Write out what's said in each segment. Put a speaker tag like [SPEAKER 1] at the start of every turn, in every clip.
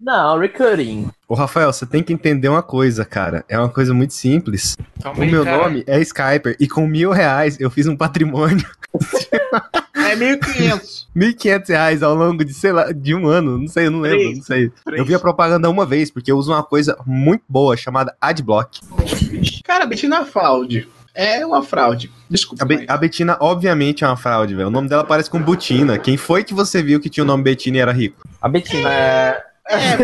[SPEAKER 1] Não, recurring.
[SPEAKER 2] Ô, Rafael, você tem que entender uma coisa, cara. É uma coisa muito simples.
[SPEAKER 3] Calma
[SPEAKER 2] O
[SPEAKER 3] aí,
[SPEAKER 2] meu
[SPEAKER 3] cara.
[SPEAKER 2] nome é Skyper e com mil reais eu fiz um patrimônio.
[SPEAKER 3] É 1500.
[SPEAKER 2] Mil e quinhentos reais ao longo de, sei lá, de um ano. Não sei, eu não lembro,
[SPEAKER 3] Três.
[SPEAKER 2] não sei.
[SPEAKER 3] Três.
[SPEAKER 2] Eu vi a propaganda uma vez, porque eu uso uma coisa muito boa chamada Adblock.
[SPEAKER 3] Cara, Betina fraude. É uma fraude. Desculpa.
[SPEAKER 2] A, Be
[SPEAKER 3] mas-
[SPEAKER 2] a Betina, obviamente, é uma fraude, velho. O nome dela parece com Butina. Quem foi que você viu que tinha o nome Betina e era rico?
[SPEAKER 1] A Betina é.
[SPEAKER 3] É,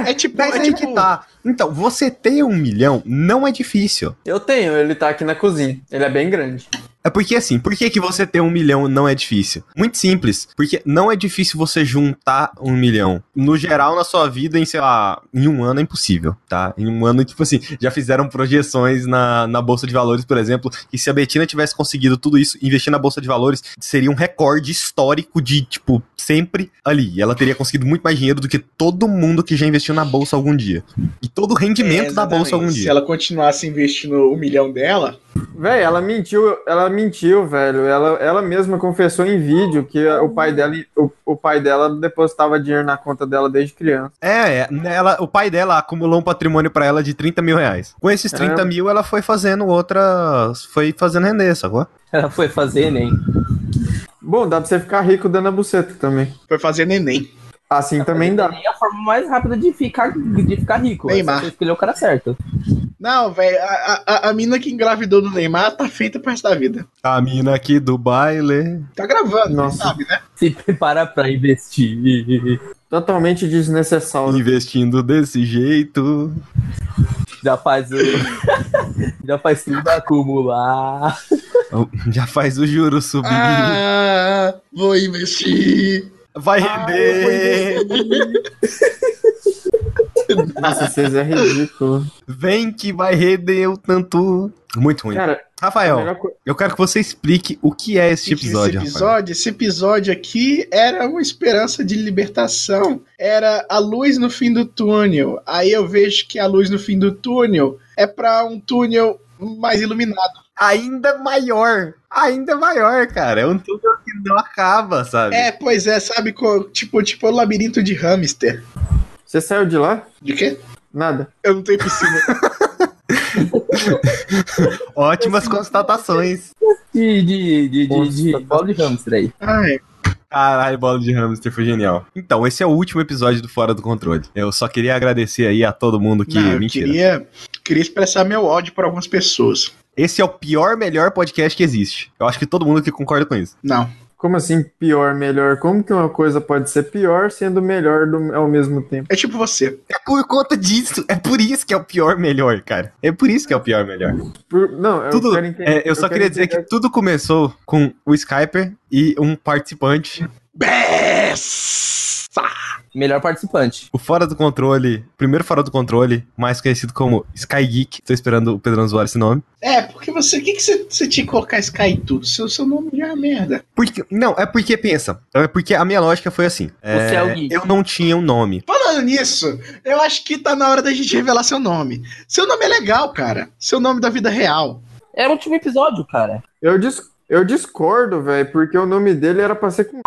[SPEAKER 3] é tipo,
[SPEAKER 2] Mas
[SPEAKER 3] é
[SPEAKER 2] aí
[SPEAKER 3] tipo
[SPEAKER 2] que tá. Então, você ter um milhão não é difícil.
[SPEAKER 1] Eu tenho, ele tá aqui na cozinha. Ele é bem grande.
[SPEAKER 2] É porque assim, por que, que você ter um milhão não é difícil? Muito simples, porque não é difícil você juntar um milhão. No geral, na sua vida, em, sei lá, em um ano é impossível, tá? Em um ano, tipo assim, já fizeram projeções na, na Bolsa de Valores, por exemplo, que se a Betina tivesse conseguido tudo isso, investir na Bolsa de Valores, seria um recorde histórico de, tipo, sempre ali. Ela teria conseguido muito mais dinheiro do que todo mundo que já investiu na Bolsa algum dia. E todo o rendimento
[SPEAKER 3] É,
[SPEAKER 2] da Bolsa algum
[SPEAKER 3] exatamente. Se
[SPEAKER 2] dia.
[SPEAKER 3] ela continuasse investindo o milhão dela,
[SPEAKER 1] Véi, ela mentiu, ela mentiu, velho. Ela, ela mesma confessou em vídeo que o pai dela, o, o pai dela depositava dinheiro na conta dela desde criança.
[SPEAKER 2] É, é, ela, o pai dela acumulou um patrimônio pra ela de 30 mil reais. Com esses 30
[SPEAKER 1] Caramba.
[SPEAKER 2] mil, ela foi fazendo outras. Foi fazendo render, sacou?
[SPEAKER 1] Ela foi fazer
[SPEAKER 4] né?
[SPEAKER 1] Enem. Bom, dá pra você ficar rico dando a buceta também.
[SPEAKER 3] foi fazer neném.
[SPEAKER 1] Assim também dá.
[SPEAKER 4] É a forma mais rápida de ficar, de ficar rico.
[SPEAKER 3] Neymar.
[SPEAKER 4] É Você escolheu o cara certo.
[SPEAKER 3] Não, velho, a, a- a, a mina que engravidou do Neymar tá feita pro resto da vida.
[SPEAKER 2] A mina aqui do baile.
[SPEAKER 3] Tá gravando,
[SPEAKER 1] Nossa.
[SPEAKER 3] sabe, né?
[SPEAKER 4] Se prepara pra investir.
[SPEAKER 1] Totalmente desnecessário. né?
[SPEAKER 2] Investindo desse jeito.
[SPEAKER 4] Já faz o. Já faz tudo acumular.
[SPEAKER 2] Já faz o juro subir.
[SPEAKER 3] Ah, vou investir.
[SPEAKER 2] vai render.
[SPEAKER 1] Nossa, vocês é ridículo.
[SPEAKER 2] Vem que vai render o tanto. Muito ruim.
[SPEAKER 1] Cara, a
[SPEAKER 2] Rafael,
[SPEAKER 1] melhor coisa.
[SPEAKER 2] eu quero que você explique o que é este episódio, Rafael.
[SPEAKER 3] esse episódio, esse episódio aqui era uma esperança de libertação. Era a luz no fim do túnel. Aí eu vejo que a luz no fim do túnel é pra um túnel mais iluminado.
[SPEAKER 2] Ainda maior. Ainda maior, cara. É um túnel que não acaba, sabe?
[SPEAKER 3] É, pois é, sabe? co- Tipo, tipo o labirinto de hamster.
[SPEAKER 1] Você saiu de lá?
[SPEAKER 3] De quê?
[SPEAKER 1] Nada.
[SPEAKER 3] Eu não tenho piscina.
[SPEAKER 2] Ótimas constatações.
[SPEAKER 4] De. De. De. De. de bola de hamster aí.
[SPEAKER 3] Ai,
[SPEAKER 2] Caralho, bola de hamster foi genial. Então, esse é o último episódio do Fora do Controle. Eu só queria agradecer aí a todo mundo que.
[SPEAKER 3] não, eu
[SPEAKER 2] mentira.
[SPEAKER 3] queria, queria expressar meu ódio por algumas pessoas.
[SPEAKER 2] Esse é o pior, melhor podcast que existe. Eu acho que todo mundo que concorda com isso.
[SPEAKER 3] Não.
[SPEAKER 1] Como assim pior, melhor? Como que uma coisa pode ser pior sendo melhor do- ao mesmo tempo?
[SPEAKER 3] É tipo você.
[SPEAKER 2] É por conta disso. É por isso que é o pior, melhor, cara. É por isso que é o pior, melhor.
[SPEAKER 1] Por- Não, eu
[SPEAKER 2] Tudo-
[SPEAKER 1] quero entender.
[SPEAKER 2] É, eu só
[SPEAKER 1] quero
[SPEAKER 2] queria dizer que
[SPEAKER 1] entender-
[SPEAKER 2] tudo começou com o Skyper e um participante.
[SPEAKER 3] Bessa!
[SPEAKER 4] Melhor participante.
[SPEAKER 2] O Fora do Controle, primeiro Fora do Controle, mais conhecido como Sky Geek. Tô esperando o Pedrão zoar esse nome.
[SPEAKER 3] É, porque você. O que, que você, você tinha que colocar Sky em tudo? Seu, seu nome já é uma merda.
[SPEAKER 2] Porque, não, é porque, pensa, é porque a minha lógica foi assim. é,
[SPEAKER 4] Você é o geek.
[SPEAKER 2] Eu não tinha um nome.
[SPEAKER 3] Falando nisso, eu acho que tá na hora da gente revelar seu nome. Seu nome é legal, cara. Seu nome da vida real.
[SPEAKER 4] É o último episódio, cara.
[SPEAKER 1] Eu, dis- eu discordo, velho, porque o nome dele era pra ser com.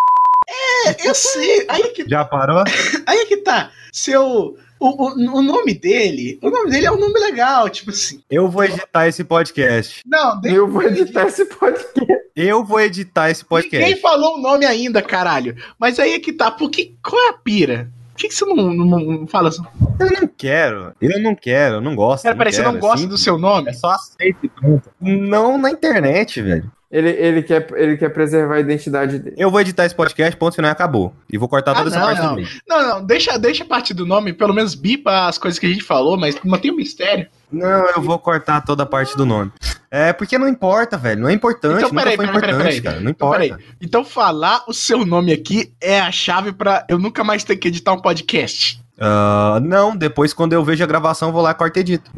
[SPEAKER 3] É, eu sei. Aí que,
[SPEAKER 2] Já parou?
[SPEAKER 3] aí que tá. Seu. O, o, o nome dele. O nome dele é um nome legal, tipo assim.
[SPEAKER 2] Eu vou editar esse podcast.
[SPEAKER 3] Não, deixa.
[SPEAKER 1] Eu vou editar esse podcast.
[SPEAKER 2] Eu vou editar esse
[SPEAKER 3] Ninguém
[SPEAKER 2] podcast.
[SPEAKER 3] falou o nome ainda, caralho. Mas aí é que tá. Por que, qual é a pira? Por que, que você não, não, não fala assim?
[SPEAKER 2] Eu não quero. Eu não quero. Eu não gosto.
[SPEAKER 3] Cara, peraí, você não
[SPEAKER 2] quero,
[SPEAKER 3] gosta
[SPEAKER 2] assim,
[SPEAKER 3] do seu nome?
[SPEAKER 2] É só aceita e pronto. Não na internet, velho.
[SPEAKER 1] Ele, ele, quer, ele quer preservar a identidade dele.
[SPEAKER 2] Eu vou editar esse podcast, ponto final, acabou. E vou cortar
[SPEAKER 3] Ah,
[SPEAKER 2] toda essa
[SPEAKER 3] não,
[SPEAKER 2] parte
[SPEAKER 3] não.
[SPEAKER 2] também.
[SPEAKER 3] Não, não, deixa, deixa a parte do nome, pelo menos bipa as coisas que a gente falou, mas mantém o mistério.
[SPEAKER 2] Não, eu vou cortar toda a parte do nome. É, porque não importa, velho. Não é importante.
[SPEAKER 3] Então,
[SPEAKER 2] nunca
[SPEAKER 3] peraí,
[SPEAKER 2] foi
[SPEAKER 3] peraí, peraí,
[SPEAKER 2] importante,
[SPEAKER 3] peraí.
[SPEAKER 2] cara. Não
[SPEAKER 3] Então,
[SPEAKER 2] importa.
[SPEAKER 3] peraí. Então, falar o seu nome aqui é a chave pra eu nunca mais ter que editar um podcast.
[SPEAKER 2] Ah, não, depois quando eu vejo a gravação, eu vou lá e corto e edito.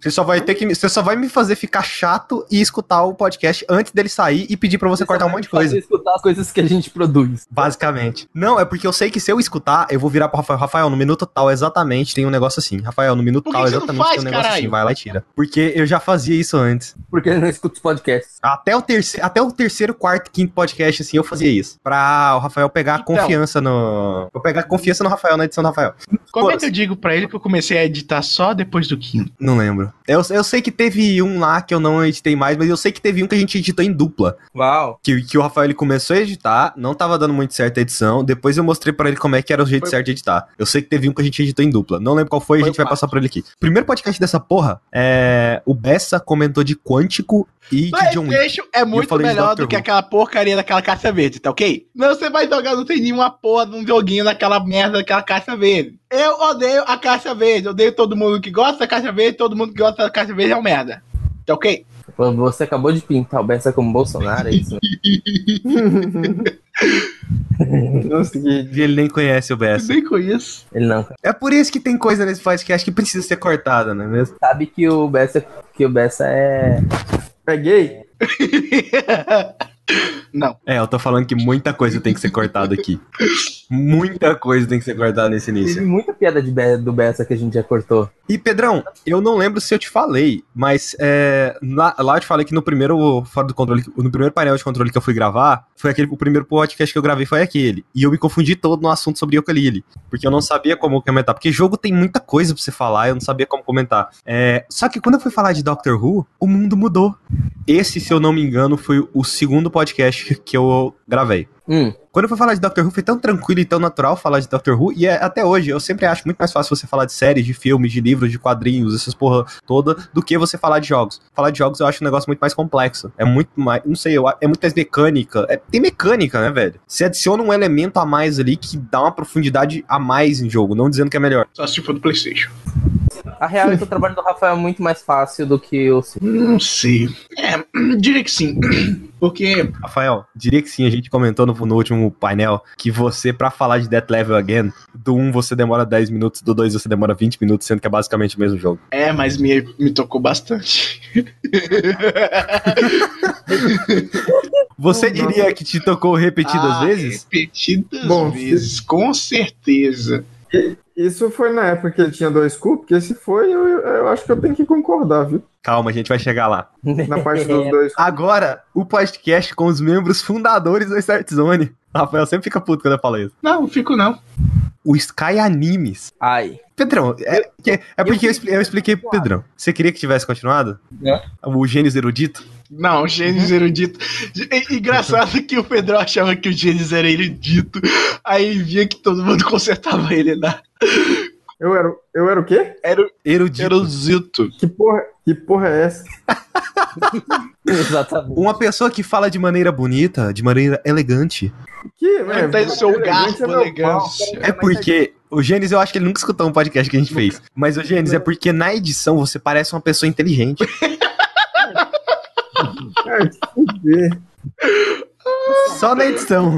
[SPEAKER 2] Você só vai ter que. me- Você só vai me fazer ficar chato e escutar o podcast antes dele sair e pedir pra você cortar um monte de coisa.
[SPEAKER 4] Fazer escutar as coisas que a gente produz.
[SPEAKER 2] Basicamente. Não, é porque eu sei que se eu escutar, eu vou virar pro Rafael. Rafael, no minuto tal, exatamente, tem um negócio assim. Rafael, no minuto
[SPEAKER 3] Por que
[SPEAKER 2] tal,
[SPEAKER 3] que você não
[SPEAKER 2] exatamente,
[SPEAKER 3] faz,
[SPEAKER 2] tem um negócio assim.
[SPEAKER 3] caralho?
[SPEAKER 2] Vai lá e tira. Porque eu já fazia isso antes.
[SPEAKER 4] Porque eu não escuto os podcasts.
[SPEAKER 2] Até o terceiro, até o terceiro quarto, quinto podcast, assim, eu fazia isso. Pra o Rafael pegar a
[SPEAKER 4] Então.
[SPEAKER 2] confiança no. Pra pegar a confiança no Rafael, na edição do Rafael.
[SPEAKER 3] Como é
[SPEAKER 4] Pô,
[SPEAKER 3] que eu digo pra ele que eu comecei a editar só depois do quinto?
[SPEAKER 2] Não lembro. Eu, eu sei que teve um lá que eu não editei mais, mas eu sei que teve um que a gente editou em dupla.
[SPEAKER 4] Uau.
[SPEAKER 2] que, que o Rafael ele começou a editar, não tava dando muito certo a edição. Depois eu mostrei pra ele como é que era o jeito
[SPEAKER 3] Foi-
[SPEAKER 2] certo de editar. Eu sei que teve um que a gente editou em dupla. Não lembro qual foi, a
[SPEAKER 4] Foi
[SPEAKER 2] gente vai
[SPEAKER 4] o
[SPEAKER 2] passar por ele aqui. Primeiro podcast dessa porra, é, o Bessa comentou de Quântico e de John Wick.
[SPEAKER 3] PlayStation é muito
[SPEAKER 2] falei de
[SPEAKER 3] melhor
[SPEAKER 2] Dr.
[SPEAKER 3] do que
[SPEAKER 2] Who.
[SPEAKER 3] aquela porcaria daquela caixa verde, tá ok? Não, você vai jogar, não tem nenhuma porra de um joguinho daquela merda daquela caixa verde. Eu odeio a caixa verde, odeio todo mundo que gosta da caixa verde, todo mundo que gosta da caixa verde é um merda. Tá ok?
[SPEAKER 4] Você acabou de pintar o Bessa como Bolsonaro, é isso? né?
[SPEAKER 1] Nossa, que...
[SPEAKER 2] E ele nem conhece o Bessa.
[SPEAKER 3] Nem com isso.
[SPEAKER 4] Ele não.
[SPEAKER 2] É por isso que tem coisa nesse podcast que precisa ser cortada, não é mesmo?
[SPEAKER 4] Sabe que o Bessa, que o Bessa é.
[SPEAKER 1] Peguei?
[SPEAKER 3] não.
[SPEAKER 2] É, eu tô falando que muita coisa tem que ser cortada aqui. Muita coisa tem que ser cortada nesse início.
[SPEAKER 4] Teve muita piada de Be- do Bessa que a gente já cortou.
[SPEAKER 2] E, Pedrão, eu não lembro se eu te falei, mas é, na- lá eu te falei que no primeiro fora do controle, no primeiro painel de controle que eu fui gravar, foi aquele, o primeiro podcast que eu gravei foi aquele. E eu me confundi todo no assunto sobre Yooka-Laylee, porque eu não sabia como comentar, porque jogo tem muita coisa pra você falar, eu não sabia como comentar. É, só que quando eu fui falar de Doctor Who, o mundo mudou. Esse, se eu não me engano, foi o segundo podcast que eu gravei.
[SPEAKER 4] Hum,
[SPEAKER 2] Quando eu fui falar de Doctor Who, foi tão tranquilo e tão natural falar de Doctor Who, e é- até hoje eu sempre acho muito mais fácil você falar de séries, de filmes, de livros, de quadrinhos, essas porra toda, do que você falar de jogos. Falar de jogos eu acho um negócio muito mais complexo. É muito mais, não sei, eu a- é muito mais mecânica. É- tem mecânica, né, velho? Você adiciona um elemento a mais ali que dá uma profundidade a mais em jogo, não dizendo que é melhor.
[SPEAKER 3] Só se for do PlayStation.
[SPEAKER 4] a real é que o trabalho do Rafael é muito mais fácil do que o seu.
[SPEAKER 3] Não sei. É, diria que sim. Porque.
[SPEAKER 2] Rafael, diria que sim, a gente comentou no, no último painel que você, pra falar de Death Level Again, do 1 você demora 10 minutos, do 2 você demora 20 minutos, sendo que é basicamente o mesmo jogo.
[SPEAKER 3] É, mas me, me tocou bastante.
[SPEAKER 2] Você
[SPEAKER 1] Não, não.
[SPEAKER 2] diria que te tocou repetidas
[SPEAKER 3] Ah,
[SPEAKER 2] vezes?
[SPEAKER 3] Repetidas
[SPEAKER 1] Bom,
[SPEAKER 3] vezes, com certeza.
[SPEAKER 1] Isso foi na época que ele tinha dois cu, porque se foi, eu, eu acho que eu tenho que concordar, viu?
[SPEAKER 2] Calma, a gente vai chegar lá.
[SPEAKER 1] Na parte
[SPEAKER 3] É.
[SPEAKER 1] dos dois cu.
[SPEAKER 2] Agora, o podcast com os membros fundadores da Start Zone. Rafael sempre fica puto quando eu falo isso.
[SPEAKER 3] Não, fico não.
[SPEAKER 2] O Sky Animes.
[SPEAKER 4] Ai.
[SPEAKER 2] Pedrão, é, que- é porque eu, expli- eu expliquei pro Pedrão. Você queria que tivesse continuado?
[SPEAKER 4] É.
[SPEAKER 2] O Gênios Erudito?
[SPEAKER 3] Não, Gênesis erudito. E- Engraçado que o Pedro achava que o Gênesis era erudito, aí ele via que todo mundo consertava ele lá.
[SPEAKER 1] Eu era, eu era o quê?
[SPEAKER 3] Era, o-
[SPEAKER 2] Erudito.
[SPEAKER 3] era o Zito.
[SPEAKER 1] Que porra, que porra é essa?
[SPEAKER 4] Exatamente.
[SPEAKER 2] Uma pessoa que fala de maneira bonita, de maneira elegante.
[SPEAKER 1] Que, né, é
[SPEAKER 3] Ele tá em seu garfo, elegância.
[SPEAKER 2] É porque. O Gênesis, eu acho que ele nunca escutou um podcast que a gente fez. Mas, o Gênesis, é porque na edição você parece uma pessoa inteligente.
[SPEAKER 1] É,
[SPEAKER 2] Só na edição.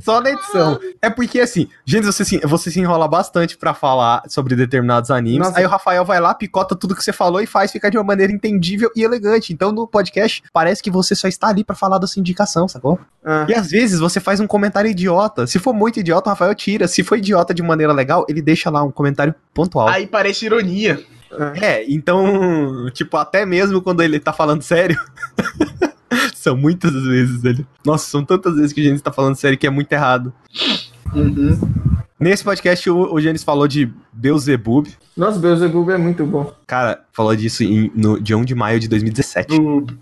[SPEAKER 2] Só na edição. É porque, assim, gente, você se, você se enrola bastante pra falar sobre determinados animes.
[SPEAKER 1] Nossa.
[SPEAKER 2] Aí o Rafael vai lá, picota tudo que você falou e faz ficar de uma maneira entendível e elegante. Então, no podcast, parece que você só está ali pra falar da sua indicação, sacou?
[SPEAKER 1] Ah,
[SPEAKER 2] E às vezes você faz um comentário idiota. Se for muito idiota, o Rafael tira. Se for idiota de maneira legal, ele deixa lá um comentário pontual.
[SPEAKER 3] Aí parece ironia.
[SPEAKER 2] É, então, tipo, até mesmo quando ele tá falando sério. são muitas as vezes ele. Nossa, são tantas vezes que o Gênesis tá falando sério que é muito errado.
[SPEAKER 3] Uhum.
[SPEAKER 2] Nesse podcast, o, o Gênesis falou de Beelzebub.
[SPEAKER 1] nossa, Beelzebub é muito bom.
[SPEAKER 2] Cara, falou disso em, no dia 1 de maio de 2017.
[SPEAKER 3] Boob.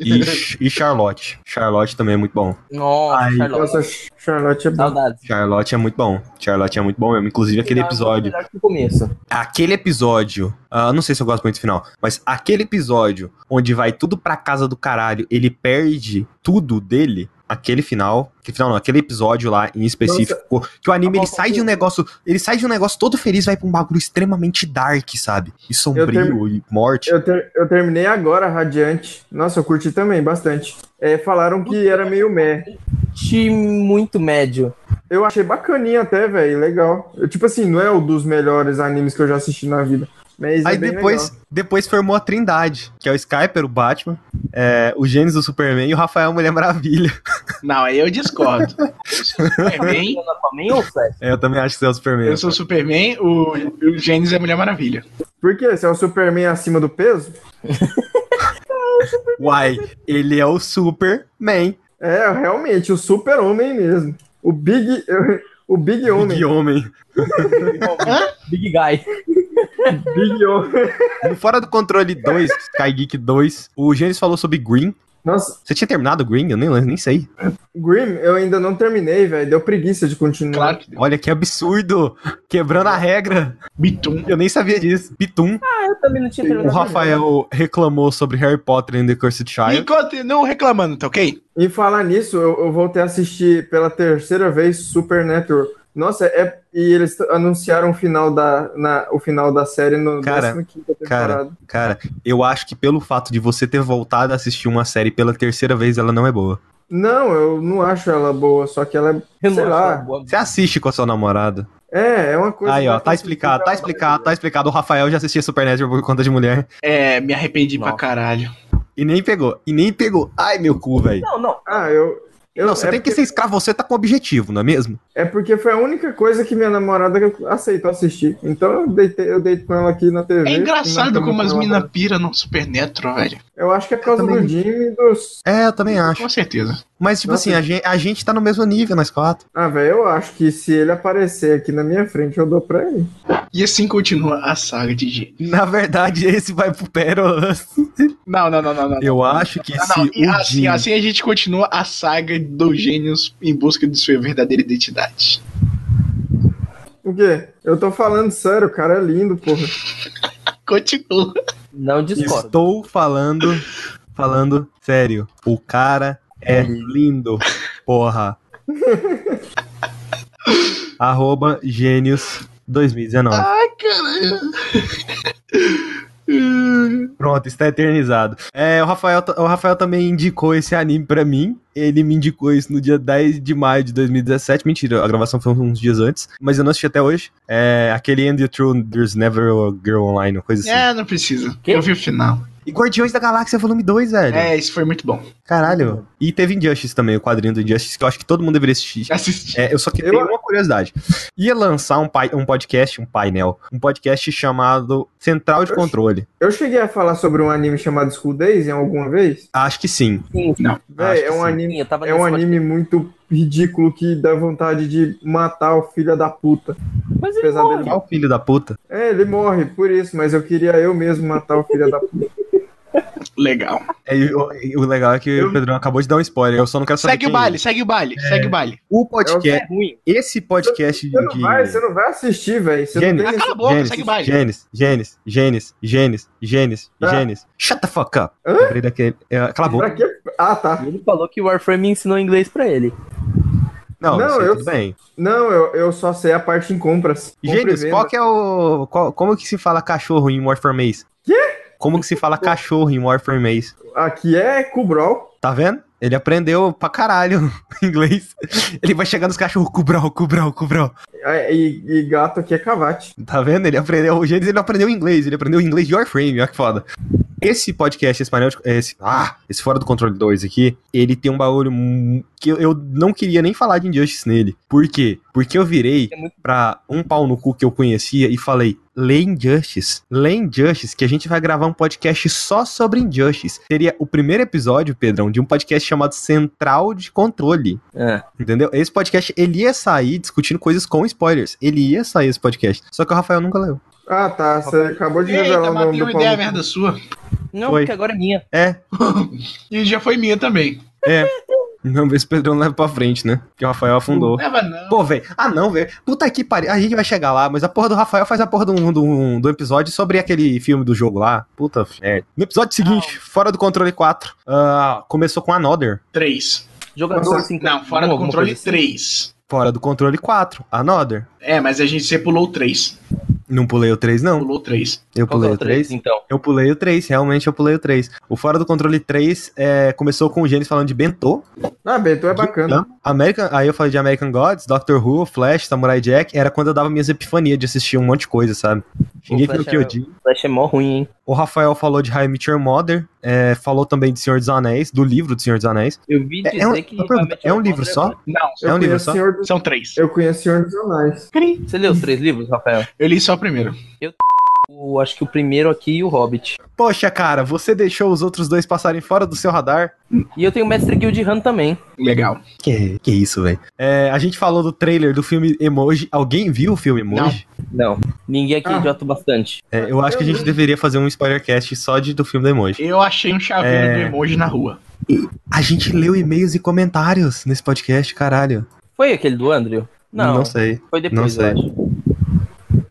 [SPEAKER 2] E, Ch- e Charlotte. Charlotte também é muito bom.
[SPEAKER 4] Nossa,
[SPEAKER 2] Ai,
[SPEAKER 4] Charlotte.
[SPEAKER 1] Nossa, Charlotte é bom.
[SPEAKER 4] Saudades.
[SPEAKER 2] Charlotte é muito bom. Charlotte é muito bom mesmo. Inclusive aquele episódio.
[SPEAKER 4] Melhor que o começo.
[SPEAKER 2] Aquele episódio. ah, não sei se eu gosto muito do final, mas aquele episódio onde vai tudo pra casa do caralho, ele perde tudo dele. Aquele final, que final não, aquele episódio lá em específico, que o anime
[SPEAKER 1] tá
[SPEAKER 2] ele
[SPEAKER 4] Nossa,
[SPEAKER 2] sai de um
[SPEAKER 4] eu-
[SPEAKER 2] negócio, ele sai de um negócio todo feliz, vai pra um bagulho extremamente dark, sabe? E sombrio e morte.
[SPEAKER 1] Eu, ter- eu terminei agora, Radiante. Nossa, eu curti também bastante. É, falaram que era meio meh.
[SPEAKER 4] Time muito médio.
[SPEAKER 1] Eu achei bacaninha até, velho, legal. Eu, tipo assim, não é o dos melhores animes que eu já assisti na vida. Mas é
[SPEAKER 2] Aí
[SPEAKER 1] bem
[SPEAKER 2] depois,
[SPEAKER 1] legal.
[SPEAKER 2] depois formou a Trindade, que é o Skyper, o Batman, é, o Gênesis, o Superman e o Rafael Mulher Maravilha.
[SPEAKER 3] Não, aí eu discordo. Eu sou Superman,
[SPEAKER 4] Funciona pra mim ou Flash?
[SPEAKER 2] É, eu também acho que você é o Superman.
[SPEAKER 3] eu sou Superman, o, o Gênesis é a Mulher Maravilha.
[SPEAKER 1] Por quê? Você é o Superman acima do peso?
[SPEAKER 2] Uai, ele é o Superman.
[SPEAKER 1] É, realmente, o super-homem mesmo. O Big. O Big Homem.
[SPEAKER 2] Que homem.
[SPEAKER 4] Big Guy.
[SPEAKER 1] Big Homem.
[SPEAKER 2] No Fora do Controle 2, Sky Geek 2, o Gênesis falou sobre Green.
[SPEAKER 1] Nossa,
[SPEAKER 2] Você tinha terminado Green? Eu nem, nem sei.
[SPEAKER 1] Grim, eu ainda não terminei, velho. Deu preguiça de continuar.
[SPEAKER 3] Claro que
[SPEAKER 2] Olha que absurdo! Quebrando a regra.
[SPEAKER 3] Bitum.
[SPEAKER 2] Eu nem sabia disso. Pitum.
[SPEAKER 4] Ah, eu também não tinha
[SPEAKER 2] O
[SPEAKER 4] terminado.
[SPEAKER 2] Rafael reclamou sobre Harry Potter and the Cursed
[SPEAKER 3] E
[SPEAKER 2] Child.
[SPEAKER 3] continuam reclamando, tá ok?
[SPEAKER 1] E falar nisso, eu, eu voltei a assistir pela terceira vez Supernatural. Nossa, é, e eles t- anunciaram o final da, na- o final da série no
[SPEAKER 2] Cara,
[SPEAKER 1] 15ª temporada.
[SPEAKER 2] Cara, cara, eu acho que pelo fato de você ter voltado a assistir uma série pela terceira vez, ela não é boa.
[SPEAKER 1] Não, eu não acho ela boa, só que ela é,
[SPEAKER 4] Eu não
[SPEAKER 1] sei
[SPEAKER 4] acho
[SPEAKER 1] lá.
[SPEAKER 4] uma boa-
[SPEAKER 2] Você assiste com a sua namorada.
[SPEAKER 1] É, é uma coisa...
[SPEAKER 2] Aí,
[SPEAKER 1] que
[SPEAKER 2] ó,
[SPEAKER 1] vai
[SPEAKER 2] tá explicado, tá
[SPEAKER 1] acontecer.
[SPEAKER 2] explicado, tá explicado. O Rafael já assistia Supernatural por conta de mulher.
[SPEAKER 3] É, me arrependi
[SPEAKER 4] Nossa.
[SPEAKER 3] pra caralho.
[SPEAKER 2] E nem pegou, e nem pegou. Ai, meu cu, velho.
[SPEAKER 4] Não, não.
[SPEAKER 1] Ah, eu... eu
[SPEAKER 2] Não, você
[SPEAKER 1] é
[SPEAKER 2] tem que
[SPEAKER 1] porque-
[SPEAKER 2] ser escravo, você tá com objetivo, não é mesmo?
[SPEAKER 1] É porque foi a única coisa que minha namorada aceitou assistir. Então eu deitei, eu deito com ela aqui na TV.
[SPEAKER 3] É engraçado
[SPEAKER 1] na cama
[SPEAKER 3] como
[SPEAKER 1] com
[SPEAKER 3] as
[SPEAKER 1] ela.
[SPEAKER 3] minas piram no Supernatural, velho.
[SPEAKER 1] Eu acho que é por causa
[SPEAKER 2] também-
[SPEAKER 1] do Jimmy e dos...
[SPEAKER 2] É, eu também acho.
[SPEAKER 3] Com certeza.
[SPEAKER 2] Mas, tipo
[SPEAKER 1] Nossa.
[SPEAKER 2] assim, a gente, a gente tá no mesmo nível, nós quatro.
[SPEAKER 1] Ah, velho, eu acho que se ele aparecer aqui na minha frente, eu dou pra ele.
[SPEAKER 3] E assim continua a saga de Gênesis.
[SPEAKER 2] Na verdade, esse vai pro Pérolas.
[SPEAKER 3] Não, não, não, não, Ah, não.
[SPEAKER 2] Eu acho que
[SPEAKER 3] Não,
[SPEAKER 2] se
[SPEAKER 3] não, e
[SPEAKER 2] o
[SPEAKER 3] assim,
[SPEAKER 2] Jim-
[SPEAKER 3] assim a gente continua a saga do Gênios em busca de sua verdadeira identidade.
[SPEAKER 1] O quê? Eu tô falando sério, o cara é lindo, porra.
[SPEAKER 3] Continua.
[SPEAKER 4] Não discordo.
[SPEAKER 2] Estou falando, falando sério. O cara é
[SPEAKER 3] Hum.
[SPEAKER 2] lindo, porra. Arroba Gênios 2019.
[SPEAKER 3] Ai, caralho.
[SPEAKER 2] Pronto, está eternizado. É, o Rafael, ta- o Rafael também indicou esse anime pra mim. Ele me indicou isso no dia 10 de maio de 2017. Mentira, a gravação foi uns dias antes, mas eu não assisti até hoje. É, aquele End the True, There's Never a Girl Online, uma coisa assim.
[SPEAKER 3] é, não precisa.
[SPEAKER 4] Quê?
[SPEAKER 3] Eu vi o final.
[SPEAKER 2] E Guardiões da Galáxia Volume 2, velho.
[SPEAKER 3] É, isso foi muito bom.
[SPEAKER 2] Caralho. E teve Injustice também, o quadrinho do Injustice, que eu acho que todo mundo deveria assistir.
[SPEAKER 3] Assisti.
[SPEAKER 2] É, eu só que
[SPEAKER 1] Eu-
[SPEAKER 2] tenho uma curiosidade. Ia lançar um, pai, um podcast, um painel, um podcast chamado Central de
[SPEAKER 1] Oxi.
[SPEAKER 2] Controle.
[SPEAKER 1] Eu cheguei a falar sobre um anime chamado School Days em alguma vez.
[SPEAKER 2] Acho que sim.
[SPEAKER 4] Sim,
[SPEAKER 1] Véi,
[SPEAKER 2] Acho
[SPEAKER 1] é um
[SPEAKER 2] que sim.
[SPEAKER 1] anime.
[SPEAKER 4] sim, eu tava
[SPEAKER 1] É um
[SPEAKER 4] nesse-
[SPEAKER 1] anime muito ridículo que dá vontade de matar o filho da puta.
[SPEAKER 4] Mas ele
[SPEAKER 1] Apesar dele-
[SPEAKER 4] morre.
[SPEAKER 2] Qual filho da puta?
[SPEAKER 1] É, ele morre por isso, mas eu queria eu mesmo matar o filho da puta.
[SPEAKER 3] Legal.
[SPEAKER 2] É, e o, e o legal é que
[SPEAKER 1] Eu-
[SPEAKER 2] o Pedrão acabou de dar um spoiler. Eu só não quero saber.
[SPEAKER 3] Segue o
[SPEAKER 2] quem- é
[SPEAKER 3] baile, segue o baile, segue o baile.
[SPEAKER 2] O podcast.
[SPEAKER 4] É ruim.
[SPEAKER 2] Esse podcast
[SPEAKER 1] Você não
[SPEAKER 2] de.
[SPEAKER 1] vai, você não vai assistir, velho. Você não
[SPEAKER 2] Gênesis.
[SPEAKER 1] tem
[SPEAKER 3] Ah, cala a boca, segue o baile.
[SPEAKER 2] Gênesis, Gênesis, Gênesis, Gênesis, Gênesis,
[SPEAKER 1] Ah.
[SPEAKER 2] Gênesis. Shut the fuck up.
[SPEAKER 1] Hã?
[SPEAKER 2] Lembrei daquele- é, Cala a boca.
[SPEAKER 1] Pra quê? Ah, tá.
[SPEAKER 4] Ele falou que o Warframe ensinou inglês pra ele.
[SPEAKER 2] Não,
[SPEAKER 1] Não,
[SPEAKER 2] isso aí
[SPEAKER 1] eu-
[SPEAKER 2] tudo bem.
[SPEAKER 1] Não, eu, eu só sei a parte em compras. Compra e
[SPEAKER 2] Gênios,
[SPEAKER 1] venda.
[SPEAKER 2] qual que é o. qual- como que se fala cachorro em Warfare Maze? Como que se fala cachorro em Warfare Maze?
[SPEAKER 1] Aqui é Cubrol.
[SPEAKER 2] Tá vendo? Ele aprendeu pra caralho inglês. Ele vai chegar nos cachorros cubral, cubral, cubral.
[SPEAKER 1] é, E, e gato aqui é Cavate.
[SPEAKER 2] Tá vendo? Ele aprendeu. O Gênesis ele não aprendeu inglês. Ele aprendeu inglês de Warframe. Olha que foda. Esse podcast, esse painel. de- Esse, ah, esse Fora do Controle 2 aqui. Ele tem um bagulho mu- que eu, eu não queria nem falar de Injustice nele. Por quê? Porque eu virei
[SPEAKER 4] É muito-
[SPEAKER 2] pra um pau no cu que eu conhecia e falei. Lê Injustice. Lê Injustice, que a gente vai gravar um podcast só sobre Injustice. Seria o primeiro episódio, Pedrão, de um podcast chamado Central de Controle.
[SPEAKER 4] É.
[SPEAKER 2] Entendeu? Esse podcast, ele ia sair discutindo coisas com spoilers. Ele ia sair esse podcast. Só que o Rafael nunca leu.
[SPEAKER 1] Ah, tá. Você acabou de revelar
[SPEAKER 3] Eita,
[SPEAKER 1] o nome
[SPEAKER 3] matei
[SPEAKER 1] do
[SPEAKER 3] uma ideia né?
[SPEAKER 1] Paulo.
[SPEAKER 3] merda sua.
[SPEAKER 4] Não,
[SPEAKER 2] Foi.
[SPEAKER 4] porque agora é minha.
[SPEAKER 2] É.
[SPEAKER 3] E já foi minha também.
[SPEAKER 2] Vamos ver se o Pedrão leva pra frente, né? Que o Rafael afundou.
[SPEAKER 3] Leva não.
[SPEAKER 2] Pô, velho. Ah, não, velho. Puta que pariu. A gente vai chegar lá, mas a porra do Rafael faz a porra um, do, do, do episódio sobre aquele filme do jogo lá. Puta merda. No episódio seguinte, Fora do Controle 4, ah, começou com Another.
[SPEAKER 3] Três.
[SPEAKER 4] Jogador assim, 5.
[SPEAKER 3] Não, fora do controle,
[SPEAKER 4] assim.
[SPEAKER 3] três.
[SPEAKER 2] Fora do Controle 4, Another.
[SPEAKER 3] É, mas a gente você pulou três.
[SPEAKER 2] Não pulei o 3, não.
[SPEAKER 3] Pulou três.
[SPEAKER 2] Eu pulei o 3.
[SPEAKER 4] então.
[SPEAKER 2] Eu pulei o 3, realmente eu pulei o 3. O Fora do Controle 3 é, começou com o Gênesis falando de Bentô,
[SPEAKER 1] Ah, Bento é
[SPEAKER 2] Geek
[SPEAKER 1] bacana.
[SPEAKER 2] Jam. American, aí eu falei de American Gods, Doctor Who, Flash, Samurai Jack, era quando eu dava minhas epifanias de assistir um monte de coisa, sabe? Xinguei
[SPEAKER 4] Flash
[SPEAKER 2] no
[SPEAKER 4] é-
[SPEAKER 2] Kyojin.
[SPEAKER 4] Flash é mó ruim, hein?
[SPEAKER 2] O Rafael falou de High Meet Your Mother, é, falou também de Senhor dos Anéis, do livro do Senhor dos Anéis.
[SPEAKER 4] Eu vi
[SPEAKER 2] É-
[SPEAKER 4] dizer
[SPEAKER 2] é um-
[SPEAKER 4] que.
[SPEAKER 2] uma pergunta,
[SPEAKER 4] vai
[SPEAKER 2] é um
[SPEAKER 4] meter
[SPEAKER 2] livro só?
[SPEAKER 4] agora.
[SPEAKER 3] Não,
[SPEAKER 1] Eu
[SPEAKER 2] É um livro
[SPEAKER 1] conheço
[SPEAKER 2] só?
[SPEAKER 1] Senhor do-
[SPEAKER 3] são três.
[SPEAKER 1] Eu conheço Senhor dos Anéis.
[SPEAKER 4] Você leu os três livros, Rafael?
[SPEAKER 3] Eu li só o primeiro.
[SPEAKER 4] O, acho que o primeiro aqui e o Hobbit.
[SPEAKER 2] Poxa, cara, você deixou os outros dois passarem fora do seu radar?
[SPEAKER 4] E eu tenho o Mestre Guildhand também.
[SPEAKER 3] Legal.
[SPEAKER 2] Que, que isso, velho. É, a gente falou do trailer do filme Emoji. Alguém viu o filme Emoji?
[SPEAKER 4] Não, ninguém aqui é
[SPEAKER 1] Ah.
[SPEAKER 4] idiota o bastante.
[SPEAKER 2] É, eu acho que a gente deveria fazer um spoilercast só de, do filme do Emoji.
[SPEAKER 3] Eu achei um chaveiro
[SPEAKER 2] É.
[SPEAKER 3] do emoji na rua.
[SPEAKER 2] A gente leu e-mails e comentários nesse podcast, caralho.
[SPEAKER 4] Foi aquele do Andrew? Não,
[SPEAKER 2] Não sei.
[SPEAKER 4] foi depois,
[SPEAKER 2] não sei.
[SPEAKER 4] eu acho.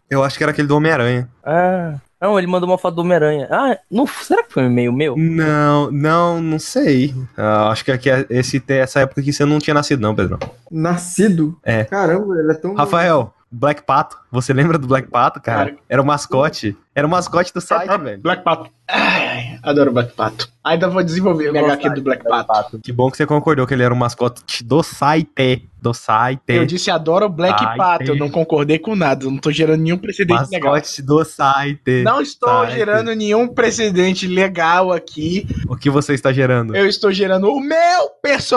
[SPEAKER 2] Eu acho que era aquele do Homem-Aranha.
[SPEAKER 4] Ah, não, ele mandou uma foto do Homem-Aranha. Ah, não, será que foi um e-mail meu?
[SPEAKER 2] Não, não, não sei. Ah, acho que aqui é esse, essa época aqui você não tinha nascido, não, Pedrão.
[SPEAKER 1] Nascido?
[SPEAKER 2] É.
[SPEAKER 1] Caramba, ele é tão.
[SPEAKER 2] Rafael, Black Pato. Você lembra do Black Pato, cara? Era o mascote. Era o mascote do site, velho.
[SPEAKER 3] Black Pato. Ai, adoro Black Pato. Ainda vou desenvolver o minha HQ do Black Pato.
[SPEAKER 2] Que bom que você concordou que ele era o mascote do site. Do site.
[SPEAKER 3] Eu disse adoro Black
[SPEAKER 2] Ai,
[SPEAKER 3] Pato. Eu
[SPEAKER 2] tem.
[SPEAKER 3] não concordei com nada. Não tô gerando nenhum precedente legal.
[SPEAKER 2] Mascote do site.
[SPEAKER 3] Não estou
[SPEAKER 2] Site.
[SPEAKER 3] gerando nenhum precedente legal aqui.
[SPEAKER 2] O que você está gerando?
[SPEAKER 3] Eu estou gerando o meu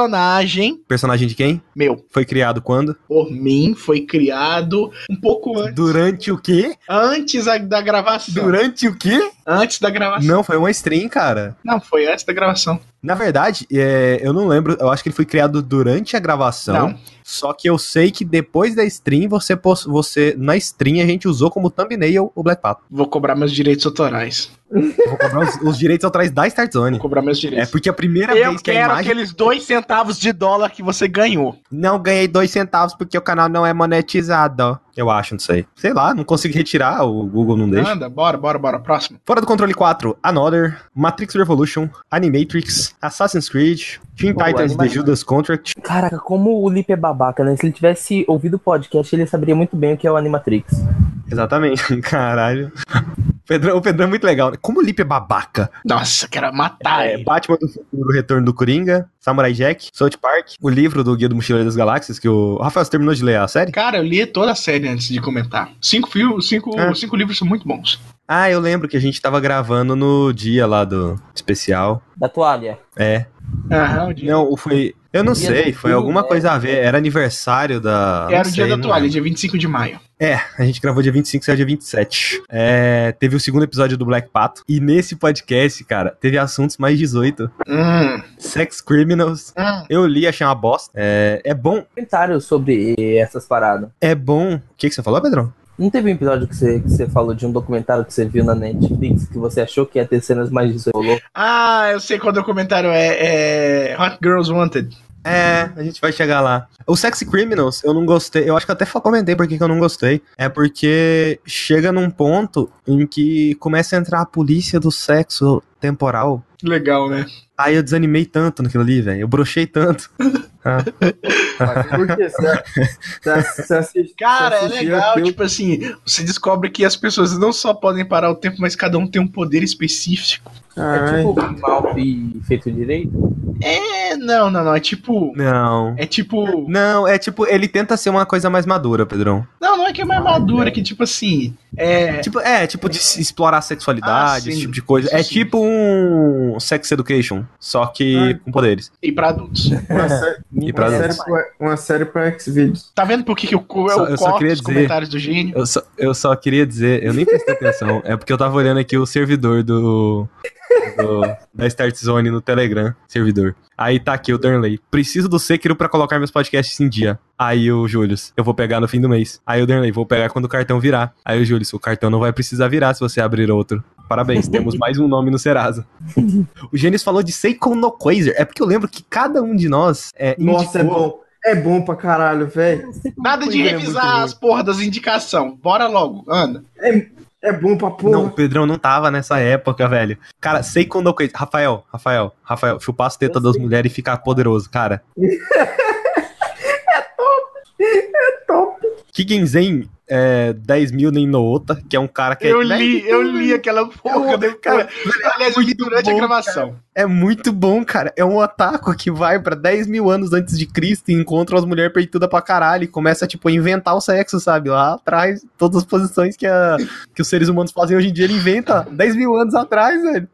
[SPEAKER 3] personagem.
[SPEAKER 2] Personagem de quem?
[SPEAKER 3] Meu,
[SPEAKER 2] Foi criado quando?
[SPEAKER 3] por mim, foi criado um pouco antes.
[SPEAKER 2] Durante o quê?
[SPEAKER 3] Antes a- da gravação.
[SPEAKER 2] Durante o quê?
[SPEAKER 3] Antes da gravação.
[SPEAKER 2] Não, foi uma stream, cara.
[SPEAKER 3] Não, foi antes da gravação.
[SPEAKER 2] Na verdade, é, eu não lembro. Eu acho que ele foi criado durante a gravação.
[SPEAKER 3] Não.
[SPEAKER 2] Só que eu sei que depois da stream, você, pos- você na stream a gente usou como thumbnail o Black Pato.
[SPEAKER 3] Vou cobrar meus direitos autorais.
[SPEAKER 2] Eu Vou cobrar os, os direitos autorais da Start Zone.
[SPEAKER 3] Vou cobrar meus
[SPEAKER 2] É
[SPEAKER 3] direitos.
[SPEAKER 2] porque a primeira
[SPEAKER 3] eu
[SPEAKER 2] vez que a
[SPEAKER 3] quero
[SPEAKER 2] imagem.
[SPEAKER 3] aqueles dois centavos de dólar que você ganhou.
[SPEAKER 2] Não ganhei dois centavos porque o canal não é monetizado. ó. Eu acho, não sei. Sei lá, não consigo retirar, o Google não deixa.
[SPEAKER 3] Anda, bora, bora, bora. Próximo.
[SPEAKER 2] Fora do Controle 4, Another, Matrix Revolution, Animatrix, Assassin's Creed, Teen
[SPEAKER 4] Boa,
[SPEAKER 2] Titans The
[SPEAKER 4] animação.
[SPEAKER 2] Judas Contract.
[SPEAKER 4] Caraca, como o Lipe é babaca, né? Se ele tivesse ouvido o podcast, ele saberia muito bem o que é o Animatrix.
[SPEAKER 2] Exatamente, caralho. O Pedrão, o Pedrão é muito legal. né? Como o Lipe é babaca.
[SPEAKER 3] Nossa, quero matar
[SPEAKER 2] É,
[SPEAKER 3] ele.
[SPEAKER 2] Batman do Futuro, Retorno do Coringa, Samurai Jack, South Park, o livro do Guia do Mochileiro das Galáxias, que o... Rafael, você terminou de ler a série?
[SPEAKER 3] Cara, eu li toda a série antes de comentar. Cinco, fil- cinco,
[SPEAKER 2] É.
[SPEAKER 3] cinco livros são muito bons.
[SPEAKER 2] Ah, eu lembro que a gente tava gravando no dia lá do especial.
[SPEAKER 4] Da toalha.
[SPEAKER 2] É,
[SPEAKER 3] Aham, o dia-
[SPEAKER 2] Não, ou foi. Eu não
[SPEAKER 4] Dia
[SPEAKER 2] sei,
[SPEAKER 4] do
[SPEAKER 2] foi
[SPEAKER 4] fim,
[SPEAKER 2] alguma
[SPEAKER 4] né?
[SPEAKER 2] coisa a ver. Era aniversário da.
[SPEAKER 3] Era
[SPEAKER 2] não
[SPEAKER 3] o dia
[SPEAKER 2] sei,
[SPEAKER 3] da
[SPEAKER 2] não
[SPEAKER 3] toalha,
[SPEAKER 2] lembro.
[SPEAKER 3] dia 25 de maio.
[SPEAKER 2] É, a gente gravou dia 25, saiu dia 27. É, teve o segundo episódio do Black Pato. E nesse podcast, cara, teve assuntos mais 18.
[SPEAKER 3] Hum,
[SPEAKER 2] Sex Criminals.
[SPEAKER 3] hum.
[SPEAKER 2] Eu li, achei uma bosta. É, é bom.
[SPEAKER 4] Comentário sobre eh, essas paradas.
[SPEAKER 2] É bom. O que, que você falou, Pedrão?
[SPEAKER 4] Não teve um episódio que você, que você falou de um documentário que você viu na Netflix que você achou que ia ter cenas mais 18? Rolou?
[SPEAKER 3] Ah, eu sei qual documentário é, é Hot Girls Wanted.
[SPEAKER 2] É, a gente vai chegar lá. O Sex Criminals, eu não gostei. Eu acho que eu até fa- comentei por que que eu não gostei. É porque chega num ponto em que começa a entrar a polícia do sexo temporal.
[SPEAKER 3] Legal, né?
[SPEAKER 2] Aí eu desanimei tanto naquilo ali, velho. Eu brochei tanto.
[SPEAKER 1] Por quê? Você, é- você, você assiste-
[SPEAKER 3] Cara,
[SPEAKER 1] você
[SPEAKER 3] é
[SPEAKER 1] assistiu
[SPEAKER 3] legal,
[SPEAKER 1] aquilo?
[SPEAKER 3] tipo assim, você descobre que as pessoas não só podem parar o tempo, mas cada um tem um poder específico.
[SPEAKER 4] É
[SPEAKER 1] Caralho.
[SPEAKER 4] tipo mal e feito direito?
[SPEAKER 3] É, não, não, não, é tipo...
[SPEAKER 2] Não.
[SPEAKER 3] É tipo...
[SPEAKER 2] Não, é tipo, ele tenta ser uma coisa mais madura, Pedrão.
[SPEAKER 3] Não, não é que é mais madura, é que tipo assim... É...
[SPEAKER 2] Tipo, é, tipo de se explorar a
[SPEAKER 3] Ah,
[SPEAKER 2] sexualidade,
[SPEAKER 3] sim.
[SPEAKER 2] esse tipo de coisa. É
[SPEAKER 3] Sim.
[SPEAKER 2] tipo um sex education, só que
[SPEAKER 1] Ah.
[SPEAKER 2] com poderes.
[SPEAKER 3] E pra adultos.
[SPEAKER 1] Uma série,
[SPEAKER 2] E pra
[SPEAKER 1] é. uma
[SPEAKER 2] dentro.
[SPEAKER 1] série, pra- uma série pra X-Videos.
[SPEAKER 3] Tá vendo por que, que eu, co- eu,
[SPEAKER 2] Só- eu só
[SPEAKER 3] corto
[SPEAKER 2] queria
[SPEAKER 3] os
[SPEAKER 2] dizer-
[SPEAKER 3] comentários do gênio?
[SPEAKER 2] Eu só, eu só queria dizer, eu nem prestei atenção, é porque eu tava olhando aqui o servidor do, do- da Start Zone no Telegram, servidor. Aí tá aqui o Darnley. Preciso do Sekiro pra colocar meus podcasts em dia. Aí o Júlio, eu vou pegar no fim do mês. Aí o Darnley, vou pegar quando o cartão virar. Aí o Júlio, o cartão não vai precisar virar se você abrir outro. Parabéns, temos mais um nome no Serasa. O Gênesis falou de Seiko no Quasar. É porque eu lembro que cada um de nós é
[SPEAKER 1] Nossa, é
[SPEAKER 2] indicou-
[SPEAKER 1] bom. É bom pra caralho, velho.
[SPEAKER 3] Nada de
[SPEAKER 1] Pois é, muito
[SPEAKER 3] revisar
[SPEAKER 1] bom.
[SPEAKER 3] as porras das indicação. Bora logo, anda.
[SPEAKER 1] É bom pra
[SPEAKER 2] Não, o
[SPEAKER 1] porra.
[SPEAKER 2] Pedrão não tava nessa época, velho. Cara, sei quando eu conheci. Rafael, Rafael, Rafael, chupar as tetas
[SPEAKER 4] Eu
[SPEAKER 2] das
[SPEAKER 4] sei.
[SPEAKER 2] mulheres e ficar poderoso, cara.
[SPEAKER 1] top.
[SPEAKER 2] Kigenzen é, 10 mil nem Noota, que é um cara que
[SPEAKER 3] Eu
[SPEAKER 2] é.
[SPEAKER 3] li, eu li aquela porra.
[SPEAKER 2] Eu-
[SPEAKER 3] Eu, cara, aliás, eu li durante a
[SPEAKER 2] bom,
[SPEAKER 3] gravação.
[SPEAKER 2] É muito bom, cara. É um ataco que vai pra 10 mil anos antes de Cristo e encontra as mulheres peitudas pra caralho e começa, tipo, a inventar o sexo, sabe? Lá atrás, todas as posições que, a- que os seres humanos fazem hoje em dia, ele inventa 10 mil anos atrás, velho.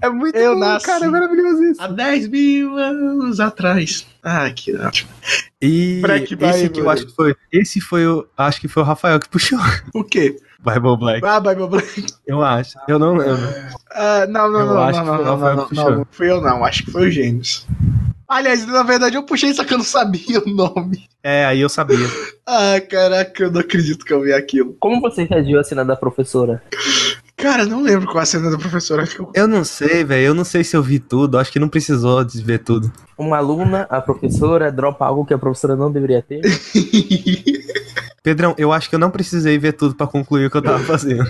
[SPEAKER 2] É muito
[SPEAKER 3] Eu
[SPEAKER 2] bom,
[SPEAKER 3] nasci.
[SPEAKER 2] cara. É maravilhoso isso.
[SPEAKER 3] Há 10 mil anos atrás. Ah, que ótimo.
[SPEAKER 2] E
[SPEAKER 3] Pra que vai,
[SPEAKER 2] esse que eu acho que foi. Esse foi o. Acho que foi o Rafael que puxou.
[SPEAKER 3] O quê?
[SPEAKER 2] Bible Black.
[SPEAKER 3] Ah, Bible Black.
[SPEAKER 2] Eu acho. Eu não lembro.
[SPEAKER 3] Ah, não, não,
[SPEAKER 2] Eu
[SPEAKER 3] não,
[SPEAKER 2] acho que foi
[SPEAKER 3] não, não,
[SPEAKER 2] o
[SPEAKER 3] não,
[SPEAKER 2] Rafael
[SPEAKER 3] não,
[SPEAKER 2] que
[SPEAKER 3] não,
[SPEAKER 2] puxou.
[SPEAKER 3] não. Foi eu não, acho que foi o Gêmeos. Aliás, na verdade eu puxei, só que eu não sabia o nome.
[SPEAKER 2] É, aí eu sabia.
[SPEAKER 3] Ah, caraca, eu não acredito que eu vi aquilo.
[SPEAKER 4] Como você reagiu à cena da professora?
[SPEAKER 3] Cara, eu não lembro qual a cena da professora. acho que eu-
[SPEAKER 2] Eu não sei, velho. Eu não sei se eu vi tudo. Acho que não precisou de ver tudo.
[SPEAKER 4] Uma aluna, a professora, dropa algo que a professora não deveria ter.
[SPEAKER 3] o
[SPEAKER 2] Pedrão, eu acho que eu não precisei ver tudo pra concluir o que eu
[SPEAKER 3] É.
[SPEAKER 2] tava fazendo.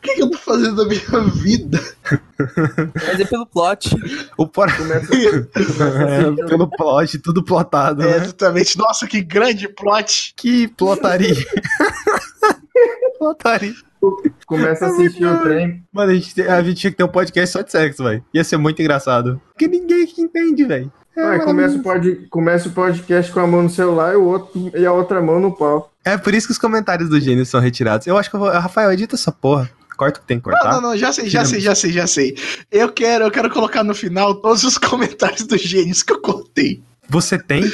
[SPEAKER 3] que, que eu tô fazendo da minha vida?
[SPEAKER 4] Mas é pelo plot.
[SPEAKER 2] O por...
[SPEAKER 4] Começa-
[SPEAKER 2] pelo plot, tudo plotado,
[SPEAKER 3] É,
[SPEAKER 2] né?
[SPEAKER 3] exatamente. Nossa, que grande plot.
[SPEAKER 2] Que plotaria. plotaria.
[SPEAKER 1] Começa a
[SPEAKER 2] É
[SPEAKER 1] assistir
[SPEAKER 2] muito
[SPEAKER 1] o trem.
[SPEAKER 2] Mano, a gente, te- a gente tinha que ter um podcast só de sexo, velho. Ia ser muito engraçado. Porque ninguém que entende, velho. É,
[SPEAKER 1] Ué, começa, o pod- começa o podcast com a mão no celular e, o outro, e a outra mão no pau.
[SPEAKER 2] é por isso que os comentários do Gênio são retirados. Eu acho que eu vou. Rafael, edita essa porra. Corta o que tem que cortar.
[SPEAKER 3] Não, não, não, já sei, já sei, já sei, já sei. Eu quero, eu quero colocar no final todos os comentários do Gênios que eu cortei.
[SPEAKER 2] Você tem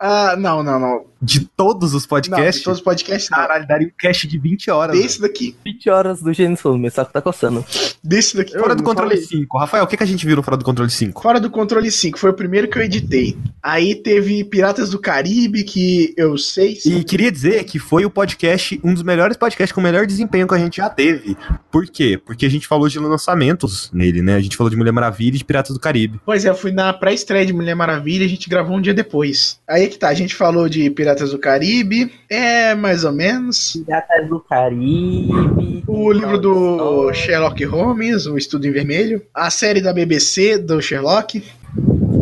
[SPEAKER 3] Ah, não, não, não.
[SPEAKER 2] de todos os
[SPEAKER 3] Não, de
[SPEAKER 2] podcasts?
[SPEAKER 3] todos os podcasts, não.
[SPEAKER 2] Caralho, daria um cast de 20 horas. velho.
[SPEAKER 3] Desse daqui.
[SPEAKER 4] 20 horas do Gênesis falando, meu saco tá coçando.
[SPEAKER 3] Desse daqui.
[SPEAKER 1] Eu
[SPEAKER 2] Fora do
[SPEAKER 1] não
[SPEAKER 2] controle
[SPEAKER 1] falei.
[SPEAKER 2] 5. Rafael, o que, que a gente viu no Fora do controle 5?
[SPEAKER 3] Fora do Controle 5, foi o primeiro que eu editei. Aí teve Piratas do Caribe, que eu sei se...
[SPEAKER 2] E queria dizer que foi o podcast, um dos melhores podcasts com o melhor desempenho que a gente já teve. Por quê? Porque a gente falou de lançamentos nele, né? A gente falou de Mulher Maravilha e de Piratas do Caribe.
[SPEAKER 3] Pois é, eu fui na pré-estreia de Mulher Maravilha, a gente gravou um dia depois. Aí que tá, a gente falou de Piratas do Caribe, é, mais ou menos.
[SPEAKER 4] Piratas do Caribe.
[SPEAKER 3] O livro do Sherlock Holmes, O Estudo em Vermelho. A série da BBC do Sherlock.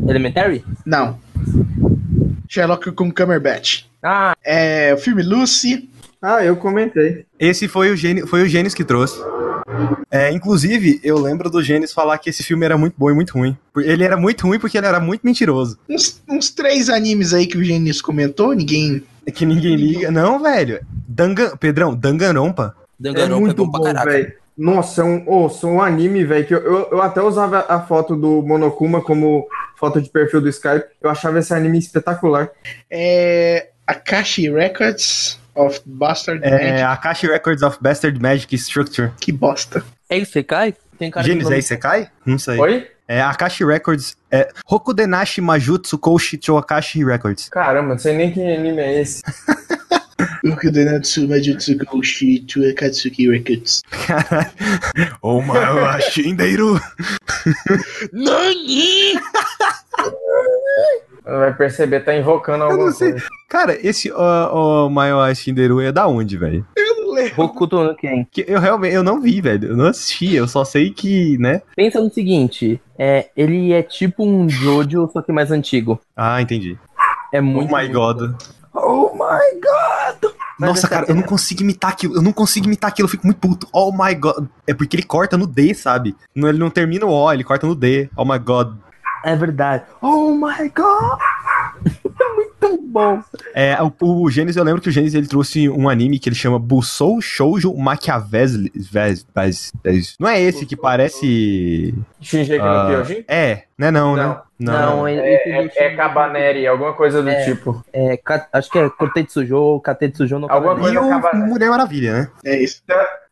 [SPEAKER 4] Elementary?
[SPEAKER 3] Não. Sherlock com Cumberbatch.
[SPEAKER 4] Ah,
[SPEAKER 3] É, o filme Lucy.
[SPEAKER 1] Ah, eu comentei.
[SPEAKER 2] Esse foi o, Gênio, foi o Gênios que trouxe. É, inclusive, eu lembro do Gênios falar que esse filme era muito bom e muito ruim. Por- Ele era muito ruim porque ele era muito mentiroso.
[SPEAKER 3] Uns, uns três animes aí que o Genius comentou, ninguém.
[SPEAKER 2] É que ninguém liga. Não, velho. Dangan... Pedrão, Danganronpa.
[SPEAKER 1] É
[SPEAKER 4] Danganronpa
[SPEAKER 1] muito bom, velho. Nossa, é um, ouça, um anime, velho, que eu, eu, eu até usava a foto do Monokuma como foto de perfil do Skype. Eu achava esse anime espetacular.
[SPEAKER 3] É. Akashi Records of Bastard
[SPEAKER 2] É,
[SPEAKER 3] Magic.
[SPEAKER 2] Akashi Records of Bastard Magic Structure.
[SPEAKER 3] Que bosta.
[SPEAKER 4] É isso, você cai? Tem cara
[SPEAKER 2] Gênios,
[SPEAKER 4] que não-
[SPEAKER 2] é Isekai? Não sei.
[SPEAKER 1] Oi?
[SPEAKER 2] É Akashi Records. É Hokudenashi Majutsu Koushi Akashi Records.
[SPEAKER 1] Caramba, não sei nem que anime é esse.
[SPEAKER 3] Ukudenatsu Majutsu Goshi to Akatsuki Records.
[SPEAKER 2] Oh my Shindeiru.
[SPEAKER 3] Nani!
[SPEAKER 1] Vai perceber, tá invocando
[SPEAKER 2] Eu
[SPEAKER 1] alguma
[SPEAKER 2] não sei.
[SPEAKER 1] coisa.
[SPEAKER 2] Cara, esse oh, oh Maiwa Shindeiru é da onde, velho?
[SPEAKER 4] Boku no Ken.
[SPEAKER 2] Que Eu realmente eu não vi, velho. Eu não assisti. Eu só sei que, né?
[SPEAKER 4] Pensa no seguinte, é, ele é tipo um Jojo, só que mais antigo.
[SPEAKER 2] Ah, entendi.
[SPEAKER 4] É muito...
[SPEAKER 2] oh my god.
[SPEAKER 4] Oh my god! Mas é
[SPEAKER 2] Nossa,
[SPEAKER 4] essa-
[SPEAKER 2] cara, eu não consigo imitar aquilo. Eu não consigo imitar aquilo. Eu fico muito puto. Oh my god. É porque ele corta no D, sabe? Não- Ele não termina o O, ele corta no D. Oh my god.
[SPEAKER 4] É verdade. Oh my god! muito bom.
[SPEAKER 2] É, o, o Gênesis, eu lembro que o Gênesis ele trouxe um anime que ele chama Busou Shoujo Machiavelli. Vez- Vez- Vez- Não é esse que parece.
[SPEAKER 1] Shinji
[SPEAKER 2] Ah,
[SPEAKER 1] no Kyojin?
[SPEAKER 2] É, né? Não, né?
[SPEAKER 4] Não, ele...
[SPEAKER 1] É, é, é Cabaneri, alguma coisa do tipo.
[SPEAKER 4] É, Ka- acho que é Kotetsujo, Katetsujo no né?
[SPEAKER 1] Alguma
[SPEAKER 2] E
[SPEAKER 1] coisa
[SPEAKER 2] o
[SPEAKER 1] acaba-
[SPEAKER 2] Mulher Maravilha, né?
[SPEAKER 3] É isso.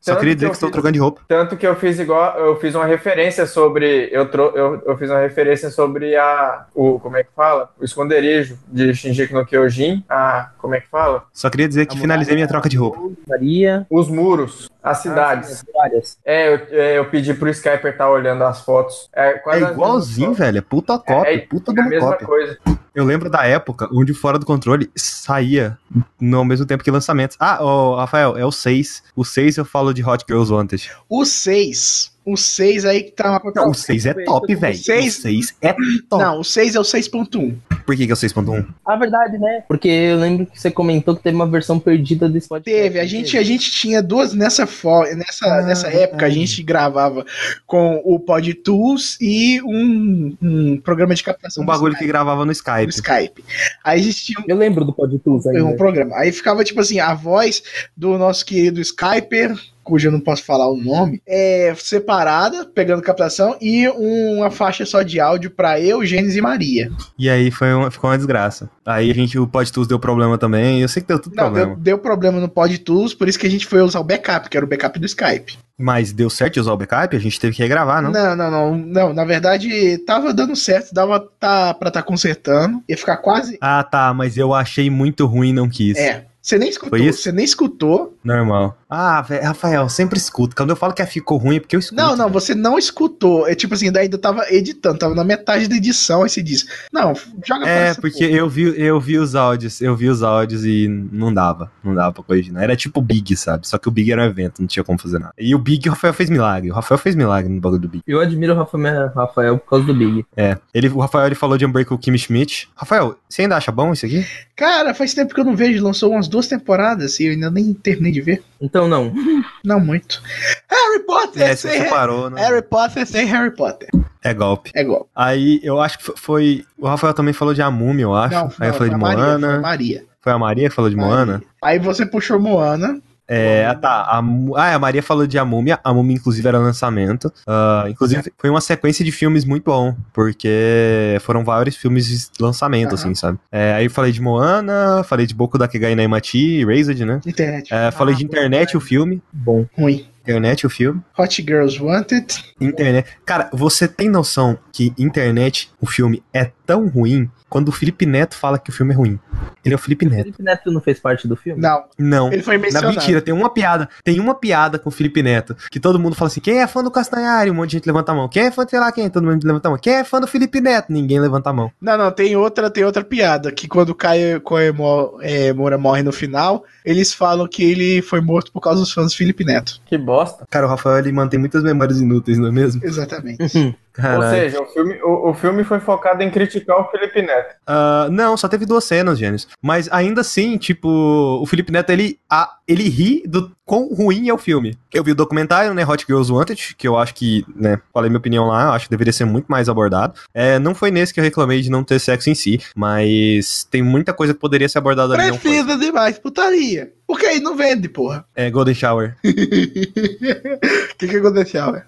[SPEAKER 2] Só
[SPEAKER 1] Tanto
[SPEAKER 2] queria
[SPEAKER 1] que
[SPEAKER 2] dizer
[SPEAKER 1] eu
[SPEAKER 2] que estou
[SPEAKER 1] fiz-
[SPEAKER 2] trocando de roupa.
[SPEAKER 1] Tanto que eu fiz igual, eu fiz uma referência sobre, eu, tro, eu, eu fiz uma referência sobre a, o, como é que fala? O esconderijo de Shinji no Kyojin, a, como é que fala?
[SPEAKER 2] Só queria dizer que
[SPEAKER 4] A
[SPEAKER 2] finalizei minha troca de
[SPEAKER 1] é
[SPEAKER 2] roupa. É
[SPEAKER 4] Maria. Ah,
[SPEAKER 1] Os muros, as
[SPEAKER 2] Ah,
[SPEAKER 1] cidades.
[SPEAKER 4] Várias.
[SPEAKER 1] É, eu, é, eu pedi pro Skyper estar olhando as fotos. É,
[SPEAKER 2] É
[SPEAKER 1] quase as
[SPEAKER 2] igualzinho,
[SPEAKER 1] mesmas
[SPEAKER 2] velho. É puta cópia.
[SPEAKER 1] É, é
[SPEAKER 2] puta
[SPEAKER 1] fotos.
[SPEAKER 2] de
[SPEAKER 1] É a
[SPEAKER 2] uma
[SPEAKER 1] mesma
[SPEAKER 2] cópia.
[SPEAKER 1] coisa.
[SPEAKER 2] Eu lembro da época onde o Fora do Controle saía no ao mesmo tempo que lançamentos. Ah, ô, Rafael, é o 6. O 6 eu falo de Hot Girls Wanted.
[SPEAKER 3] O 6. O 6 aí que tá uma.
[SPEAKER 1] é
[SPEAKER 2] Não, o 6 é top, velho. O
[SPEAKER 3] seis-
[SPEAKER 2] 6 é top.
[SPEAKER 3] Não, o 6 é o 6.1.
[SPEAKER 2] Por que, que é o 6.1?
[SPEAKER 4] Ah, verdade, né? Porque eu lembro que você comentou que teve uma versão perdida desse podcast.
[SPEAKER 3] Teve,
[SPEAKER 2] É,
[SPEAKER 3] a gente, a gente tinha duas nessa, fo- nessa,
[SPEAKER 4] Ah,
[SPEAKER 3] nessa época, a gente gravava com o Pod Tools e um, um programa de captação
[SPEAKER 2] Um
[SPEAKER 3] do
[SPEAKER 2] bagulho que gravava no
[SPEAKER 3] Skype, do
[SPEAKER 2] Skype.
[SPEAKER 3] Skype. Aí a gente tinha um-
[SPEAKER 4] Eu lembro do Pod Tools ainda.
[SPEAKER 2] é.
[SPEAKER 3] um programa. Aí ficava tipo assim, a voz do nosso querido Skyper, cujo eu não posso falar o nome, é separada, pegando captação, e uma faixa só de áudio pra eu, Gênesis e Maria.
[SPEAKER 2] E aí foi uma- ficou uma desgraça. Aí a gente, o PodTools deu problema também. Eu sei que deu tudo
[SPEAKER 3] Não,
[SPEAKER 2] problema.
[SPEAKER 3] deu, deu problema no Pod Tools, por isso que a gente foi usar o backup, que era o backup do Skype.
[SPEAKER 2] Mas deu certo de usar o backup? A gente teve que regravar, Ah, não?
[SPEAKER 3] Não, não, não. não, na verdade, tava dando certo, dava tá, pra tá consertando. Ia ficar quase.
[SPEAKER 2] Ah, tá, mas eu achei muito ruim e não quis.
[SPEAKER 3] É. Você nem escutou,
[SPEAKER 2] Foi isso?
[SPEAKER 3] você nem escutou.
[SPEAKER 2] Normal. Ah, velho, Rafael, sempre escuta. Quando eu falo que ficou ruim é porque eu escuto.
[SPEAKER 3] Não, não,
[SPEAKER 2] velho.
[SPEAKER 3] você não escutou. É tipo assim, daí ainda tava editando, tava na metade da edição, aí você diz. Não, joga pra
[SPEAKER 2] É,
[SPEAKER 3] essa
[SPEAKER 2] porque
[SPEAKER 3] porra.
[SPEAKER 2] eu vi, eu vi os áudios, eu vi os áudios e não dava, não dava pra corrigir. não. Era tipo o Big, sabe? Só que o Big era um evento, não tinha como fazer nada. E o Big, o Rafael fez milagre. O Rafael fez milagre no bagulho do Big.
[SPEAKER 4] Eu admiro o Rafael, Rafael por causa do Big.
[SPEAKER 2] É. Ele, o Rafael ele falou de Unbreakable Kim Schmidt. Rafael, você ainda acha bom isso aqui?
[SPEAKER 3] Cara, faz tempo que eu não vejo, lançou umas duas temporadas e eu ainda nem terminei de ver.
[SPEAKER 4] Então, não.
[SPEAKER 3] Não muito. Harry Potter
[SPEAKER 2] É,
[SPEAKER 3] sem
[SPEAKER 2] você parou, né?
[SPEAKER 3] Harry Potter sem Harry Potter.
[SPEAKER 2] É golpe.
[SPEAKER 3] É igual.
[SPEAKER 2] Aí eu acho que fo- foi. O Rafael também falou de a Múmia, eu acho.
[SPEAKER 3] Não,
[SPEAKER 2] Aí
[SPEAKER 3] não,
[SPEAKER 2] eu falei de
[SPEAKER 3] foi a Maria, foi a
[SPEAKER 2] Moana.
[SPEAKER 3] Maria.
[SPEAKER 2] Foi a Maria que falou de Moana.
[SPEAKER 3] Aí você puxou Moana.
[SPEAKER 2] É, ah, tá. A, Mu- ah, a Maria falou de A Múmia. A Múmia, inclusive, era lançamento. Ah, inclusive, foi uma sequência de filmes muito bom, porque foram vários filmes de lançamento,
[SPEAKER 3] Aham.
[SPEAKER 2] assim, sabe? É, aí eu falei de Moana, falei de Boku da Kegai na Imati, Razed, né?
[SPEAKER 3] Internet.
[SPEAKER 2] É, falei
[SPEAKER 4] Ah,
[SPEAKER 2] de internet, o filme.
[SPEAKER 4] Bom.
[SPEAKER 3] Ruim.
[SPEAKER 2] Internet, o filme.
[SPEAKER 3] Hot Girls Wanted.
[SPEAKER 2] Internet. Cara, você tem noção que internet, o filme, é tão ruim quando o Felipe Neto fala que o filme é ruim. Ele é o Felipe Neto.
[SPEAKER 4] Felipe Neto não fez parte do filme?
[SPEAKER 3] Não,
[SPEAKER 2] Não.
[SPEAKER 3] ele foi
[SPEAKER 2] Na
[SPEAKER 3] mencionado.
[SPEAKER 2] mentira, tem uma piada, tem uma piada com o Felipe Neto, que todo mundo fala assim: quem é fã do Castanhari? Um monte de gente levanta a mão. Quem é fã, de sei lá quem? Todo mundo levanta a mão. Quem é fã do Felipe Neto? Ninguém levanta a mão.
[SPEAKER 3] Não, não, tem outra, tem outra piada, que quando o Caio Coelho mo- é, Moura morre no final, eles falam que ele foi morto por causa dos fãs do Felipe Neto.
[SPEAKER 1] Que bosta.
[SPEAKER 2] Cara, o Rafael ele mantém muitas memórias inúteis, não é mesmo?
[SPEAKER 3] Exatamente.
[SPEAKER 1] Ou
[SPEAKER 2] Caralho.
[SPEAKER 1] seja, o filme, o, o filme foi focado em criticar o Felipe Neto.
[SPEAKER 2] Ah, não, só teve duas cenas, Gênesis. Mas ainda assim, tipo, o Felipe Neto, ele, a- ele ri do quão ruim é o filme. Eu vi o documentário, né, Hot Girls Wanted, que eu acho que, né, falei minha opinião lá, eu acho que deveria ser muito mais abordado. É, não foi nesse que eu reclamei de não ter sexo em si, mas tem muita coisa que poderia ser abordada ali. não foi.
[SPEAKER 3] Precisa de mais putaria. Porque aí não vende, porra.
[SPEAKER 2] É, Golden Shower.
[SPEAKER 3] O que que aconteceu, velho?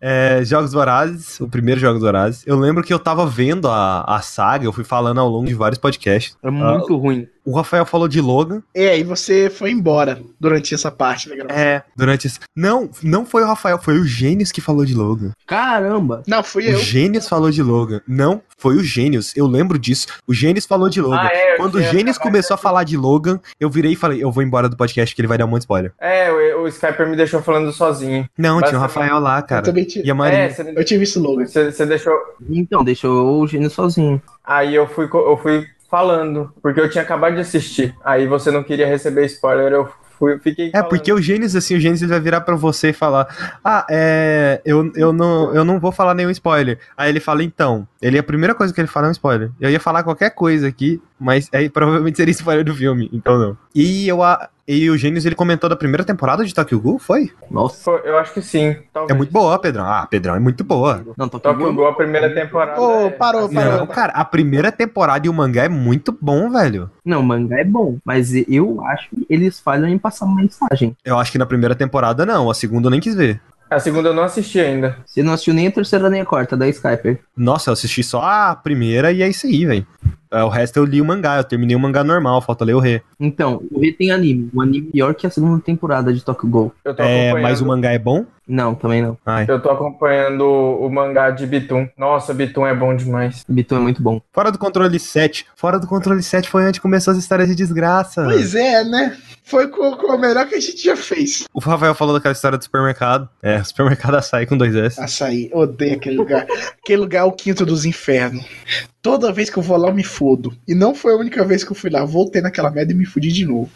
[SPEAKER 2] É, Jogos Vorazes, o primeiro Jogos Vorazes. Eu lembro que eu tava vendo a, a saga, eu fui falando ao longo de vários podcasts.
[SPEAKER 4] É muito ruim.
[SPEAKER 2] O Rafael falou de Logan,
[SPEAKER 3] É, e você foi embora durante essa parte, né, gravação?
[SPEAKER 2] É, durante esse... Não, não foi o Rafael, foi o Gênios que falou de Logan.
[SPEAKER 4] Caramba!
[SPEAKER 3] Não, fui
[SPEAKER 2] O
[SPEAKER 3] eu.
[SPEAKER 2] Gênios falou de Logan. Não, foi o Gênios, eu lembro disso. O Gênios falou de Logan.
[SPEAKER 1] Ah, é, eu
[SPEAKER 2] Quando o
[SPEAKER 1] tinha-
[SPEAKER 2] Gênios começou a falar de Logan, eu virei e falei, eu vou embora do podcast que ele vai dar um monte de spoiler.
[SPEAKER 1] É, o, o Skyper me deixou falando sozinho.
[SPEAKER 2] Não, tinha o
[SPEAKER 1] Basicamente.
[SPEAKER 2] Rafael lá,
[SPEAKER 3] Eu
[SPEAKER 2] cara.
[SPEAKER 3] também tive,
[SPEAKER 2] E a Ah.
[SPEAKER 1] É,
[SPEAKER 2] Maria.
[SPEAKER 1] você
[SPEAKER 3] eu tive isso logo.
[SPEAKER 1] você- você deixou.
[SPEAKER 4] Então, deixou o gênio sozinho.
[SPEAKER 1] Aí eu fui, co- eu fui falando, porque eu tinha acabado de assistir. Aí você não queria receber spoiler, eu fui, fiquei.
[SPEAKER 2] É, porque o Gênios, assim, o Gênios ele vai virar pra você e falar: Ah, é. Eu, eu, não, eu não vou falar nenhum spoiler. Aí ele fala, então. Ele, a primeira coisa que ele fala é um spoiler. Eu ia falar qualquer coisa aqui, mas aí provavelmente seria spoiler do filme, então não. E eu. a- E o Gênios, ele comentou da primeira temporada de Tokyo Ghoul, foi?
[SPEAKER 4] Nossa.
[SPEAKER 1] Foi- eu acho que sim.
[SPEAKER 2] É
[SPEAKER 1] talvez.
[SPEAKER 2] muito boa, Pedrão. Ah, Pedrão, é muito boa.
[SPEAKER 4] Não, tô aqui.
[SPEAKER 1] Tokyo Ghoul, a primeira temporada.
[SPEAKER 3] Ô,
[SPEAKER 1] é-
[SPEAKER 3] parou,
[SPEAKER 2] Não,
[SPEAKER 3] parou.
[SPEAKER 2] cara, a primeira temporada e o mangá é muito bom, velho.
[SPEAKER 4] Não, o mangá é bom, mas eu acho que eles falham em passar uma mensagem.
[SPEAKER 2] Eu acho que na primeira temporada não, a segunda eu nem quis ver.
[SPEAKER 1] A segunda eu não assisti ainda.
[SPEAKER 4] Você não assistiu nem a terceira nem a quarta da Skyper.
[SPEAKER 2] Nossa, eu assisti só a primeira e é isso aí, velho. É, O resto eu li o mangá, eu terminei o mangá normal, falta ler o Rê.
[SPEAKER 4] Então, o V tem anime. O anime é pior que a segunda temporada de Tokyo Ghoul.
[SPEAKER 1] Eu tô
[SPEAKER 2] É, né?
[SPEAKER 1] acompanhando.
[SPEAKER 2] mas o mangá é bom?
[SPEAKER 4] Não, também não.
[SPEAKER 2] Ai.
[SPEAKER 1] Eu tô acompanhando o o mangá de Bitum. Nossa, Bitum é bom demais.
[SPEAKER 4] Bitu é muito bom.
[SPEAKER 2] Fora do controle 7. Fora do controle 7 foi onde começou as histórias de desgraça.
[SPEAKER 3] Pois é, né? Foi com, com o melhor que a gente já fez.
[SPEAKER 2] O Rafael falou daquela história do supermercado. É, o supermercado açaí com dois S.
[SPEAKER 3] Açaí, odeio aquele lugar. aquele lugar é o quinto dos infernos. Toda vez que eu vou lá, eu me fodo. E não foi a única vez que eu fui lá. Voltei naquela merda e me fudi de novo.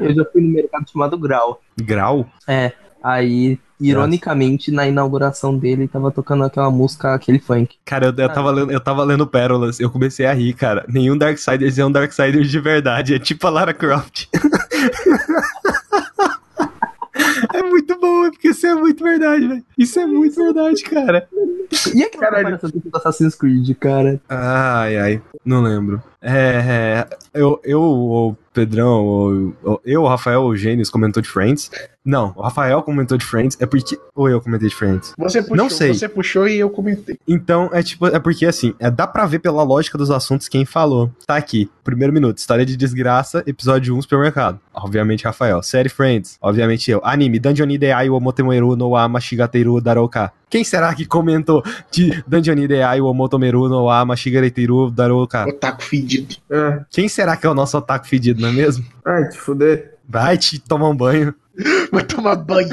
[SPEAKER 4] Eu já fui no mercado chamado Grau.
[SPEAKER 2] Grau?
[SPEAKER 4] É, Aí, ironicamente, na inauguração dele, tava tocando aquela música, aquele funk.
[SPEAKER 2] Cara, eu, eu, tava lendo, eu tava lendo Pérolas, eu comecei a rir, cara. Nenhum Darksiders é um Darksiders de verdade, é tipo a Lara Croft. é muito bom, porque isso é muito verdade, velho. Isso é muito verdade, cara.
[SPEAKER 4] E aquela
[SPEAKER 1] Caralho.
[SPEAKER 4] comparação do Assassin's Creed, cara?
[SPEAKER 2] Ai, ai, não lembro. É, é, eu, eu, o Pedrão, ou ou- eu, o Rafael, ou o Gênesis comentou de Friends. Não, o Rafael comentou de Friends, é porque. Ou eu comentei de Friends.
[SPEAKER 3] Você puxou,
[SPEAKER 2] Não sei.
[SPEAKER 3] você puxou e eu comentei.
[SPEAKER 2] Então, é tipo, é porque assim, é, dá pra ver pela lógica dos assuntos quem falou. Tá aqui, primeiro minuto, história de desgraça, episódio 1, supermercado. Obviamente, Rafael. Série Friends, obviamente eu. Anime, Dungeon Deai, Omotemeru, Noa, Mashigateru, Daroka. Quem será que comentou de Dungeon Deai, Omotomeru, Noa, Mashigateru, Daroka?
[SPEAKER 3] Otaku fedido.
[SPEAKER 1] É.
[SPEAKER 2] Quem será que é o nosso otaku fedido, não é mesmo?
[SPEAKER 1] Ai, te fuder.
[SPEAKER 2] Vai te tomar um banho.
[SPEAKER 3] Vai tomar banho.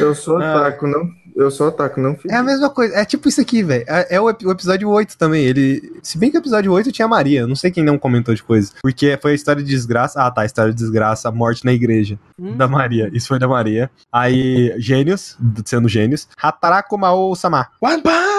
[SPEAKER 1] Eu sou
[SPEAKER 2] Ah.
[SPEAKER 1] otaku, não. Eu sou otaku, não fiz.
[SPEAKER 2] É a mesma coisa, é tipo isso aqui, velho. É, é o, ep- o episódio 8 também. Ele. Se bem que o episódio 8 tinha a Maria, não sei quem não comentou de coisa. Porque foi a história de desgraça. Ah, tá, a história de desgraça, a morte na igreja.
[SPEAKER 3] Hum.
[SPEAKER 4] Hum?
[SPEAKER 2] Da Maria. Isso foi da Maria. Aí, Gênios, d- sendo gênios. Hataraku Mao Samar.
[SPEAKER 3] One ban-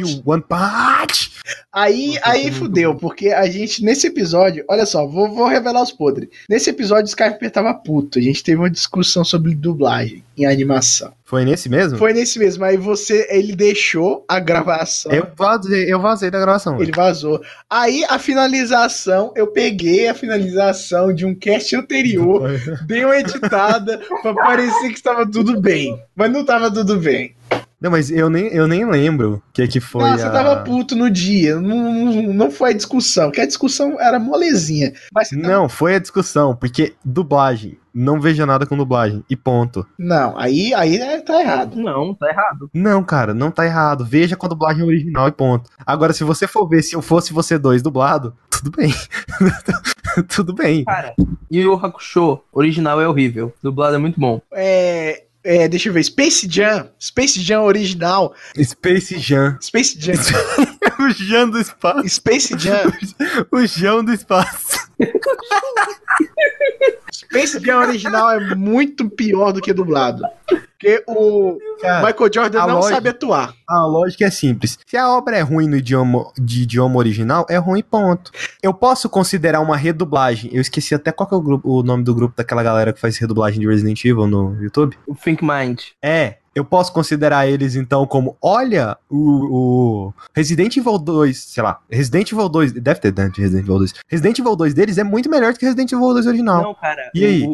[SPEAKER 2] E o One Punch!
[SPEAKER 3] Aí,
[SPEAKER 2] Nossa,
[SPEAKER 3] aí
[SPEAKER 2] muito
[SPEAKER 3] fudeu, porque a gente, nesse episódio, olha só, vou, vou revelar os podres. Nesse episódio, o Skyper tava puto. A gente teve uma discussão sobre dublagem em animação.
[SPEAKER 2] Foi nesse mesmo?
[SPEAKER 3] Foi nesse mesmo, aí você, ele deixou a gravação.
[SPEAKER 2] Eu vazei, eu vazei da gravação.
[SPEAKER 3] Ele vazou. Aí a finalização, eu peguei a finalização de um cast anterior,
[SPEAKER 2] véi.
[SPEAKER 3] dei uma editada pra parecer que estava tudo bem. Mas não tava tudo bem.
[SPEAKER 2] Não, mas eu nem, eu nem lembro o que, que foi.
[SPEAKER 3] Não, você
[SPEAKER 2] a-
[SPEAKER 3] tava puto no dia. Não, não, não foi a discussão, porque a discussão era molezinha. Mas você tava-
[SPEAKER 2] Não, foi a discussão, porque dublagem. Não veja nada com dublagem. E ponto.
[SPEAKER 3] Não, aí, aí é- tá errado.
[SPEAKER 4] Não, tá errado.
[SPEAKER 2] Não, cara, não tá errado. Veja com a dublagem original e ponto. Agora, se você for ver se eu fosse você dois dublado, tudo bem. tudo bem.
[SPEAKER 4] Cara, e o Hakusho original é horrível. Dublado é muito bom.
[SPEAKER 3] É, é, deixa eu ver. Space Jam. Space Jam original.
[SPEAKER 2] Space Jam.
[SPEAKER 3] Space Jam.
[SPEAKER 2] o Jam do espaço.
[SPEAKER 3] Space Jam.
[SPEAKER 2] O Jam do espaço.
[SPEAKER 3] Space Jam original é muito pior do que dublado. Porque o
[SPEAKER 2] Cara,
[SPEAKER 3] Michael Jordan
[SPEAKER 2] a
[SPEAKER 3] não
[SPEAKER 2] lógica-
[SPEAKER 3] sabe atuar.
[SPEAKER 2] a lógica é simples. Se a obra é ruim no idioma, de idioma original, é ruim, ponto. Eu posso considerar uma redublagem. Eu esqueci até qual que é o, grupo- o nome do grupo daquela galera que faz redublagem de Resident Evil no YouTube.
[SPEAKER 4] O Think Mind.
[SPEAKER 2] É, eu posso considerar eles então como, olha, o, o Resident Evil 2, sei lá, Resident Evil 2, deve ter dentro de Resident Evil 2. Resident Evil 2 deles é muito melhor do que Resident Evil 2 original.
[SPEAKER 4] Não, cara.
[SPEAKER 2] E
[SPEAKER 4] o-
[SPEAKER 2] aí?
[SPEAKER 4] O,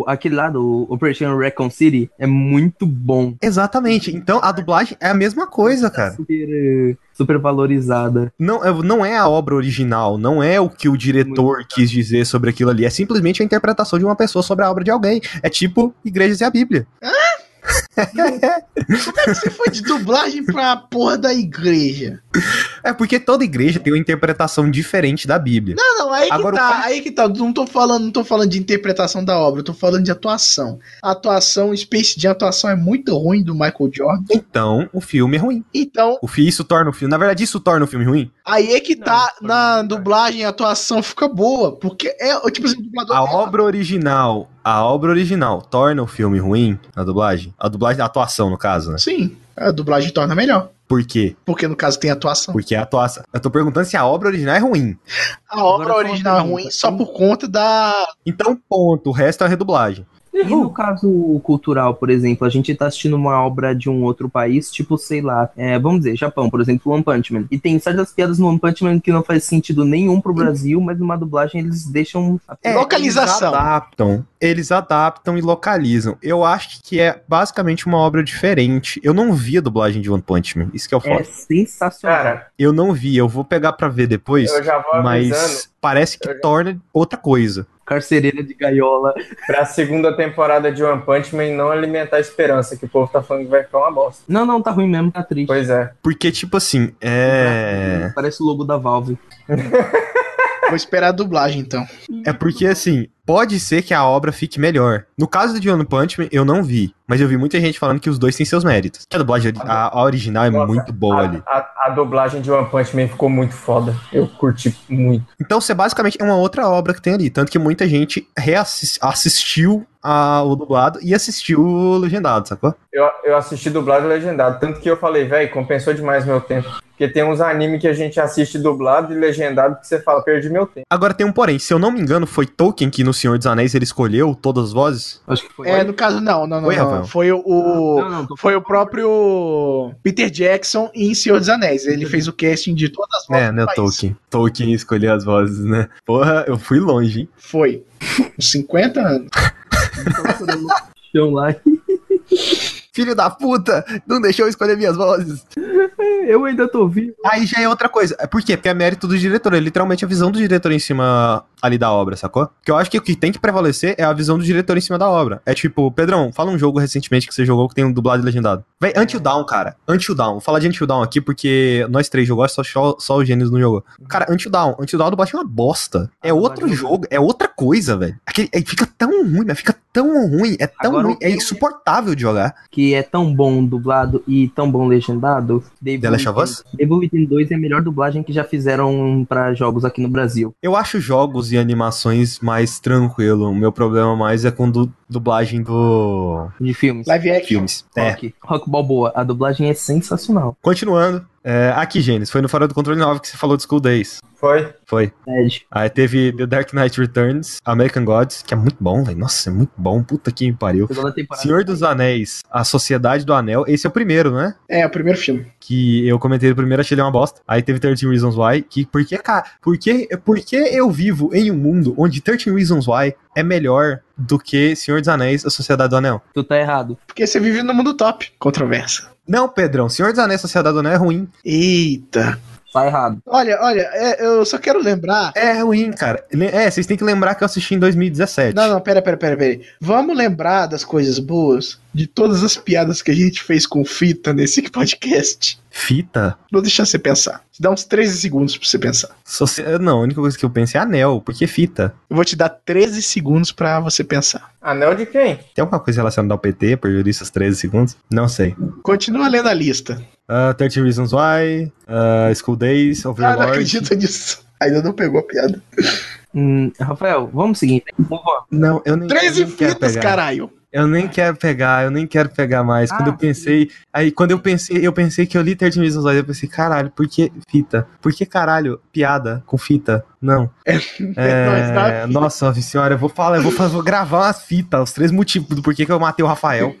[SPEAKER 4] o- aquele lá do Operation Recon City é muito bom.
[SPEAKER 2] Exatamente, então a dublagem é a mesma coisa, cara.
[SPEAKER 4] Super, eh, super valorizada.
[SPEAKER 2] Não, é- não é a obra original, não é o que o diretor quis dizer sobre aquilo ali, é simplesmente a interpretação de uma pessoa sobre a obra de alguém. É tipo Igrejas e a Bíblia.
[SPEAKER 3] Como é que você foi de dublagem pra porra da igreja?
[SPEAKER 2] É porque toda igreja tem uma interpretação diferente da Bíblia.
[SPEAKER 3] Não, não, aí que
[SPEAKER 2] Agora, o
[SPEAKER 3] tá,
[SPEAKER 2] cara-
[SPEAKER 3] aí que tá. Não tô falando, não tô falando de interpretação da obra, eu tô falando de atuação. A atuação, Space Jam, a atuação é muito ruim do Michael Jordan.
[SPEAKER 2] Então, o filme é ruim.
[SPEAKER 3] Então,
[SPEAKER 2] O fi, isso torna o filme, na verdade, isso torna o filme ruim.
[SPEAKER 3] Aí é que
[SPEAKER 4] Não,
[SPEAKER 3] tá,
[SPEAKER 4] foi
[SPEAKER 3] na
[SPEAKER 4] verdade.
[SPEAKER 3] dublagem a atuação fica boa, porque é, tipo assim, o dublador...
[SPEAKER 2] A obra original, a obra original torna o filme ruim, a dublagem? A dublagem, a atuação, no caso, né?
[SPEAKER 3] Sim, a dublagem torna melhor,
[SPEAKER 2] Por quê?
[SPEAKER 3] porque no caso tem atuação.
[SPEAKER 2] Porque a atuação. Eu tô perguntando se a obra original é ruim.
[SPEAKER 3] A obra
[SPEAKER 4] só uma
[SPEAKER 3] original é
[SPEAKER 4] pergunta.
[SPEAKER 3] ruim só por conta da...
[SPEAKER 2] Então, ponto. O resto é a redublagem.
[SPEAKER 4] E no caso cultural, por exemplo, a gente tá assistindo uma obra de um outro país, tipo, sei lá, eh, vamos dizer, Japão, por exemplo, One Punch Man. E tem certas piadas no One Punch Man que não faz sentido nenhum pro Brasil, mas numa dublagem eles deixam.
[SPEAKER 2] É,
[SPEAKER 3] Localização.
[SPEAKER 2] Eles adaptam, eles adaptam e localizam. Eu acho que é basicamente uma obra diferente. Eu não vi a dublagem de One Punch Man. Isso que é
[SPEAKER 4] É
[SPEAKER 2] o foda.
[SPEAKER 4] sensacional.
[SPEAKER 1] Cara,
[SPEAKER 2] Eu não vi. Eu vou pegar pra ver depois.
[SPEAKER 1] eu já vou avisando
[SPEAKER 2] Mas parece que
[SPEAKER 1] Eu já-
[SPEAKER 2] torna outra coisa.
[SPEAKER 4] Carcereira de gaiola.
[SPEAKER 1] pra segunda temporada de One Punch Man não alimentar a esperança, que o povo tá falando que vai ficar uma bosta.
[SPEAKER 4] Não, não, tá ruim mesmo, tá triste.
[SPEAKER 1] Pois é.
[SPEAKER 2] Porque, tipo assim,
[SPEAKER 1] Uhum.
[SPEAKER 2] é.
[SPEAKER 4] Parece o logo da Valve.
[SPEAKER 3] Vou esperar a dublagem, então.
[SPEAKER 2] É porque assim, pode ser que a obra fique melhor. No caso de One Punch Man, eu não vi, mas eu vi muita gente falando que os dois têm seus méritos. A dublagem, a, a original é
[SPEAKER 1] Nossa,
[SPEAKER 2] muito boa ali.
[SPEAKER 1] A, a- a dublagem de One Punch Man ficou muito foda. Eu curti muito.
[SPEAKER 2] Então, você basicamente é uma outra obra que tem ali. Tanto que muita gente reassistiu o dublado e assistiu o legendado, sacou?
[SPEAKER 1] Eu, eu assisti dublado e legendado. Tanto que eu falei, velho, compensou demais meu tempo. Porque tem uns anime que a gente assiste dublado e legendado que você fala, perdi meu tempo.
[SPEAKER 2] Agora tem um porém. Se eu não me engano, foi Tolkien que no Senhor dos Anéis ele escolheu todas as vozes?
[SPEAKER 4] Acho que foi.
[SPEAKER 3] É, no caso, não, não, não.
[SPEAKER 2] Oi,
[SPEAKER 3] não.
[SPEAKER 2] Rafael.
[SPEAKER 3] Foi o- o.
[SPEAKER 4] não, tô
[SPEAKER 3] Foi o próprio Peter Jackson em Senhor dos Anéis. Ele fez o casting de todas as vozes
[SPEAKER 2] É,
[SPEAKER 3] do
[SPEAKER 2] né,
[SPEAKER 3] país.
[SPEAKER 2] Tolkien. Tolkien escolheu as vozes, né? Porra, eu fui longe, hein?
[SPEAKER 3] Foi. Uns 50 anos.
[SPEAKER 4] procurando no chão lá.
[SPEAKER 2] Filho da puta, não deixou eu escolher minhas vozes.
[SPEAKER 4] Eu ainda tô vivo.
[SPEAKER 2] Aí já é outra coisa. É Por quê? Porque é mérito do diretor. É literalmente a visão do diretor em cima ali da obra, sacou? Porque eu acho que o que tem que prevalecer é a visão do diretor em cima da obra. É tipo, Pedrão, fala um jogo recentemente que você jogou que tem um dublado e legendado. Véi, Until Down, cara. Until Down. Vou falar de Until Down aqui porque nós três jogamos, só, só, só o Gênesis não jogou. Cara, Until Down. Until Down do Batman é uma bosta. É
[SPEAKER 4] Ah,
[SPEAKER 2] outro
[SPEAKER 4] mas-
[SPEAKER 2] jogo, é outra coisa, velho. Aquele- é- Fica tão ruim, mas fica tão ruim. É tão
[SPEAKER 4] Agora,
[SPEAKER 2] ruim.
[SPEAKER 4] o que
[SPEAKER 2] É
[SPEAKER 4] eu-
[SPEAKER 2] insuportável de jogar.
[SPEAKER 4] Que é tão bom dublado e tão bom legendado. Devil
[SPEAKER 2] The Last of
[SPEAKER 4] Within-
[SPEAKER 2] Us?
[SPEAKER 4] Devil Within 2 é a melhor dublagem que já fizeram pra jogos aqui no Brasil.
[SPEAKER 2] Eu acho jogos e animações mais tranquilo. O meu problema mais é com du- dublagem do
[SPEAKER 4] De filmes.
[SPEAKER 3] Live action.
[SPEAKER 2] filmes. É.
[SPEAKER 4] Rock. Rock Balboa. A dublagem é sensacional.
[SPEAKER 2] Continuando. é, aqui, Gênesis, foi no Fora do Controle 9 que você falou de School Days.
[SPEAKER 1] Foi?
[SPEAKER 2] Foi.
[SPEAKER 4] Ted.
[SPEAKER 2] Aí teve The Dark Knight Returns, American Gods, que é muito bom, velho. Nossa, é muito bom. Puta que me pariu.
[SPEAKER 4] Segunda temporada.
[SPEAKER 2] Senhor dos Anéis, A Sociedade do Anel. Esse é o primeiro, né?
[SPEAKER 3] É, o primeiro filme.
[SPEAKER 2] que eu comentei no primeiro, achei ele uma bosta. Aí teve 13 Reasons Why, que porque, cara, porque, porque eu vivo em um mundo onde 13 Reasons Why é melhor do que Senhor dos Anéis, A Sociedade do Anel?
[SPEAKER 4] Tu tá errado.
[SPEAKER 3] Porque você vive no mundo top. Controvérsia.
[SPEAKER 2] Não, Pedrão, Senhor dos Anéis, Sociedade do Anel é ruim.
[SPEAKER 3] Eita.
[SPEAKER 4] Tá errado.
[SPEAKER 3] Olha, olha, é, eu só quero lembrar.
[SPEAKER 2] É ruim, cara. Ne- É, vocês têm que lembrar que eu assisti em 2017.
[SPEAKER 3] Não, não, pera, pera, pera, pera. Vamos lembrar das coisas boas, de todas as piadas que a gente fez com fita nesse podcast.
[SPEAKER 2] Fita?
[SPEAKER 3] Vou deixar você pensar. Te dá uns 13 segundos pra você pensar.
[SPEAKER 2] Soci... Não, a única coisa que eu penso é anel, porque fita.
[SPEAKER 3] Eu vou te dar 13 segundos pra você pensar.
[SPEAKER 1] Anel de quem?
[SPEAKER 2] Tem alguma coisa relacionada ao PT, por esses 13 segundos? Não sei.
[SPEAKER 3] Continua lendo a lista.
[SPEAKER 2] Ah, 13 Reasons Why, ah, School Days,
[SPEAKER 3] Ah,
[SPEAKER 2] Overlord...
[SPEAKER 3] não acredito nisso. Ainda não pegou a piada.
[SPEAKER 4] Hum, Rafael, vamos ao seguinte. Vamos lá.
[SPEAKER 2] Não, eu nem eu
[SPEAKER 3] 13
[SPEAKER 2] nem quero
[SPEAKER 3] fitas,
[SPEAKER 2] pegar.
[SPEAKER 3] caralho.
[SPEAKER 2] Eu nem quero pegar, eu nem quero pegar mais. quando
[SPEAKER 4] Ah,
[SPEAKER 2] eu pensei, aí quando eu pensei, eu pensei que eu li 13 Reasons Why, eu pensei, caralho, por que fita? Por que caralho, piada com fita? Não.
[SPEAKER 3] Mas
[SPEAKER 2] É,
[SPEAKER 3] tá-
[SPEAKER 2] nossa senhora, eu vou falar, eu vou, fa- vou gravar umas fitas, os três motivos do porquê que eu matei o Rafael.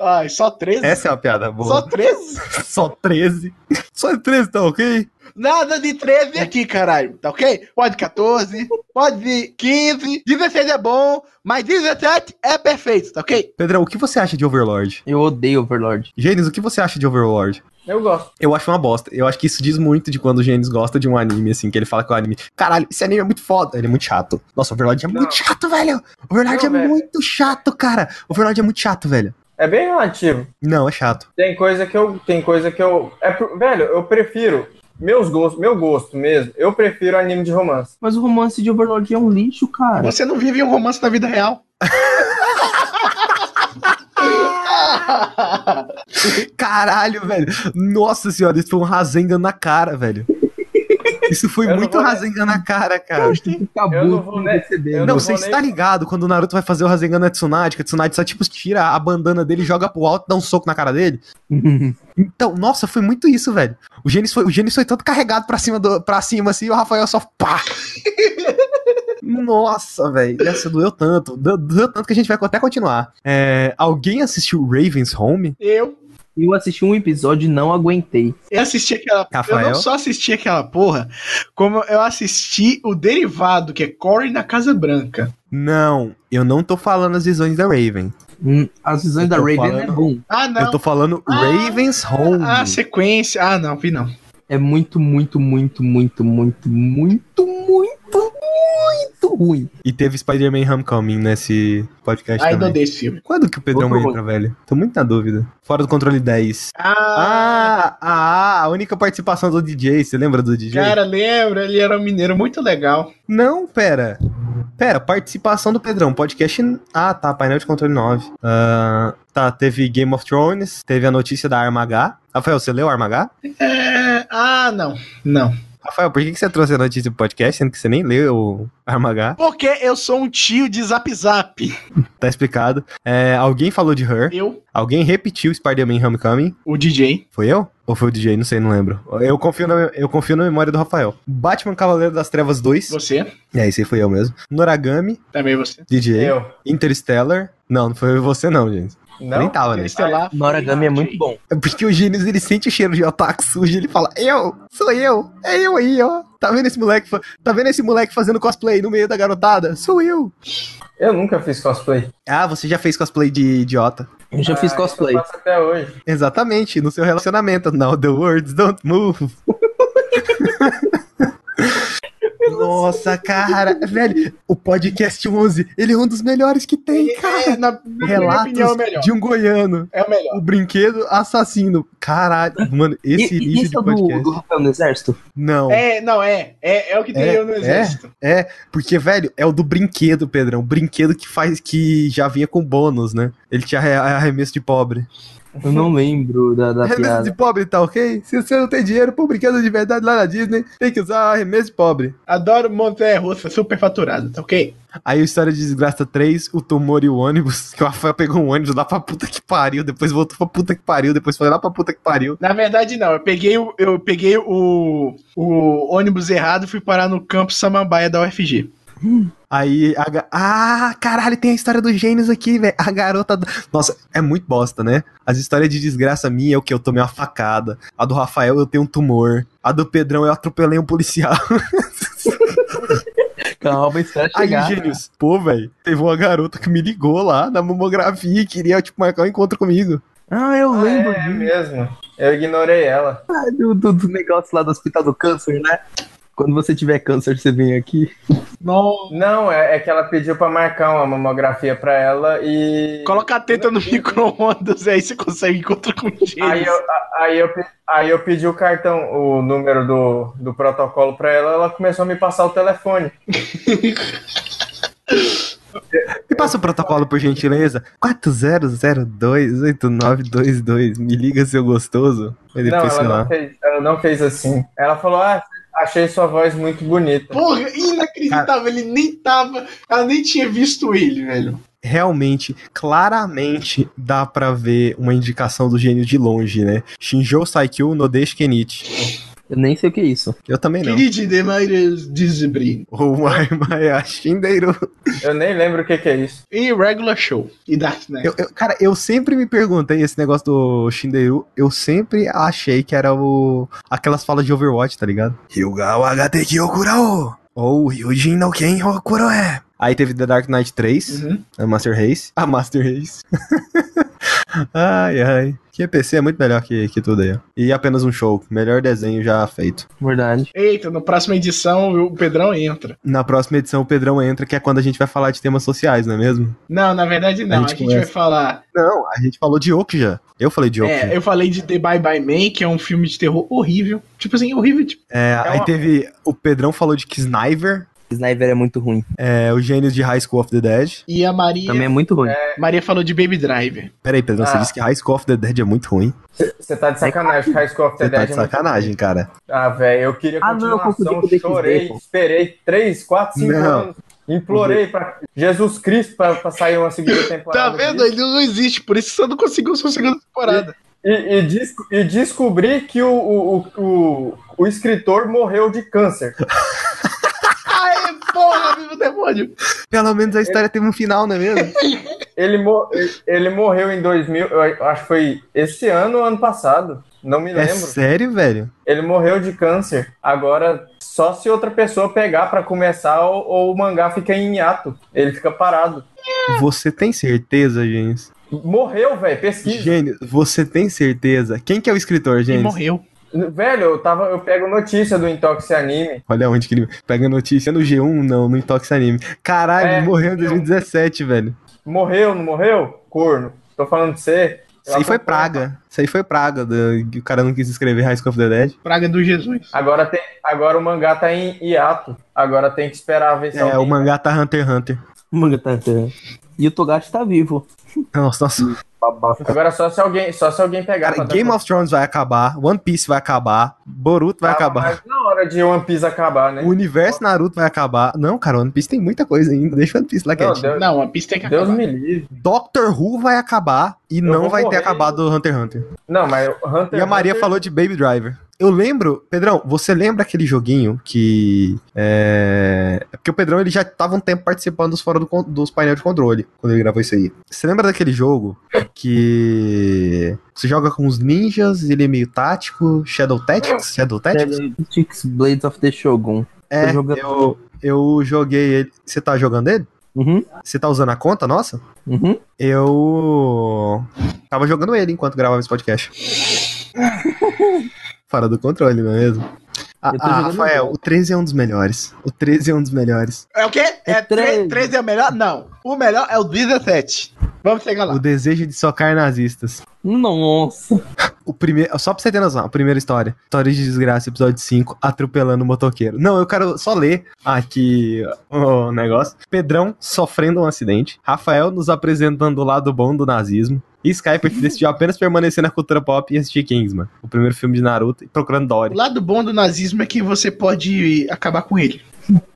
[SPEAKER 3] Ai, só 13?
[SPEAKER 2] Essa é uma piada
[SPEAKER 3] Só
[SPEAKER 2] boa.
[SPEAKER 3] 13?
[SPEAKER 2] Só, 13. Só 13, tá ok?
[SPEAKER 3] Nada de 13 aqui, caralho. Tá ok? Pode 14, pode 15, 16 é bom, mas 17 é perfeito, tá ok?
[SPEAKER 2] Pedrão, o que você acha de Overlord?
[SPEAKER 4] Eu odeio Overlord.
[SPEAKER 2] Gênesis, o que você acha de Overlord?
[SPEAKER 1] Eu gosto.
[SPEAKER 2] Eu acho uma bosta. Eu acho que isso diz muito de quando o Gênesis gosta de um anime, assim, que ele fala que o anime. Caralho, esse anime é muito foda. Ele é muito chato. Nossa, o Overlord é
[SPEAKER 1] Não.
[SPEAKER 2] muito chato, velho. O Overlord
[SPEAKER 1] Não,
[SPEAKER 2] é
[SPEAKER 1] velho.
[SPEAKER 2] muito chato, cara. O Overlord é muito chato, velho.
[SPEAKER 1] É bem relativo.
[SPEAKER 2] Não, é chato.
[SPEAKER 1] Tem coisa que eu. Tem coisa que eu. É, por- velho, eu prefiro. Meus gostos, meu gosto mesmo, eu prefiro anime de romance.
[SPEAKER 4] Mas o romance de Overlord é um lixo, cara.
[SPEAKER 3] Você não vive um romance na vida real.
[SPEAKER 2] Caralho, velho. Nossa senhora, isso foi um Rasengan na cara, velho. Isso foi
[SPEAKER 1] Eu não
[SPEAKER 2] muito
[SPEAKER 1] vou-
[SPEAKER 2] Rasengan na cara, cara.
[SPEAKER 4] Acabou
[SPEAKER 1] Eu não vou
[SPEAKER 4] sem
[SPEAKER 1] ne-
[SPEAKER 4] perceber.
[SPEAKER 1] eu
[SPEAKER 2] Não,
[SPEAKER 1] vou
[SPEAKER 2] você
[SPEAKER 1] nem-
[SPEAKER 2] está ligado quando o Naruto vai fazer o Rasengan na Tsunade, que a Tsunade só, tipo, tira a bandana dele, joga pro alto, dá um soco na cara dele? Então, nossa, foi muito isso, velho. O Gênesis foi, o Gênesis foi todo carregado pra cima, do, pra cima, assim, e o Rafael só pá! nossa, velho. Essa doeu tanto. Doeu, doeu tanto que a gente vai até continuar. É, alguém assistiu Raven's Home?
[SPEAKER 3] Eu,
[SPEAKER 4] Eu assisti um episódio e não aguentei.
[SPEAKER 3] eu assisti aquela. Eu
[SPEAKER 2] Rafael?
[SPEAKER 3] não só assisti aquela porra, como eu assisti o derivado, que é Corey na Casa Branca.
[SPEAKER 2] Não, eu não tô falando as visões da Raven.
[SPEAKER 4] Hum, As visões
[SPEAKER 2] Eu
[SPEAKER 4] da
[SPEAKER 2] tô
[SPEAKER 4] Raven
[SPEAKER 2] falando-
[SPEAKER 4] é bom.
[SPEAKER 3] Ah, não.
[SPEAKER 2] Eu tô falando
[SPEAKER 3] Ah,
[SPEAKER 2] Raven's Home.
[SPEAKER 3] Ah, sequência. Ah, não, vi não.
[SPEAKER 4] É muito, muito, muito, muito, muito, muito, muito, muito, muito ruim.
[SPEAKER 2] E teve Spider-Man Homecoming nesse podcast
[SPEAKER 3] Ainda
[SPEAKER 2] também.
[SPEAKER 3] odeio esse então filme.
[SPEAKER 2] Quando que o Pedrão
[SPEAKER 4] Outro
[SPEAKER 2] entra, velho? Tô muito na dúvida. Fora do controle 10. Ah,
[SPEAKER 3] Ah,
[SPEAKER 2] ah, a única participação do DJ, você lembra do DJ?
[SPEAKER 3] cara, lembra? Ele era um mineiro muito legal.
[SPEAKER 2] Não, pera. Pera, participação do Pedrão, podcast. Ah, tá, painel de controle 9. Ah, tá, teve Game of Thrones, teve a notícia da Arma H. Rafael, você leu a Arma H?
[SPEAKER 3] É, Ah, não. Não.
[SPEAKER 2] Rafael, por que que você trouxe a notícia do podcast, sendo que você nem leu a Arma H?
[SPEAKER 3] Porque eu sou um tio de Zap Zap.
[SPEAKER 2] Tá explicado. É, alguém falou de Her,
[SPEAKER 3] Eu,
[SPEAKER 2] alguém repetiu Spider-Man Homecoming.
[SPEAKER 3] o DJ.
[SPEAKER 2] Foi eu? Ou foi o DJ? Não sei, não lembro. Eu confio na, eu confio na memória do Rafael. Batman Cavaleiro das Trevas 2.
[SPEAKER 3] Você.
[SPEAKER 2] É, esse aí foi eu mesmo. Noragami,
[SPEAKER 3] Também você.
[SPEAKER 2] DJ.
[SPEAKER 1] Eu.
[SPEAKER 2] Interstellar. Não, não foi você não, gente.
[SPEAKER 1] Não?
[SPEAKER 2] Nem tava, né?
[SPEAKER 3] Interestelar.
[SPEAKER 4] Noragami é muito bom.
[SPEAKER 2] É porque o Gênesis, ele sente o cheiro de otaku sujo, ele fala, eu, sou eu, é eu aí, ó. Tá vendo esse moleque, fa- tá vendo esse moleque fazendo cosplay no meio da garotada? Sou eu.
[SPEAKER 1] Eu nunca fiz cosplay.
[SPEAKER 2] Ah, você já fez cosplay de idiota.
[SPEAKER 4] Eu já fiz
[SPEAKER 1] Ah,
[SPEAKER 4] cosplay.
[SPEAKER 1] Eu faço até hoje.
[SPEAKER 2] Exatamente, no seu relacionamento. Now the words don't move. Nossa, cara, é velho, o podcast 11, ele é um dos melhores que tem, cara.
[SPEAKER 3] É, na, na minha
[SPEAKER 2] Relatos
[SPEAKER 3] opinião, é o melhor.
[SPEAKER 2] de um goiano.
[SPEAKER 3] É o melhor.
[SPEAKER 2] O brinquedo assassino. Caralho, mano, esse
[SPEAKER 4] E- e esse
[SPEAKER 2] início
[SPEAKER 4] é
[SPEAKER 2] de
[SPEAKER 4] o do,
[SPEAKER 2] podcast.
[SPEAKER 4] do Rafael no Exército?
[SPEAKER 2] Não.
[SPEAKER 3] É, não, é. É, é o que tem
[SPEAKER 2] É,
[SPEAKER 3] eu no
[SPEAKER 2] é.
[SPEAKER 3] exército.
[SPEAKER 2] Porque, velho, é o do brinquedo, Pedrão. O brinquedo que faz que já vinha com bônus, né? Ele tinha arre- arremesso de pobre.
[SPEAKER 4] Eu não lembro da, da
[SPEAKER 2] arremesso
[SPEAKER 4] piada.
[SPEAKER 2] de pobre tá ok? Se você não tem dinheiro pro brinquedo de verdade lá na Disney, tem que usar arremesso de pobre.
[SPEAKER 3] Adoro montanha russa, super faturado, tá ok?
[SPEAKER 2] Aí o História de Desgraça 3, o tumor e o ônibus, que o Rafael pegou um ônibus lá pra puta que pariu, depois voltou pra puta que pariu, depois foi lá pra puta que pariu.
[SPEAKER 3] Na verdade, não. Eu peguei o, eu peguei o, o ônibus errado e fui parar no campo Samambaia da UFG.
[SPEAKER 2] Aí a. ga- Ah, caralho, tem a história dos gênios aqui, velho. A garota. da- Nossa, é muito bosta, né? As histórias de desgraça minha é o que eu tomei uma facada. A do Rafael eu tenho um tumor. A do Pedrão eu atropelei um policial.
[SPEAKER 4] Calma, espera
[SPEAKER 2] Aí,
[SPEAKER 4] chegar.
[SPEAKER 2] gênios. Pô, velho, teve uma garota que me ligou lá na mamografia e queria, tipo, marcar um encontro comigo.
[SPEAKER 4] Ah, eu
[SPEAKER 1] Ah,
[SPEAKER 4] lembro
[SPEAKER 1] é, é mesmo. Eu ignorei ela.
[SPEAKER 4] do, do, do negócio lá do Hospital do Câncer, né? Quando você tiver câncer, você vem aqui.
[SPEAKER 3] Não.
[SPEAKER 1] Não, é, é que ela pediu pra marcar uma mamografia pra ela e.
[SPEAKER 3] Coloca a teta no micro-ondas, aí você consegue encontrar com
[SPEAKER 1] Aí
[SPEAKER 3] gênios.
[SPEAKER 1] eu, a- aí, eu, pe- aí eu pedi o cartão, o número do, do protocolo pra ela, ela começou a me passar o telefone.
[SPEAKER 2] Me passa o protocolo, por gentileza. 40028922. Me liga, seu gostoso. Aí
[SPEAKER 1] Não,
[SPEAKER 2] depois,
[SPEAKER 1] ela
[SPEAKER 2] sei
[SPEAKER 1] não,
[SPEAKER 2] lá.
[SPEAKER 1] fez, ela não fez assim. Ela falou: Ah, achei sua voz muito bonita.
[SPEAKER 3] Porra, inacreditável, ele nem tava. Ela nem tinha visto ele, velho.
[SPEAKER 2] realmente, claramente dá pra ver uma indicação do gênio de longe, né? Shinjo Saikyo no Deshi Kenichi.
[SPEAKER 4] Eu nem sei o que é isso.
[SPEAKER 2] Eu também não.
[SPEAKER 3] Querido demais, desbrim.
[SPEAKER 2] Ou Maia Shindeiru.
[SPEAKER 1] Eu nem lembro o que, que é isso.
[SPEAKER 3] E regular show. E Dark Knight.
[SPEAKER 2] Eu, eu- cara, eu sempre me perguntei esse negócio do Shindeiru. Eu sempre achei que era o. aquelas falas de Overwatch, tá ligado? Ryuga wa gateki o kurao. Ou Ryujin no Ken Rokuroe. Aí teve The Dark Knight 3.
[SPEAKER 3] Uhum.
[SPEAKER 2] A É Master Race. A Master Race. ai, ai. Que PC é muito melhor que, que tudo aí, ó. E apenas um show. Melhor desenho já feito.
[SPEAKER 4] Verdade.
[SPEAKER 3] Eita, na próxima edição o Pedrão entra.
[SPEAKER 2] Na próxima edição o Pedrão entra, que é quando a gente vai falar de temas sociais, não é mesmo?
[SPEAKER 3] Não, na verdade não. A
[SPEAKER 2] A
[SPEAKER 3] gente,
[SPEAKER 2] gente começa.
[SPEAKER 3] vai falar.
[SPEAKER 2] Não, a gente falou de Oak já. Eu falei de Oak.
[SPEAKER 3] É, eu falei de The Bye Bye Man, que é um filme de terror horrível. Tipo assim, horrível. Tipo,
[SPEAKER 2] É, aí
[SPEAKER 1] uma-
[SPEAKER 2] teve. O Pedrão falou de Sniper,
[SPEAKER 4] Sniper é muito ruim.
[SPEAKER 2] é, o gênio de High School of the Dead.
[SPEAKER 3] e a Maria.
[SPEAKER 4] Também é muito ruim.
[SPEAKER 3] Maria falou de Baby Driver.
[SPEAKER 2] Peraí, Pedrão, você
[SPEAKER 1] Ah.
[SPEAKER 2] disse que High School of the Dead é muito ruim.
[SPEAKER 1] Você
[SPEAKER 4] É
[SPEAKER 1] tá de sacanagem, High School of the
[SPEAKER 2] Você tá
[SPEAKER 1] Dead
[SPEAKER 2] de
[SPEAKER 1] é muito-
[SPEAKER 2] sacanagem, cara.
[SPEAKER 1] Ah, velho, eu queria
[SPEAKER 4] Ah, não, eu confundi com
[SPEAKER 1] continuação,
[SPEAKER 4] o DXD,
[SPEAKER 1] chorei,
[SPEAKER 4] pô.
[SPEAKER 1] esperei 3, 4, 5
[SPEAKER 2] Não.
[SPEAKER 1] anos. Implorei pra Jesus Cristo pra, pra sair uma segunda
[SPEAKER 3] Tá
[SPEAKER 1] temporada.
[SPEAKER 3] vendo?
[SPEAKER 1] disso.
[SPEAKER 3] Ele não existe, por isso você não conseguiu sua segunda temporada.
[SPEAKER 1] E, e, desco- e descobri que o, o, o, o- o escritor morreu de câncer.
[SPEAKER 3] Aê, porra, vivo demônio!
[SPEAKER 2] Pelo menos a história teve um final, não é mesmo?
[SPEAKER 1] Ele, mo- ele morreu em 2000, eu acho que foi esse ano ou ano passado, não me
[SPEAKER 2] é
[SPEAKER 1] lembro.
[SPEAKER 2] sério, velho?
[SPEAKER 1] Ele morreu de câncer. Agora, só se outra pessoa pegar pra começar ou, ou o mangá fica em hiato. Ele fica parado.
[SPEAKER 2] Você tem certeza, gente?
[SPEAKER 1] Morreu, velho, pesquisa.
[SPEAKER 2] Gênio, você tem certeza? Quem que é o escritor,
[SPEAKER 3] E
[SPEAKER 2] Gênio?
[SPEAKER 3] morreu.
[SPEAKER 1] Velho, eu, tava, eu pego notícia do Intox Anime.
[SPEAKER 2] Olha onde que ele pega notícia no G1, não, no Intox Anime. Caralho,
[SPEAKER 1] É,
[SPEAKER 2] ele morreu em
[SPEAKER 1] eu-
[SPEAKER 2] 2017, velho.
[SPEAKER 1] Morreu, não morreu? Corno. Tô falando de você.
[SPEAKER 2] Isso aí foi praga. Isso aí foi praga. do- que O cara não quis escrever High School of the Dead.
[SPEAKER 3] Praga do Jesus.
[SPEAKER 1] Agora, tem, agora o mangá tá em hiato. Agora tem que esperar a versão.
[SPEAKER 2] É, o mangá tá Hunter x Hunter.
[SPEAKER 4] Manga tá- tá. E o Togashi tá vivo.
[SPEAKER 2] Nossa, nossa.
[SPEAKER 4] Babaca.
[SPEAKER 1] Agora é só se alguém, só se alguém pegar.
[SPEAKER 2] tá- Cara,
[SPEAKER 1] pra dar
[SPEAKER 2] Game
[SPEAKER 1] pra-
[SPEAKER 2] of Thrones vai acabar, One Piece vai acabar, Boruto vai
[SPEAKER 1] Tava
[SPEAKER 2] acabar,
[SPEAKER 1] mais na hora de One Piece acabar, né?
[SPEAKER 2] o universo Naruto vai acabar. Não, cara, One Piece tem muita coisa ainda. Deixa o One Piece lá
[SPEAKER 1] Não,
[SPEAKER 2] quietinho.
[SPEAKER 1] Deus,
[SPEAKER 3] Não, a pista tem que
[SPEAKER 1] Deus
[SPEAKER 3] acabar.
[SPEAKER 1] me livre.
[SPEAKER 2] Doctor Who vai acabar e não
[SPEAKER 1] vou
[SPEAKER 2] vai ter
[SPEAKER 1] morrer.
[SPEAKER 2] acabado o Hunter x Hunter.
[SPEAKER 1] Não, mas o Hunter
[SPEAKER 2] E a Maria
[SPEAKER 1] Hunter-
[SPEAKER 2] falou de Baby Driver. Eu lembro, Pedrão, você lembra aquele joguinho que. É. é Porque o Pedrão ele já tava um tempo participando dos fora do con- dos painéis de controle quando ele gravou isso aí. Você lembra daquele jogo que. Você joga com os ninjas, ele é meio tático, Shadow Tactics? Shadow Tactics?
[SPEAKER 4] Six Blades of the Shogun.
[SPEAKER 2] É,
[SPEAKER 4] Tô jogando.
[SPEAKER 2] eu, eu joguei ele. Você tá jogando ele?
[SPEAKER 4] Uhum,
[SPEAKER 2] Você tá usando a conta nossa?
[SPEAKER 4] uhum.
[SPEAKER 2] Eu tava jogando ele enquanto gravava esse podcast. Fora do controle, não é mesmo? Ah,
[SPEAKER 4] Eu tô
[SPEAKER 2] ah,
[SPEAKER 4] jogando
[SPEAKER 2] Rafael, o 13 é um dos melhores. O 13 é um dos melhores.
[SPEAKER 3] É o quê? É,
[SPEAKER 4] É três.
[SPEAKER 3] 13 é o melhor? Não. O melhor é o 17. Vamos chegar lá.
[SPEAKER 2] O desejo de socar nazistas.
[SPEAKER 4] Nossa.
[SPEAKER 2] O primeiro, só pra você ter noção, a primeira história. História de desgraça, episódio 5, atropelando o motoqueiro. Não, eu quero só ler aqui o negócio. Pedrão sofrendo um acidente. Rafael nos apresentando o lado bom do nazismo. E Skype decidiu apenas permanecer na cultura pop e assistir Kingsman, o primeiro filme de Naruto, e procurando Dory.
[SPEAKER 3] O lado bom do nazismo é que você pode acabar com ele.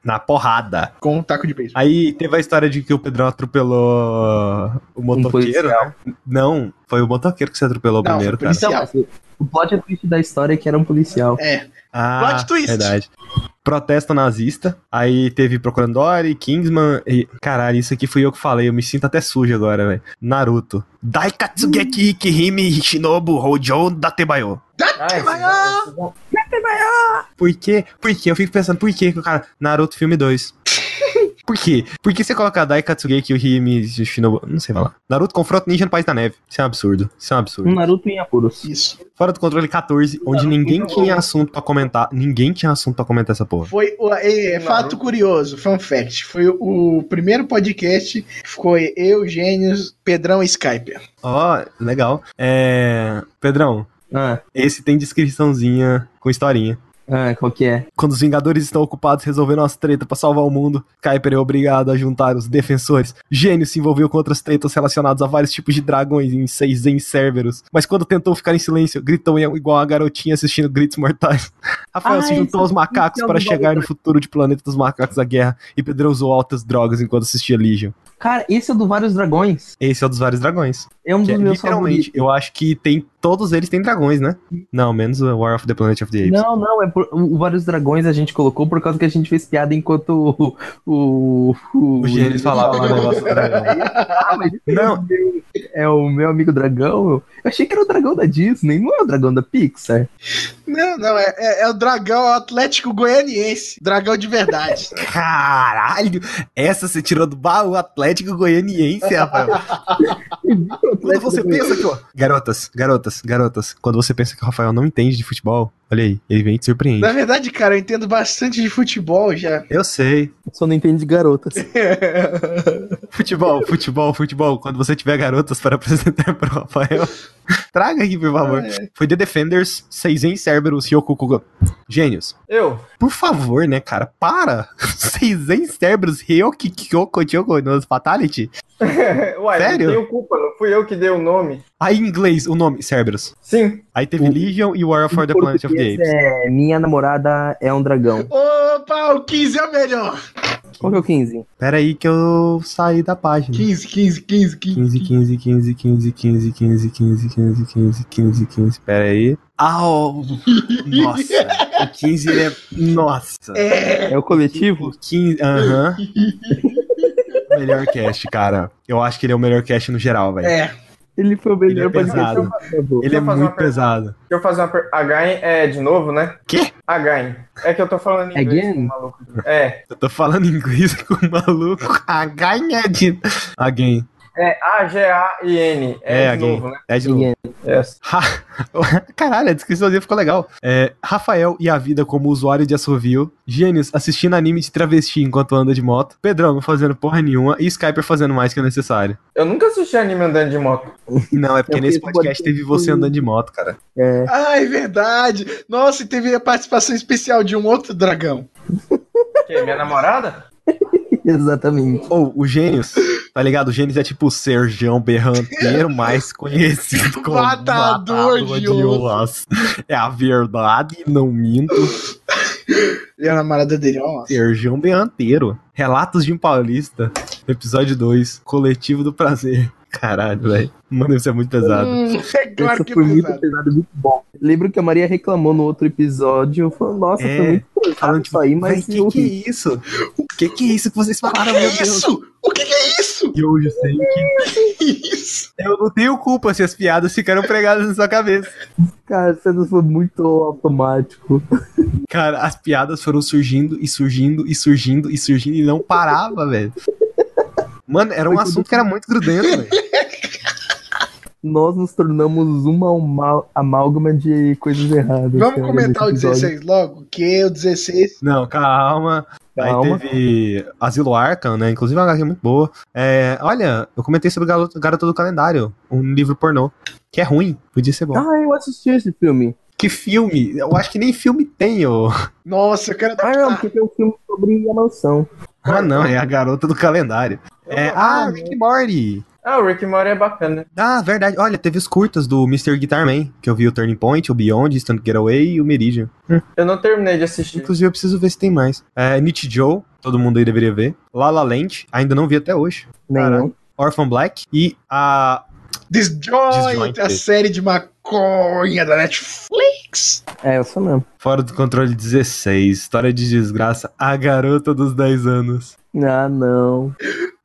[SPEAKER 2] Na porrada.
[SPEAKER 3] Com um taco de beisebol.
[SPEAKER 2] Aí teve a história de que o Pedrão atropelou o motoqueiro.
[SPEAKER 4] policial.
[SPEAKER 2] né? Não, foi o motoqueiro que você atropelou
[SPEAKER 3] Não,
[SPEAKER 2] primeiro, tá?
[SPEAKER 3] foi
[SPEAKER 2] cara.
[SPEAKER 4] Então, mas o- o plot twist da história é que era um policial.
[SPEAKER 3] É.
[SPEAKER 2] Ah,
[SPEAKER 3] Plot twist.
[SPEAKER 2] verdade. Protesto nazista. Aí teve Procurando Dory, Kingsman e... Caralho, isso aqui fui eu que falei. Eu me sinto até sujo agora, velho. Naruto. Daikatsugeki Ikihime Shinobu Hojo Datebayo.
[SPEAKER 1] Ah, esse-
[SPEAKER 3] Maior!
[SPEAKER 1] esse-
[SPEAKER 2] Por quê? Por quê? Eu fico pensando, por quê que o cara... Naruto filme 2. Por quê? Por que você coloca Daikatsugeki Ikihime Shinobu... Não sei falar. Naruto confronta ninja no País da Neve. Isso é um absurdo. Isso é um absurdo.
[SPEAKER 3] Hum.
[SPEAKER 4] Um Naruto em apuros.
[SPEAKER 3] Isso.
[SPEAKER 2] Fora do Controle 14, onde ninguém tinha assunto pra comentar. Ninguém tinha assunto pra comentar essa porra.
[SPEAKER 3] Foi o, é, é, fato curioso, fun fact. Foi o, o primeiro podcast que ficou eu, Gênios, Pedrão e Skype.
[SPEAKER 2] Ó, legal. É. Pedrão,
[SPEAKER 4] Ah,
[SPEAKER 2] esse tem descriçãozinha com historinha.
[SPEAKER 4] ah, qual que é?
[SPEAKER 2] Quando os Vingadores estão ocupados resolvendo as tretas pra salvar o mundo, Kuiper é obrigado a juntar os defensores. Gênio se envolveu com outras tretas relacionadas a vários tipos de dragões em seis em Cerberus. Mas quando tentou ficar em silêncio, gritou igual a garotinha assistindo Gritos Mortais. Rafael
[SPEAKER 4] Ah,
[SPEAKER 2] se
[SPEAKER 4] esse
[SPEAKER 2] juntou aos macacos
[SPEAKER 4] é o
[SPEAKER 2] para
[SPEAKER 4] do
[SPEAKER 2] chegar no futuro de planeta dos macacos da guerra e Pedrão usou altas drogas enquanto assistia Legion.
[SPEAKER 4] Cara, esse é do Vários Dragões.
[SPEAKER 2] Esse é o dos vários dragões.
[SPEAKER 4] É um
[SPEAKER 2] Que
[SPEAKER 4] dos
[SPEAKER 2] é,
[SPEAKER 4] meus
[SPEAKER 2] literalmente, eu acho que tem. Todos eles têm dragões, né? Não, menos o War of the Planet of the Apes.
[SPEAKER 4] Não, não, é por, o Vários Dragões a gente colocou por causa que a gente fez piada enquanto o. O, o,
[SPEAKER 2] O Gênesis falava né? lá o negócio do dragão.
[SPEAKER 4] Ah, mas esse
[SPEAKER 2] Não.
[SPEAKER 4] é o meu- É o meu amigo dragão. Eu achei que era o dragão da Disney, não é o dragão da Pixar.
[SPEAKER 3] Não, não, é, é- é o dragão atlético goianiense. Dragão de verdade.
[SPEAKER 2] Caralho! Essa você tirou do baú Atlético Goianiense, rapaz. Quando você pensa que. ó, Garotas, garotas, garotas. Quando você pensa que o Rafael não entende de futebol, olha aí, ele vem e te
[SPEAKER 4] Né?
[SPEAKER 2] surpreende.
[SPEAKER 3] Na verdade, cara, eu entendo bastante de futebol já.
[SPEAKER 2] Eu sei.
[SPEAKER 4] Só não entende de garotas.
[SPEAKER 2] Futebol, futebol, futebol. Quando você tiver garotas para apresentar pro Rafael, traga aqui, por favor.
[SPEAKER 3] É.
[SPEAKER 2] Foi The Defenders, 6 em Cerberus, Yokukuga. Gênios.
[SPEAKER 1] Eu.
[SPEAKER 2] Por favor, né, cara? Para! Seizen Cerberus, Ryoki Kyoko Chogo no Fatality.
[SPEAKER 1] Uai,
[SPEAKER 2] Sério?
[SPEAKER 1] não tenho culpa, não fui eu que dei o nome.
[SPEAKER 2] Aí em inglês, o nome, Cerberus.
[SPEAKER 1] Sim.
[SPEAKER 2] Aí teve
[SPEAKER 4] O-
[SPEAKER 2] Legion e War for the
[SPEAKER 4] Em
[SPEAKER 2] Planet of the
[SPEAKER 4] português
[SPEAKER 2] Apes.
[SPEAKER 4] É, minha namorada é um dragão.
[SPEAKER 3] Opa, o 15 é o melhor.
[SPEAKER 4] Qual que é o 15?
[SPEAKER 2] Pera aí que eu saí da página.
[SPEAKER 3] 15, 15, 15, 15.
[SPEAKER 2] 15, 15, 15, 15, 15, 15, 15, 15, 15, 15, 15. Pera aí. Ah, o- nossa. O 15 ele é... Nossa.
[SPEAKER 3] É,
[SPEAKER 4] É o coletivo?
[SPEAKER 2] O 15... Aham. Melhor cast, cara. Eu acho que ele é o melhor cast no geral, velho.
[SPEAKER 3] é.
[SPEAKER 4] Ele foi o
[SPEAKER 2] Ele é
[SPEAKER 4] melhor
[SPEAKER 2] pesado.
[SPEAKER 4] participante.
[SPEAKER 2] Ele é
[SPEAKER 1] eu fazer uma
[SPEAKER 2] muito
[SPEAKER 1] pergunta.
[SPEAKER 2] pesado.
[SPEAKER 1] Deixa eu fazer uma per... Again é de novo, né?
[SPEAKER 2] Quê?
[SPEAKER 1] Again. É que eu tô falando em inglês,
[SPEAKER 4] Again?
[SPEAKER 1] maluco. É.
[SPEAKER 2] Eu tô falando inglês com o maluco. A ganha de. Alguém.
[SPEAKER 1] É A-G-A-I-N. É,
[SPEAKER 2] É,
[SPEAKER 1] de
[SPEAKER 2] alguém.
[SPEAKER 1] novo, né?
[SPEAKER 2] É de novo.
[SPEAKER 1] Yes.
[SPEAKER 2] Ra- Caralho, a descriçãozinha ficou legal. É, Rafael e a vida como usuário de assovio. Gênios assistindo anime de travesti enquanto anda de moto. Pedrão não fazendo porra nenhuma. E Skyper fazendo mais que o necessário.
[SPEAKER 1] Eu nunca assisti anime andando de moto.
[SPEAKER 2] Não, é porque
[SPEAKER 4] Eu
[SPEAKER 2] nesse
[SPEAKER 4] fiz um
[SPEAKER 2] podcast teve você andando de moto, cara.
[SPEAKER 4] É,
[SPEAKER 3] Ah, é verdade. Nossa, e teve a participação especial de um outro dragão.
[SPEAKER 1] Que, minha namorada?
[SPEAKER 4] exatamente.
[SPEAKER 2] Ou o Gênios, tá ligado? O Gênios é tipo o Sergião Berranteiro, mais conhecido como
[SPEAKER 3] Matador de
[SPEAKER 2] Olas. É a verdade, não minto.
[SPEAKER 3] E a namorada é dele, ó.
[SPEAKER 2] Sergião Berranteiro. Relatos de um Paulista, episódio 2, Coletivo do Prazer. Caralho, velho. Mano, isso é muito pesado.
[SPEAKER 3] Hum, é claro
[SPEAKER 4] Isso
[SPEAKER 3] que é
[SPEAKER 4] foi muito
[SPEAKER 3] pesado.
[SPEAKER 4] pesado, muito bom. Lembro que a Maria reclamou no outro episódio. Falou, nossa,
[SPEAKER 2] É,
[SPEAKER 4] foi muito pesado
[SPEAKER 2] falando, tipo,
[SPEAKER 4] isso aí,
[SPEAKER 2] Mas
[SPEAKER 4] mas
[SPEAKER 2] que
[SPEAKER 4] eu
[SPEAKER 2] que
[SPEAKER 4] ri.
[SPEAKER 2] é isso? O que que é isso que vocês falaram,
[SPEAKER 3] Que
[SPEAKER 2] meu Deus?
[SPEAKER 3] isso? O que, que é isso?
[SPEAKER 2] E hoje eu sei que
[SPEAKER 3] Que isso?
[SPEAKER 2] eu não tenho culpa se as piadas ficaram pregadas na sua cabeça.
[SPEAKER 4] Cara, você não foi muito automático.
[SPEAKER 2] Cara, as piadas foram surgindo e surgindo e surgindo e surgindo e não parava, velho. Mano, era um assunto que era muito grudento, velho.
[SPEAKER 4] Nós nos tornamos uma amal- amálgama de coisas erradas.
[SPEAKER 3] Vamos
[SPEAKER 4] cara,
[SPEAKER 3] comentar o
[SPEAKER 4] nesse é episódio.
[SPEAKER 3] 16 logo, que o 16
[SPEAKER 2] Não, calma.
[SPEAKER 4] Calma.
[SPEAKER 2] Aí teve Asilo Arkham, né? Inclusive uma HQ muito boa. É, olha, eu comentei sobre Galo- Garota do Calendário, um livro pornô. Que é ruim, podia ser bom.
[SPEAKER 4] Ah, eu assisti esse filme.
[SPEAKER 2] Que filme? Eu acho que nem filme tem, ô.
[SPEAKER 3] Nossa, eu quero
[SPEAKER 4] Ah,
[SPEAKER 3] adaptar.
[SPEAKER 4] não, porque tem um filme sobre a mansão.
[SPEAKER 2] Ah, não, é a Garota do Calendário. É, ah, Rick and Morty.
[SPEAKER 1] Ah, o Rick and Morty é bacana. né?
[SPEAKER 2] Ah, verdade. Olha, teve os curtas do Mr. Guitar Man, que eu vi o Turning Point, o Beyond, Stand Getaway e o Meridian.
[SPEAKER 1] Eu não terminei de assistir.
[SPEAKER 2] Inclusive, eu preciso ver se tem mais. É, Nietzsche Joe, todo mundo aí deveria ver. La La Land, ainda não vi até hoje.
[SPEAKER 4] Nenhum.
[SPEAKER 2] Orphan Black e a
[SPEAKER 3] Disjoint,
[SPEAKER 2] Disjointed.
[SPEAKER 3] a série de maconha da Netflix.
[SPEAKER 4] É, essa mesmo.
[SPEAKER 2] Fora do controle 16, história de desgraça, a garota dos 10 anos.
[SPEAKER 4] Ah, não.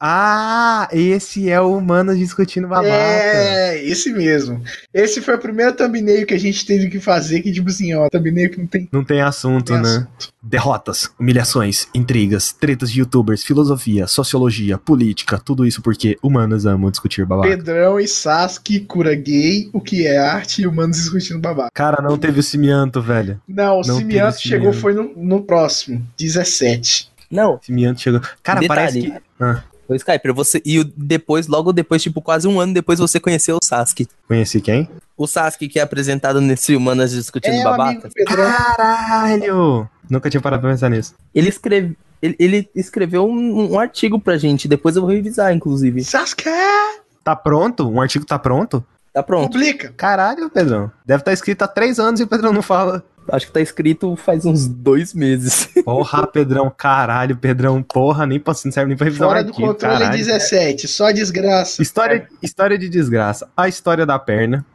[SPEAKER 2] Ah, esse é o Humanos discutindo
[SPEAKER 4] Tá
[SPEAKER 2] babaca.
[SPEAKER 3] É, esse mesmo. Esse foi o primeiro thumbnail que a gente teve que fazer, que tipo assim, ó, thumbnail que não tem
[SPEAKER 2] Não tem assunto,
[SPEAKER 3] Tem
[SPEAKER 2] né? Derrotas, humilhações, intrigas, tretas de youtubers, filosofia, sociologia, política, tudo isso porque humanas amam discutir babaca.
[SPEAKER 3] Pedrão e Sasuke, cura gay, o que é arte e humanos discutindo babaca.
[SPEAKER 2] Cara, não teve o simianto, velho.
[SPEAKER 3] Não, o
[SPEAKER 2] Não
[SPEAKER 3] Simianto
[SPEAKER 2] teve
[SPEAKER 3] chegou,
[SPEAKER 2] Simianto.
[SPEAKER 3] foi no, no próximo, 17.
[SPEAKER 4] Não,
[SPEAKER 2] Simianto chegou. Cara,
[SPEAKER 4] Detalhe.
[SPEAKER 2] parece que. Ah,
[SPEAKER 4] o Skyper, você. E o- depois, logo depois, tipo, quase um ano depois, você conheceu o Sasuke.
[SPEAKER 2] conheci quem?
[SPEAKER 4] O Sasuke que é apresentado nesse Humanas
[SPEAKER 2] Tá
[SPEAKER 4] Discutindo
[SPEAKER 3] É, o amigo
[SPEAKER 4] Babaca.
[SPEAKER 3] do Pedrão.
[SPEAKER 2] Caralho! Nunca tinha parado pra pensar nisso.
[SPEAKER 4] Ele, escreve, ele, ele escreveu um, um artigo pra gente. Depois eu vou revisar, inclusive.
[SPEAKER 3] Sasuke, é,
[SPEAKER 2] Tá pronto? Um artigo tá pronto?
[SPEAKER 4] Tá pronto.
[SPEAKER 3] publica.
[SPEAKER 2] Caralho, Pedrão. Deve estar escrito há três anos e o Pedrão não fala.
[SPEAKER 4] Acho que tá escrito faz uns dois meses.
[SPEAKER 2] Porra, Pedrão, caralho, Pedrão, porra, nem pra, não serve nem pra revisar
[SPEAKER 3] Fora
[SPEAKER 2] o
[SPEAKER 3] do
[SPEAKER 2] arquivo,
[SPEAKER 3] controle assim,
[SPEAKER 2] caralho.
[SPEAKER 3] 17, só desgraça.
[SPEAKER 2] História,
[SPEAKER 3] é.
[SPEAKER 2] história de desgraça. A história da perna.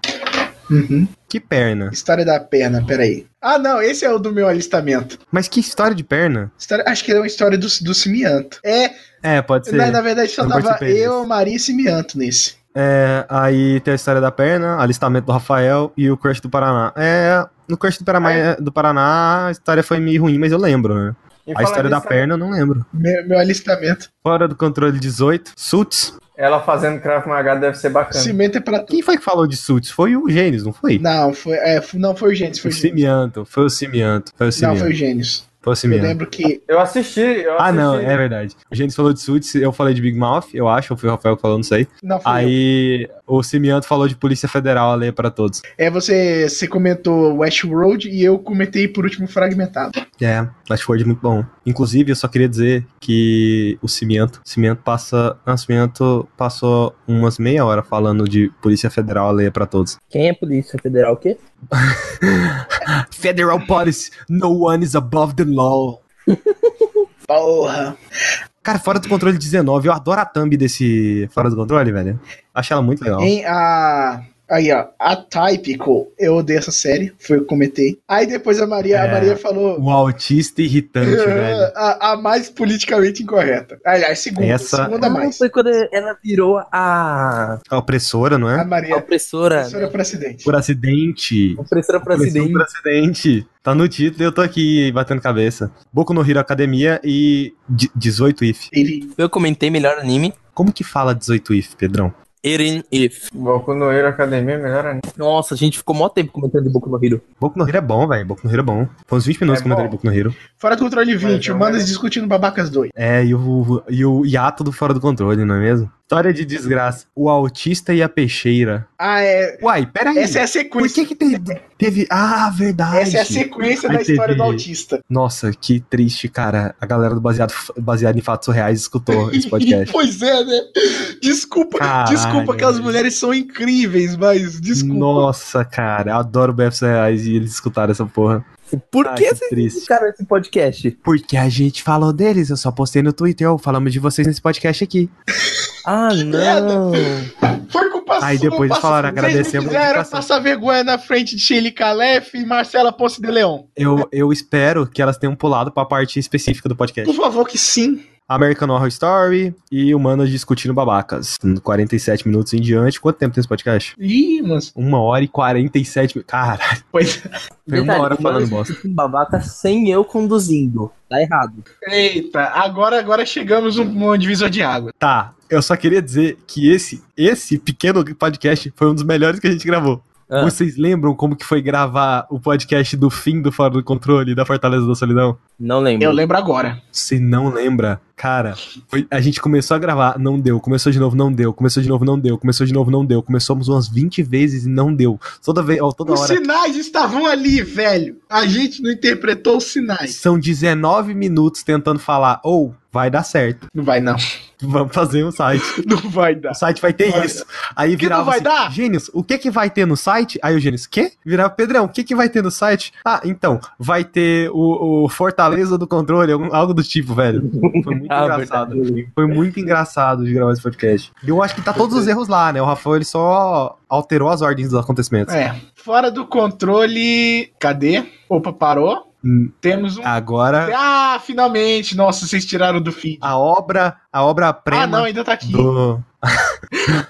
[SPEAKER 3] Uhum.
[SPEAKER 2] Que perna?
[SPEAKER 3] História da perna, peraí. Ah, não, esse é o do meu alistamento.
[SPEAKER 2] Mas que história de perna?
[SPEAKER 3] História- acho que é uma história do, do Simianto. É,
[SPEAKER 2] É, pode ser.
[SPEAKER 3] na, na verdade só
[SPEAKER 2] não
[SPEAKER 3] tava
[SPEAKER 2] participei
[SPEAKER 3] eu,
[SPEAKER 2] desse.
[SPEAKER 3] Maria e Simianto nesse.
[SPEAKER 2] É, aí tem a história da perna, alistamento do Rafael e o crush do Paraná. É, no crush do Paraná, do Paraná a história foi meio ruim, mas eu lembro, né?
[SPEAKER 1] E
[SPEAKER 2] A
[SPEAKER 1] falar
[SPEAKER 2] história da
[SPEAKER 1] nisso,
[SPEAKER 2] perna eu não lembro.
[SPEAKER 3] Meu, meu alistamento.
[SPEAKER 2] Fora do controle 18, Suits.
[SPEAKER 1] Ela fazendo Krav Maga deve ser bacana.
[SPEAKER 3] Cimento é pra tudo.
[SPEAKER 2] Quem foi que falou de Suits? Foi o Gênesis, não foi?
[SPEAKER 3] Não, foi, é, f- não foi o Gênesis, foi
[SPEAKER 2] o
[SPEAKER 3] o Gênesis.
[SPEAKER 2] Simianto, foi o Simianto, foi o
[SPEAKER 3] Não,
[SPEAKER 2] Simianto,
[SPEAKER 3] foi o Gênesis.
[SPEAKER 2] foi o
[SPEAKER 3] Eu
[SPEAKER 2] Simianto.
[SPEAKER 3] lembro que
[SPEAKER 1] Eu assisti, eu
[SPEAKER 2] Ah,
[SPEAKER 1] assisti.
[SPEAKER 2] não, é verdade. O Gênesis falou de Suits, eu falei de Big Mouth, eu acho, ou foi o Rafael que falou, não sei.
[SPEAKER 3] Não, foi eu.
[SPEAKER 2] Aí o Simianto falou de Polícia Federal, a lei é pra todos.
[SPEAKER 3] É, você, você comentou Westworld e eu comentei por último fragmentado.
[SPEAKER 2] É, Westworld é muito bom. Inclusive, eu só queria dizer que o Cimento, o Cimento passa, não, o Cimento passou umas meia hora falando de Polícia Federal, a lei é pra todos.
[SPEAKER 4] Quem é Polícia Federal? O quê?
[SPEAKER 2] Federal Police, no one is above the law.
[SPEAKER 3] Porra!
[SPEAKER 2] Cara, Fora do Controle 19, eu adoro a thumb desse Fora do Controle, velho. Acho ela muito legal.
[SPEAKER 3] Em a. Aí, ó, Atypical. Eu odeio essa série, foi o que comentei. Aí depois a Maria, a
[SPEAKER 2] É.
[SPEAKER 3] Maria falou. "Ah,
[SPEAKER 2] O autista irritante, velho.
[SPEAKER 3] A, a mais politicamente incorreta. Aliás, segunda,
[SPEAKER 2] Essa-
[SPEAKER 3] segunda mais.
[SPEAKER 4] foi quando ela virou a,
[SPEAKER 2] A opressora, não
[SPEAKER 3] A
[SPEAKER 2] é?
[SPEAKER 3] Maria,
[SPEAKER 4] opressora.
[SPEAKER 3] professora para acidente.
[SPEAKER 2] Por acidente.
[SPEAKER 4] Opressora pra
[SPEAKER 2] Pressão por acidente. Tá no título e eu tô aqui batendo cabeça. Boku no Hero Academia e de- 18 if.
[SPEAKER 3] Ele
[SPEAKER 4] Eu comentei melhor anime.
[SPEAKER 2] Como que fala 18 if, Pedrão?
[SPEAKER 4] Eren If.
[SPEAKER 2] é-
[SPEAKER 1] Boku no Hero Academia, é melhor anime.
[SPEAKER 4] Nossa, a gente ficou mó tempo comentando de Boku no Hero.
[SPEAKER 2] Boku no Hero é bom, velho. Boku no Hero é bom. Foi uns 20 minutos
[SPEAKER 1] É
[SPEAKER 2] que eu mandei
[SPEAKER 1] bom.
[SPEAKER 2] Boku no Hero.
[SPEAKER 3] Fora do controle 20,
[SPEAKER 1] Mas não
[SPEAKER 3] o Manas
[SPEAKER 1] é.
[SPEAKER 3] discutindo babacas 2.
[SPEAKER 2] É, e o, e o hiato do Fora do Controle, não é mesmo? História de desgraça. O autista e a peixeira.
[SPEAKER 3] Ah, é.
[SPEAKER 2] Uai, peraí.
[SPEAKER 3] Essa é a
[SPEAKER 2] Por
[SPEAKER 3] sequência.
[SPEAKER 2] que que teve... teve... Ah, verdade.
[SPEAKER 3] Essa é a sequência
[SPEAKER 2] Ai,
[SPEAKER 3] da história do
[SPEAKER 2] teve-
[SPEAKER 3] autista.
[SPEAKER 2] Nossa, que triste, cara. A galera do Baseado, baseado em Fatos Reais escutou esse podcast.
[SPEAKER 3] pois é, né? Desculpa,
[SPEAKER 2] Caralho.
[SPEAKER 3] desculpa que as mulheres são incríveis, mas desculpa.
[SPEAKER 2] Nossa, cara. Eu adoro BFs Reais e eles escutaram essa porra.
[SPEAKER 4] Por
[SPEAKER 2] Ah,
[SPEAKER 4] que
[SPEAKER 2] que
[SPEAKER 4] vocês
[SPEAKER 2] triste.
[SPEAKER 4] indicaram esse podcast?
[SPEAKER 2] Porque a gente falou deles. Eu só postei no Twitter. ó, falamos de vocês nesse podcast aqui.
[SPEAKER 4] Ah, não.
[SPEAKER 3] Foi culpa
[SPEAKER 2] Aí
[SPEAKER 3] sua,
[SPEAKER 2] depois eles
[SPEAKER 3] passa-
[SPEAKER 2] falaram,
[SPEAKER 3] vocês me
[SPEAKER 2] agradecemos a
[SPEAKER 3] né? Fizeram
[SPEAKER 2] indicação.
[SPEAKER 3] passar vergonha na frente de Shelly Calef e Marcela Ponce de Leão.
[SPEAKER 2] Eu, eu espero que elas tenham pulado pra parte específica do podcast.
[SPEAKER 3] Por favor, que sim.
[SPEAKER 2] American Horror Story e Humanas Discutindo Babacas. 47 minutos em diante. Quanto tempo tem esse podcast?
[SPEAKER 3] Ih, mas.
[SPEAKER 2] Uma hora e 47 minutos. Caralho,
[SPEAKER 3] Pois...
[SPEAKER 2] foi uma
[SPEAKER 4] Detalhe,
[SPEAKER 2] hora falando
[SPEAKER 4] mas
[SPEAKER 2] bosta.
[SPEAKER 4] fica um Babaca sem eu conduzindo. Tá errado.
[SPEAKER 3] Eita, agora, agora chegamos um, um divisor de água.
[SPEAKER 2] Tá, eu só queria dizer que esse, esse pequeno podcast foi um dos melhores que a gente gravou.
[SPEAKER 4] Ah.
[SPEAKER 2] Vocês lembram como que foi gravar o podcast do fim do Fora do Controle da Fortaleza da Solidão?
[SPEAKER 4] Não lembro.
[SPEAKER 3] Eu lembro agora.
[SPEAKER 2] Se não lembra, cara, foi- a gente começou a gravar, não deu, começou de novo, não deu, começou de novo, não deu, começou de novo, não deu, começamos umas 20 vezes e não deu. Toda vez, ó, toda
[SPEAKER 3] Os
[SPEAKER 2] hora.
[SPEAKER 3] sinais estavam ali, velho. A gente não interpretou os sinais.
[SPEAKER 2] São 19 minutos tentando falar, ou vai dar certo,
[SPEAKER 3] Não vai, não.
[SPEAKER 2] vamos fazer um site.
[SPEAKER 3] Não vai dar.
[SPEAKER 2] O site vai ter
[SPEAKER 3] Vai.
[SPEAKER 2] isso. Aí
[SPEAKER 3] Tá. que não
[SPEAKER 2] virava
[SPEAKER 3] vai
[SPEAKER 2] assim,
[SPEAKER 3] dar?
[SPEAKER 2] Gênios, o que que vai ter no site? Aí o Gênios, quê? Virava, Pedrão, o que que vai ter no site? Ah, então, vai ter o, o Fortaleza do Controle, algum- algo do tipo, velho. Foi muito
[SPEAKER 4] Ah,
[SPEAKER 2] engraçado.
[SPEAKER 4] verdade.
[SPEAKER 2] Foi muito engraçado de gravar esse podcast. E eu acho que tá todos os erros lá, né? O Rafael, ele só alterou as ordens dos acontecimentos.
[SPEAKER 3] É. Fora do controle. Cadê? Opa, parou.
[SPEAKER 2] Hum,
[SPEAKER 3] Temos um.
[SPEAKER 2] Agora,
[SPEAKER 3] Ah, finalmente! Nossa, vocês tiraram do feed.
[SPEAKER 2] a obra, a obra-prima
[SPEAKER 3] Ah, não, ainda tá aqui.
[SPEAKER 2] do...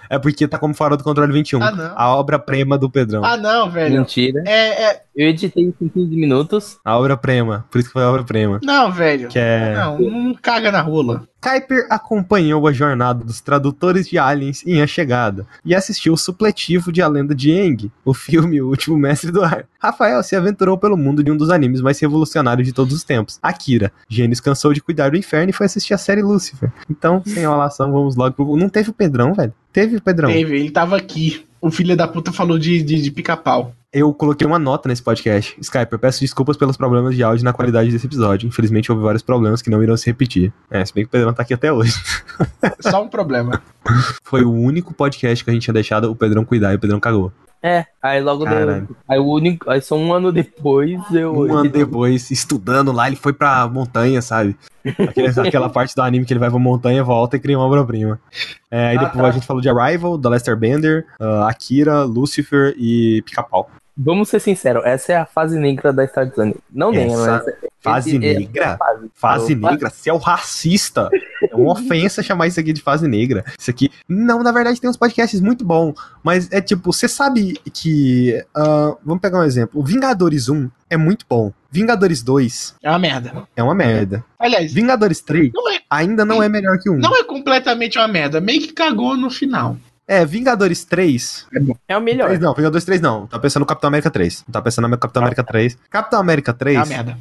[SPEAKER 2] é porque tá como fora do controle 21.
[SPEAKER 3] Ah, não.
[SPEAKER 2] A obra-prima do Pedrão.
[SPEAKER 3] Ah, não, velho.
[SPEAKER 4] Mentira.
[SPEAKER 3] É, é.
[SPEAKER 4] Eu editei isso em 15 minutos.
[SPEAKER 2] A obra-prema. Por isso que foi a obra-prema.
[SPEAKER 3] Não, velho.
[SPEAKER 2] Que é...
[SPEAKER 3] Ah, Não, não caga na rola.
[SPEAKER 2] Kuiper acompanhou a jornada dos tradutores de aliens em A Chegada e assistiu o supletivo de A Lenda de Aang, o filme O Último Mestre do Ar. Rafael se aventurou pelo mundo de um dos animes mais revolucionários de todos os tempos, Akira. Gênesis cansou de cuidar do inferno e foi assistir a série Lucifer. Então, sem enrolação, vamos logo pro... Não teve o Pedrão, velho? Teve o Pedrão.
[SPEAKER 3] Teve, ele tava aqui. O filho da puta falou de, de, de pica-pau.
[SPEAKER 2] Eu coloquei uma nota nesse podcast. Skype, eu peço desculpas pelos problemas de áudio na qualidade desse episódio. Infelizmente, houve vários problemas que não irão se repetir. É, se bem que o Pedrão tá aqui até hoje.
[SPEAKER 3] Só um problema.
[SPEAKER 2] Foi o único podcast que a gente tinha deixado o Pedrão cuidar e o Pedrão cagou.
[SPEAKER 4] É, aí logo
[SPEAKER 2] Caralho.
[SPEAKER 4] deu. Aí, o único, aí só um ano depois eu.
[SPEAKER 2] Um ano depois, estudando lá, ele foi pra montanha, sabe? Aquele- aquela parte do anime que ele vai pra montanha, volta e cria uma obra-prima. É, aí
[SPEAKER 1] Ah,
[SPEAKER 2] depois
[SPEAKER 1] tá.
[SPEAKER 2] a gente falou de Arrival, da Lester Bender, ah, Akira, Lucifer e Pica-Pau.
[SPEAKER 4] Vamos ser sinceros, essa é a fase negra da Star Disney. Não
[SPEAKER 2] Essa
[SPEAKER 4] negra, mas. esse-
[SPEAKER 2] Fase
[SPEAKER 4] esse- é,
[SPEAKER 2] negra?
[SPEAKER 4] fase.
[SPEAKER 2] é Fase
[SPEAKER 4] Opa.
[SPEAKER 2] negra? Você é o racista! É uma ofensa chamar isso aqui de fase negra. Isso aqui. Não, na verdade tem uns podcasts muito bons, mas é tipo, você sabe que. ah, vamos pegar um exemplo. O Vingadores 1 é muito bom. Vingadores 2
[SPEAKER 3] É uma merda.
[SPEAKER 2] é uma merda.
[SPEAKER 3] Aliás,
[SPEAKER 2] Vingadores 3
[SPEAKER 3] não é,
[SPEAKER 2] ainda não é melhor que um.
[SPEAKER 3] não é completamente uma merda. Meio que cagou no final.
[SPEAKER 2] É, Vingadores 3.
[SPEAKER 4] É o melhor.
[SPEAKER 2] 3 não, Vingadores 3 não. Tá pensando no Capitão América 3. Não tá pensando no Capitão América 3. Capitão América
[SPEAKER 3] É
[SPEAKER 2] 3
[SPEAKER 3] uma
[SPEAKER 2] é,
[SPEAKER 3] merda.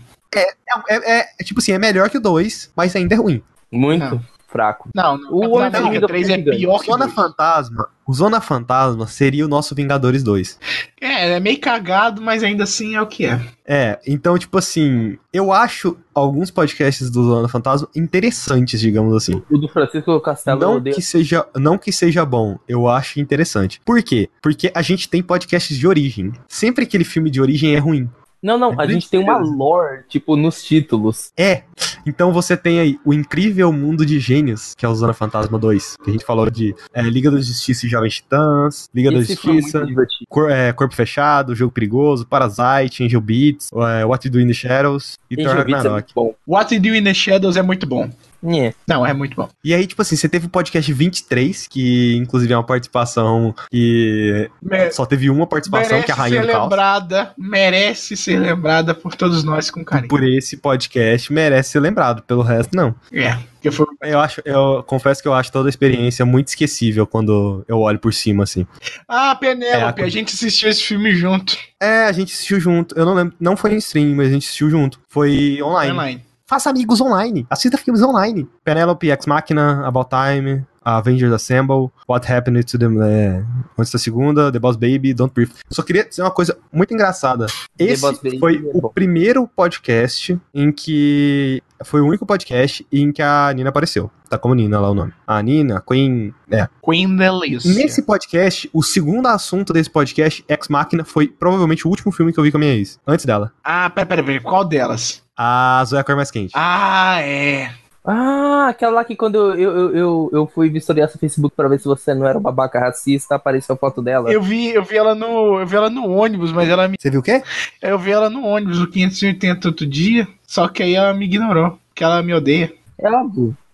[SPEAKER 2] é- é- é tipo assim, é melhor que o 2, mas ainda é ruim.
[SPEAKER 4] Muito
[SPEAKER 3] Não.
[SPEAKER 4] fraco.
[SPEAKER 3] Não, não.
[SPEAKER 4] O
[SPEAKER 3] Capitão
[SPEAKER 4] Homem
[SPEAKER 3] América
[SPEAKER 4] Formiga
[SPEAKER 3] 3 é
[SPEAKER 4] Formiga.
[SPEAKER 2] O
[SPEAKER 3] pior que
[SPEAKER 2] Zona
[SPEAKER 3] dois.
[SPEAKER 2] Fantasma. O Zona Fantasma seria o nosso Vingadores 2.
[SPEAKER 3] É, é meio cagado, mas ainda assim é o que é.
[SPEAKER 2] É, então, tipo assim, eu acho alguns podcasts do Zona Fantasma interessantes, digamos assim.
[SPEAKER 4] O do Francisco Castelo Tá eu
[SPEAKER 2] não
[SPEAKER 4] odeio.
[SPEAKER 2] que seja não que seja bom eu acho interessante por quê porque a gente tem podcasts de origem sempre aquele filme de origem é ruim
[SPEAKER 4] Não, não, a
[SPEAKER 2] É
[SPEAKER 4] gente tem uma lore, tipo, nos títulos.
[SPEAKER 2] é então você tem aí o incrível mundo de gênios que é o Zona Fantasma 2 que a gente falou de é, Liga da Justiça e Jovens Titãs Liga da
[SPEAKER 4] Esse foi muito
[SPEAKER 2] Justiça
[SPEAKER 4] divertido.
[SPEAKER 2] Cor- é, Corpo Fechado Jogo Perigoso Parasite Angel Beats é, What You Do in the Shadows e Thor
[SPEAKER 4] Angel Beats é
[SPEAKER 2] Ragnarok
[SPEAKER 4] muito bom.
[SPEAKER 3] What You Do in the Shadows é muito bom.
[SPEAKER 4] Nhê.
[SPEAKER 3] Não, é muito bom.
[SPEAKER 2] E aí, tipo assim, você teve o podcast 23, que inclusive é uma participação que só teve uma participação, que é a Rainha
[SPEAKER 3] ser
[SPEAKER 2] do Caos.
[SPEAKER 3] lembrada, merece ser lembrada por todos nós com carinho.
[SPEAKER 2] Por esse podcast merece ser lembrado, pelo resto não.
[SPEAKER 3] É, porque foi
[SPEAKER 2] Eu acho, eu confesso que eu acho toda a experiência muito esquecível quando eu olho por cima assim.
[SPEAKER 3] Ah,
[SPEAKER 2] É,
[SPEAKER 3] Penélope,
[SPEAKER 2] a-
[SPEAKER 3] a gente assistiu esse filme junto.
[SPEAKER 2] É, a gente assistiu junto. Eu não lembro, não foi em stream, mas a gente assistiu junto. Foi online.
[SPEAKER 3] Online.
[SPEAKER 2] Faça amigos online. Assista filmes online. Penelope, Ex Machina, About Time, Avengers Assemble, What Happened to the... É, Antes da Segunda, The Boss Baby, Don't Breathe. Só queria dizer uma coisa muito engraçada.
[SPEAKER 4] The
[SPEAKER 2] Esse
[SPEAKER 4] Boss Baby
[SPEAKER 2] foi
[SPEAKER 4] é
[SPEAKER 2] o
[SPEAKER 4] bom.
[SPEAKER 2] primeiro podcast em que... Foi o único podcast em que a Nina apareceu. Tá como Nina lá o nome. A Nina, Queen... É.
[SPEAKER 3] Queen Delícia.
[SPEAKER 2] Nesse podcast, o segundo assunto desse podcast, Ex Machina, foi provavelmente o último filme que eu vi com a minha ex. Antes dela.
[SPEAKER 3] Ah, pera, pera, pera, qual delas?
[SPEAKER 2] A Zoe é a Cor Mais Quente.
[SPEAKER 3] Ah, é.
[SPEAKER 4] Ah, aquela lá que quando eu, eu, eu, eu fui vistoriar seu Facebook pra ver se você não era um babaca racista, apareceu a foto dela.
[SPEAKER 3] Eu vi, eu vi ela no, eu vi ela no ônibus, mas ela me,
[SPEAKER 2] Você viu o quê?
[SPEAKER 3] eu vi ela no ônibus o 580 outro dia, só que aí ela me ignorou, porque ela me odeia.
[SPEAKER 4] Ela, É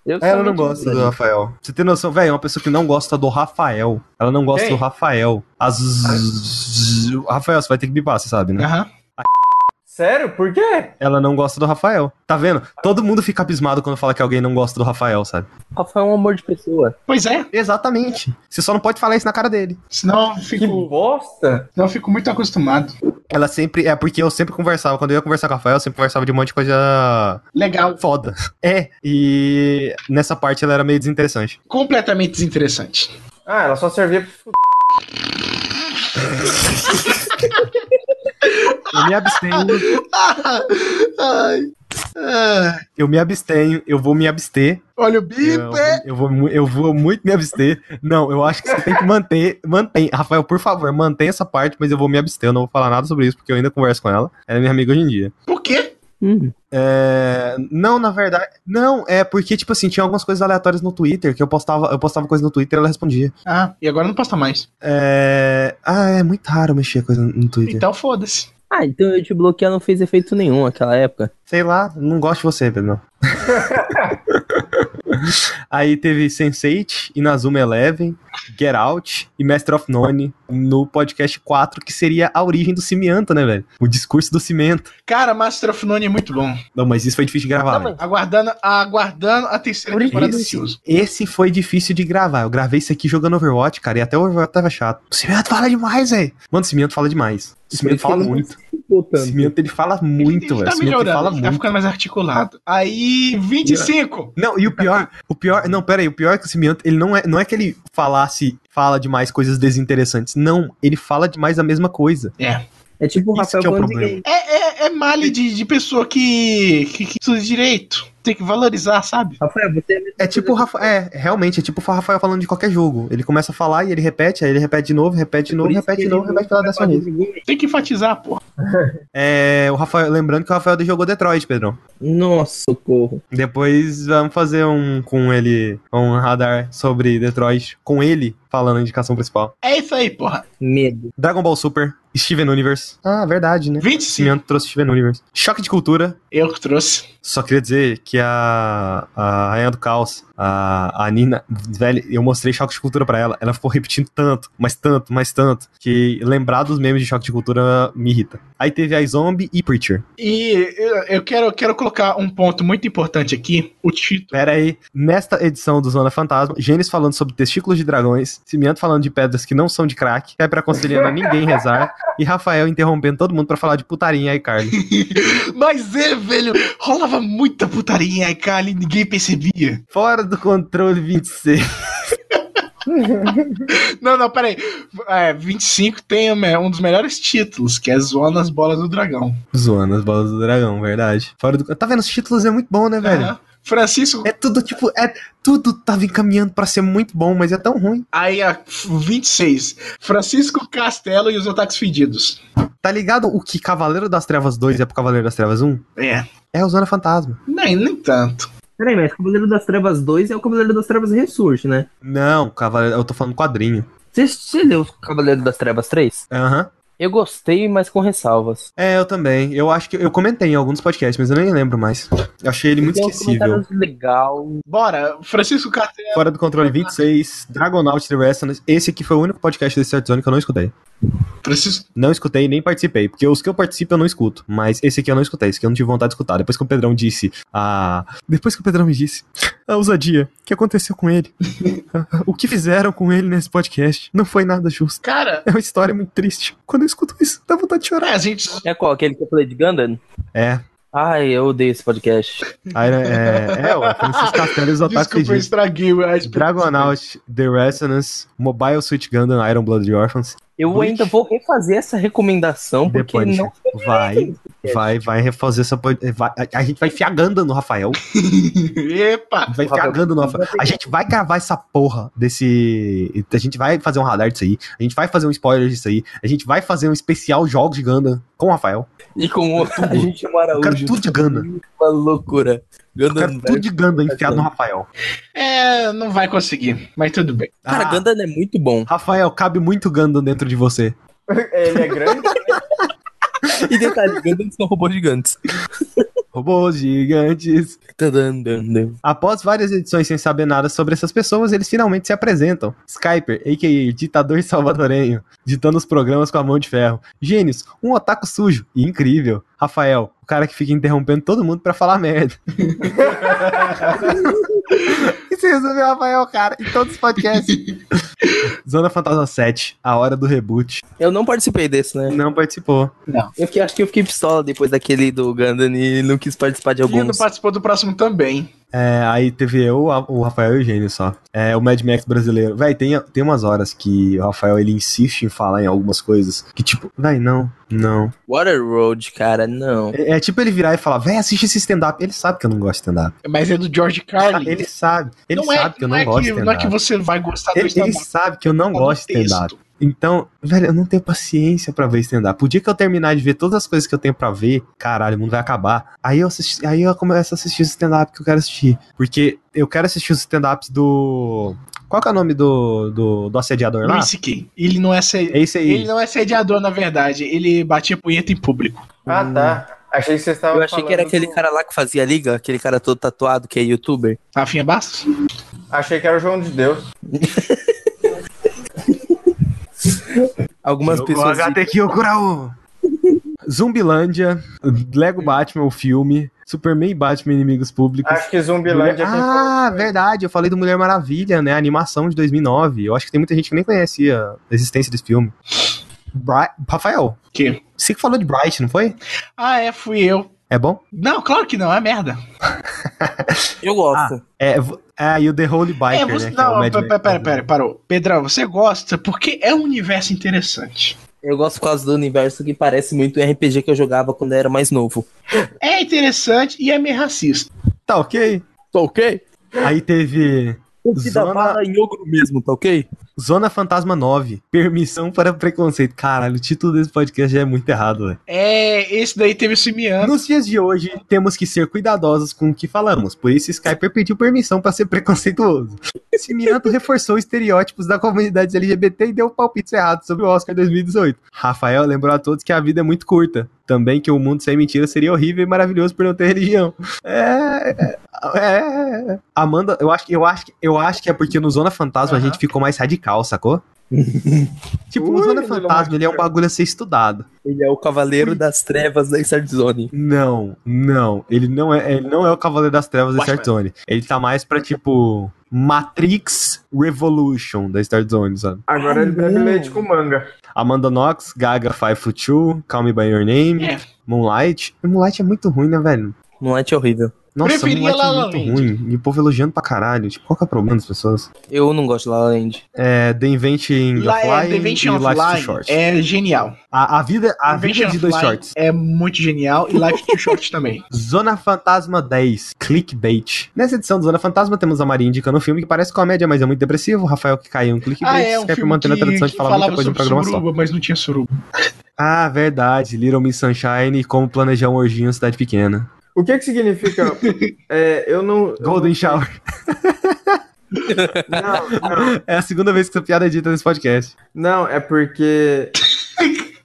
[SPEAKER 4] eu
[SPEAKER 2] Ah,
[SPEAKER 4] sou
[SPEAKER 2] Ela não
[SPEAKER 4] muito
[SPEAKER 2] gosta
[SPEAKER 4] grande.
[SPEAKER 2] do Rafael. Pra Você tem noção, velho? Uma pessoa que não gosta do Rafael. Ela não gosta
[SPEAKER 1] Quem?
[SPEAKER 2] do Rafael. As... Rafael, você vai ter que bipar, você sabe, né?
[SPEAKER 3] Aham.
[SPEAKER 1] Sério? Por quê?
[SPEAKER 2] Ela não gosta do Rafael. Tá vendo? Todo mundo fica abismado quando fala que alguém não gosta do Rafael, sabe?
[SPEAKER 4] Rafael é um amor de pessoa.
[SPEAKER 3] Pois é,
[SPEAKER 2] Exatamente. Você só não pode falar isso na cara dele.
[SPEAKER 3] senão eu
[SPEAKER 1] Que
[SPEAKER 3] fico,
[SPEAKER 1] bosta!
[SPEAKER 3] senão eu fico muito acostumado.
[SPEAKER 2] Ela sempre. É porque eu sempre conversava. Quando eu ia conversar com o Rafael, eu sempre conversava de um monte de coisa
[SPEAKER 3] Legal,
[SPEAKER 2] foda. É. E nessa parte ela era meio desinteressante.
[SPEAKER 3] completamente desinteressante.
[SPEAKER 1] Ah, ela só servia pra fuder.
[SPEAKER 2] Eu me abstenho.
[SPEAKER 3] Ai. Ah.
[SPEAKER 2] Eu me abstenho. Eu vou me abster.
[SPEAKER 3] Olha o
[SPEAKER 2] Eu,
[SPEAKER 3] Bipe.
[SPEAKER 2] eu vou, mu- eu vou muito me abster. Não, eu acho que você tem que manter. Mantém. Rafael, por favor, mantém essa parte, mas eu vou me abster. Eu não vou falar nada sobre isso, porque eu ainda converso com ela. Ela é minha amiga hoje em dia.
[SPEAKER 3] Por quê?
[SPEAKER 4] Hum.
[SPEAKER 2] É, não, na verdade. Não, é porque, tipo assim, tinha algumas coisas aleatórias no Twitter que eu postava, eu postava coisa no Twitter e ela respondia.
[SPEAKER 3] Ah, e agora não posta mais.
[SPEAKER 2] É, ah, é muito raro mexer coisa no Twitter.
[SPEAKER 3] Então foda-se.
[SPEAKER 4] Ah, então eu te bloquear não fez efeito nenhum naquela época.
[SPEAKER 2] Sei lá, não gosto de você, Pedro. Aí teve Sense8, Inazuma Eleven, Get Out e Master of None no podcast 4, que seria a origem do cimento, né, velho? O discurso do cimento.
[SPEAKER 3] Cara, Master of None é muito bom.
[SPEAKER 2] Não, mas isso foi difícil de gravar,
[SPEAKER 4] Não,
[SPEAKER 2] velho.
[SPEAKER 3] Aguardando, aguardando a terceira
[SPEAKER 4] Por
[SPEAKER 3] temporada
[SPEAKER 2] isso.
[SPEAKER 3] ansioso.
[SPEAKER 2] Esse foi difícil de gravar. Eu gravei isso aqui jogando Overwatch, cara, e até o Overwatch tava chato. O cimento fala demais, velho. Mano, o cimento fala demais. O cimento fala muito.
[SPEAKER 4] tipo,
[SPEAKER 2] O cimento, ele fala muito,
[SPEAKER 3] ele
[SPEAKER 2] velho.
[SPEAKER 3] tá
[SPEAKER 2] O cimento, ele
[SPEAKER 3] melhorando,
[SPEAKER 2] fala
[SPEAKER 3] ele tá
[SPEAKER 2] muito.
[SPEAKER 3] ficando mais articulado. Aí, 25.
[SPEAKER 2] Não, e o pior, o pior, não, pera aí, o pior é que o Simeonto, ele não é, não é que ele falasse, fala demais coisas desinteressantes, não, ele fala demais a mesma coisa.
[SPEAKER 3] É.
[SPEAKER 4] É tipo o
[SPEAKER 2] Isso
[SPEAKER 4] Rafael
[SPEAKER 2] que é o
[SPEAKER 4] Gomes
[SPEAKER 2] problema.
[SPEAKER 4] gay.
[SPEAKER 3] É, é, é male de, de pessoa que, que, que estuda direito. Tem que valorizar, sabe?
[SPEAKER 4] Rafael, você é a mesma
[SPEAKER 2] É tipo o
[SPEAKER 4] coisa.
[SPEAKER 2] Rafael, é, realmente, é tipo o Rafael falando de qualquer jogo, ele começa a falar e ele repete, aí ele repete de novo, repete de
[SPEAKER 4] Por
[SPEAKER 2] novo,
[SPEAKER 4] isso
[SPEAKER 2] repete
[SPEAKER 4] que
[SPEAKER 2] de
[SPEAKER 4] ele
[SPEAKER 2] novo,
[SPEAKER 4] não
[SPEAKER 2] repete pela décima vez.
[SPEAKER 3] Tem que enfatizar, pô.
[SPEAKER 2] É, o Rafael, lembrando que o Rafael jogou Detroit, Pedrão.
[SPEAKER 4] Nossa, socorro.
[SPEAKER 2] Depois vamos fazer um com ele, um radar sobre Detroit, com ele falando a indicação principal.
[SPEAKER 3] É isso aí, porra.
[SPEAKER 4] Medo.
[SPEAKER 2] Dragon Ball Super, Steven Universe. Ah, verdade, né?
[SPEAKER 3] 25.
[SPEAKER 2] Cimento trouxe Steven Universe. Choque de cultura,
[SPEAKER 3] Eu que trouxe.
[SPEAKER 2] Só queria dizer que a, a Rainha do Caos, a, a Nina, velho, eu mostrei choque de cultura pra ela. Ela ficou repetindo tanto, mas tanto, mas tanto, que lembrar dos memes de choque de cultura me irrita. Aí teve a Zombie e Preacher.
[SPEAKER 3] E eu, eu quero, eu quero colocar um ponto muito importante aqui. O título.
[SPEAKER 2] Pera aí, nesta edição do Zona Fantasma, Gênesis falando sobre testículos de dragões, Cimianto falando de pedras que não são de crack, Cai pra aconselhando a ninguém rezar, e Rafael interrompendo todo mundo pra falar de putarinha aí, Carly.
[SPEAKER 3] Mas é, velho. Rolava muita putaria aí, cara. E ninguém percebia.
[SPEAKER 2] Fora do controle 26.
[SPEAKER 3] Não, não, peraí. É, 25 tem um, é, um dos melhores títulos, que é Zona as Bolas do Dragão.
[SPEAKER 2] Zoando as bolas do dragão, verdade. Fora do. Tá vendo? Os títulos é muito bom, né, velho?
[SPEAKER 3] Aham. Francisco,
[SPEAKER 2] É tudo, tipo, é tudo tava encaminhando pra ser muito bom, mas é tão ruim.
[SPEAKER 3] aí a 26. Francisco Castelo e os Ataques Fedidos.
[SPEAKER 2] Tá ligado o que Cavaleiro das Trevas 2 é pro Cavaleiro das Trevas 1?
[SPEAKER 3] É.
[SPEAKER 2] É o Zona Fantasma.
[SPEAKER 3] Nem, nem tanto.
[SPEAKER 4] Peraí, mas Cavaleiro das Trevas 2 é o Cavaleiro das Trevas Ressurge, né?
[SPEAKER 2] Não, Cavaleiro, eu tô falando quadrinho.
[SPEAKER 4] Você, você leu Cavaleiro das Trevas 3?
[SPEAKER 2] Aham.
[SPEAKER 4] Eu gostei, mas com ressalvas.
[SPEAKER 2] É, eu também. Eu acho que eu comentei em alguns podcasts, mas eu nem lembro mais. Eu achei ele É muito
[SPEAKER 4] Tem um
[SPEAKER 2] esquecível.
[SPEAKER 4] comentário legal.
[SPEAKER 3] Bora, Francisco Carter.
[SPEAKER 2] Fora do controle 26, Dragonaut The Restless. Esse aqui foi o único podcast desse Certo Zone que eu não escutei.
[SPEAKER 3] Francisco,
[SPEAKER 2] Não escutei e nem participei, porque os que eu participo eu não escuto. Mas esse aqui eu não escutei, esse aqui eu não tive vontade de escutar. Depois que o Pedrão disse a. Depois que o Pedrão me disse a ousadia, o que aconteceu com ele? o que fizeram com ele nesse podcast? Não foi nada justo.
[SPEAKER 3] cara,
[SPEAKER 2] É uma história muito triste. Quando eu escuto isso, dá vontade de chorar.
[SPEAKER 3] é, a gente.
[SPEAKER 4] É qual? Aquele que eu falei de Gundam?
[SPEAKER 2] É,
[SPEAKER 4] Ai, eu odeio esse podcast.
[SPEAKER 2] aí, é, é, ué, Francisco Castells Otaku
[SPEAKER 3] Desculpa, eu
[SPEAKER 2] Fiji.
[SPEAKER 3] estraguei a
[SPEAKER 2] Dragonaut, The Resonance, Mobile Suit Gundam, Iron Blood Orphans.
[SPEAKER 4] Eu
[SPEAKER 2] Bleach.
[SPEAKER 4] ainda vou refazer essa recomendação,
[SPEAKER 2] The
[SPEAKER 4] porque
[SPEAKER 2] Punisher.
[SPEAKER 4] não.
[SPEAKER 2] Vai, vai, vai refazer essa. pod- vai- a, a gente vai enfiar Gundam no Rafael.
[SPEAKER 3] Epa!
[SPEAKER 2] Vai enfiar
[SPEAKER 4] Rafael,
[SPEAKER 2] Gundam no Rafael. A gente vai gravar essa porra desse. A gente vai fazer um radar disso aí. A gente vai fazer um spoiler disso aí. A gente vai fazer um especial jogos de Gundam com o Rafael.
[SPEAKER 4] E com o... a gente no
[SPEAKER 2] Eu quero
[SPEAKER 4] Araújo.
[SPEAKER 2] tudo de Gundam.
[SPEAKER 4] Uma loucura.
[SPEAKER 2] Eu quero
[SPEAKER 4] Gundam
[SPEAKER 2] tudo de Gundam enfiado no Rafael.
[SPEAKER 3] É, não vai conseguir, mas tudo bem.
[SPEAKER 4] Cara,
[SPEAKER 2] Ah,
[SPEAKER 4] Gundam é muito bom.
[SPEAKER 2] Rafael, cabe muito Gundam dentro de você.
[SPEAKER 1] Ele é grande?
[SPEAKER 4] E detalhe, Gundam são robôs gigantes.
[SPEAKER 2] Robôs gigantes.
[SPEAKER 4] Tadam, dam, dam.
[SPEAKER 2] Após várias edições sem saber nada sobre essas pessoas, eles finalmente se apresentam. Skyper, a.k.a. ditador salvadorenho, ditando os programas com a mão de ferro. Gênios, um otaku sujo e incrível. Rafael, o cara que fica interrompendo todo mundo pra falar merda. e você resumiu o Rafael, cara, em todos os podcasts. Zona Fantasma 7, a hora do reboot.
[SPEAKER 4] Eu não participei desse, né?
[SPEAKER 2] Não participou.
[SPEAKER 4] Eu fiquei- acho que eu fiquei pistola depois daquele do Gundam e não quis participar de
[SPEAKER 3] E não
[SPEAKER 4] alguns.
[SPEAKER 3] participou do próximo também.
[SPEAKER 2] É, aí teve eu, a- o Rafael e o Gênio só. É, o Mad Max brasileiro. Véi, tem, tem umas horas que o Rafael ele insiste em falar em algumas coisas que, tipo, véi, não, não.
[SPEAKER 4] Water Road, cara, não.
[SPEAKER 2] É, é tipo ele virar e falar, véi, assiste esse stand-up. Ele sabe que eu não gosto de stand-up.
[SPEAKER 3] Mas é do George Carlin.
[SPEAKER 2] Ah, Ele sabe. Ele sabe que eu não,
[SPEAKER 3] é
[SPEAKER 2] gosto
[SPEAKER 3] que,
[SPEAKER 2] de
[SPEAKER 3] não é que
[SPEAKER 2] stand-up.
[SPEAKER 3] você vai gostar do
[SPEAKER 2] Ele, ele
[SPEAKER 3] stand-up.
[SPEAKER 2] sabe que eu não
[SPEAKER 3] tá no
[SPEAKER 2] gosto de stand-up.
[SPEAKER 3] texto.
[SPEAKER 2] Então, velho, eu não tenho paciência pra ver stand-up. O dia que eu terminar de ver todas as coisas que eu tenho pra ver, caralho, o mundo vai acabar. Aí eu, assisti- aí eu começo a assistir os stand-up que eu quero assistir. Porque eu quero assistir os stand-ups do. Qual que é o nome do, do, do assediador lá?
[SPEAKER 3] Louis C.K. Ele não é se-
[SPEAKER 2] É isso aí.
[SPEAKER 3] Ele não é sediador, na verdade. Ele batia punheta em público.
[SPEAKER 1] Ah, tá. Achei que você estava
[SPEAKER 4] Eu achei que era
[SPEAKER 1] falando
[SPEAKER 4] aquele
[SPEAKER 1] do-
[SPEAKER 4] cara lá que fazia liga, aquele cara todo tatuado que é youtuber.
[SPEAKER 3] Rafinha Bastos?
[SPEAKER 1] Achei que era o João de Deus.
[SPEAKER 4] Algumas pessoas.
[SPEAKER 2] HTQ,
[SPEAKER 3] assim.
[SPEAKER 2] Kurau! Zumbilândia, Lego Batman, o filme, Superman e Batman Inimigos Públicos.
[SPEAKER 1] Acho que Zumbilândia tem
[SPEAKER 2] Ah, verdade, eu falei do Mulher Maravilha, né? A animação de 2009. Eu acho que tem muita gente que nem conhecia a existência desse filme. Bri- Rafael,
[SPEAKER 3] Que?
[SPEAKER 2] você que falou de Bright, não foi?
[SPEAKER 3] Ah, é, fui eu.
[SPEAKER 2] É bom?
[SPEAKER 3] Não, claro que não, é merda.
[SPEAKER 4] Eu gosto.
[SPEAKER 2] É, v- é e o The Holy Biker,
[SPEAKER 3] é, você,
[SPEAKER 2] né? que é o
[SPEAKER 3] não,
[SPEAKER 2] Mad
[SPEAKER 3] pera,
[SPEAKER 2] Max.
[SPEAKER 3] pera, pera, pera, parou. Pedrão, você gosta porque é um universo interessante.
[SPEAKER 4] Eu gosto por causa do universo que parece muito o RPG que eu jogava quando eu era mais novo.
[SPEAKER 3] É interessante e é meio racista.
[SPEAKER 2] Tá ok.
[SPEAKER 4] Tá ok?
[SPEAKER 2] Aí teve Zona-
[SPEAKER 4] Zona... bala em ogro mesmo, tá ok?
[SPEAKER 2] Zona Fantasma 9, Permissão para Preconceito. Caralho, o título desse podcast já é muito errado, velho.
[SPEAKER 3] É, esse daí teve o Simiano.
[SPEAKER 2] Nos dias de hoje, temos que ser cuidadosos com o que falamos, por isso Skyper pediu permissão para ser preconceituoso. Simianto reforçou estereótipos da comunidade LGBT e deu palpites errados sobre o Oscar 2018. Rafael lembrou a todos que a vida é muito curta. Também que o mundo sem mentira seria horrível e maravilhoso por não ter religião. É. É. Amanda, eu acho, que- eu acho, que- eu acho que é porque no Zona Fantasma a
[SPEAKER 3] Aham.
[SPEAKER 2] gente ficou mais radical, sacou? tipo,
[SPEAKER 1] Ui,
[SPEAKER 2] o Zona
[SPEAKER 1] Lilo
[SPEAKER 2] Fantasma ele é um bagulho a ser estudado.
[SPEAKER 4] Ele é o Cavaleiro das Trevas da Insert Zone.
[SPEAKER 2] Não, não. Ele não é, ele não é o Cavaleiro das Trevas da
[SPEAKER 3] Watchmen.
[SPEAKER 2] Star Zone. Ele tá mais pra, tipo, Matrix Revolution da Star Zone, sabe?
[SPEAKER 1] Agora ele bebe leite com manga.
[SPEAKER 2] Amanda Knox, Gaga, Five Foot Two, Call Me By Your Name,
[SPEAKER 3] É.
[SPEAKER 2] Moonlight. Moonlight é muito ruim, né, velho?
[SPEAKER 4] Não é horrível.
[SPEAKER 2] Nossa,
[SPEAKER 3] Preferia
[SPEAKER 2] Moonlight
[SPEAKER 3] La
[SPEAKER 2] é
[SPEAKER 3] La
[SPEAKER 2] muito
[SPEAKER 3] Land.
[SPEAKER 2] ruim. E o povo elogiando pra caralho. Tipo, qual que é o problema das pessoas?
[SPEAKER 4] Eu não gosto de La La Land.
[SPEAKER 2] É The Inventing
[SPEAKER 3] Lá
[SPEAKER 2] of
[SPEAKER 3] é
[SPEAKER 2] Lying
[SPEAKER 3] The Invention
[SPEAKER 2] e
[SPEAKER 3] of
[SPEAKER 2] Life is Too
[SPEAKER 3] Lying
[SPEAKER 2] Short. Ah,
[SPEAKER 3] é genial.
[SPEAKER 2] A, a vida, a vida
[SPEAKER 3] Invention
[SPEAKER 2] de
[SPEAKER 3] of
[SPEAKER 2] dois
[SPEAKER 3] Lying
[SPEAKER 2] shorts.
[SPEAKER 3] É muito genial e Life Too Short também.
[SPEAKER 2] Zona Fantasma 10, clickbait. Nessa edição do Zona Fantasma, temos a Maria indicando um filme que parece comédia, mas é muito depressivo. O Rafael que caiu em clickbait.
[SPEAKER 3] Ah, é um
[SPEAKER 2] Skype
[SPEAKER 3] filme que,
[SPEAKER 2] mantendo a tradição de
[SPEAKER 3] que
[SPEAKER 2] falar muita
[SPEAKER 3] falava
[SPEAKER 2] coisa em
[SPEAKER 3] sobre
[SPEAKER 2] programa só.
[SPEAKER 3] suruba, mas não tinha suruba.
[SPEAKER 2] Ah, verdade. Little Miss Sunshine e como planejar um orginho em cidade pequena.
[SPEAKER 1] O que que significa? É, eu não. eu
[SPEAKER 2] Golden
[SPEAKER 1] não-
[SPEAKER 2] Shower.
[SPEAKER 1] Não, não.
[SPEAKER 2] É a segunda vez que essa piada é dita nesse podcast.
[SPEAKER 1] Não, é porque.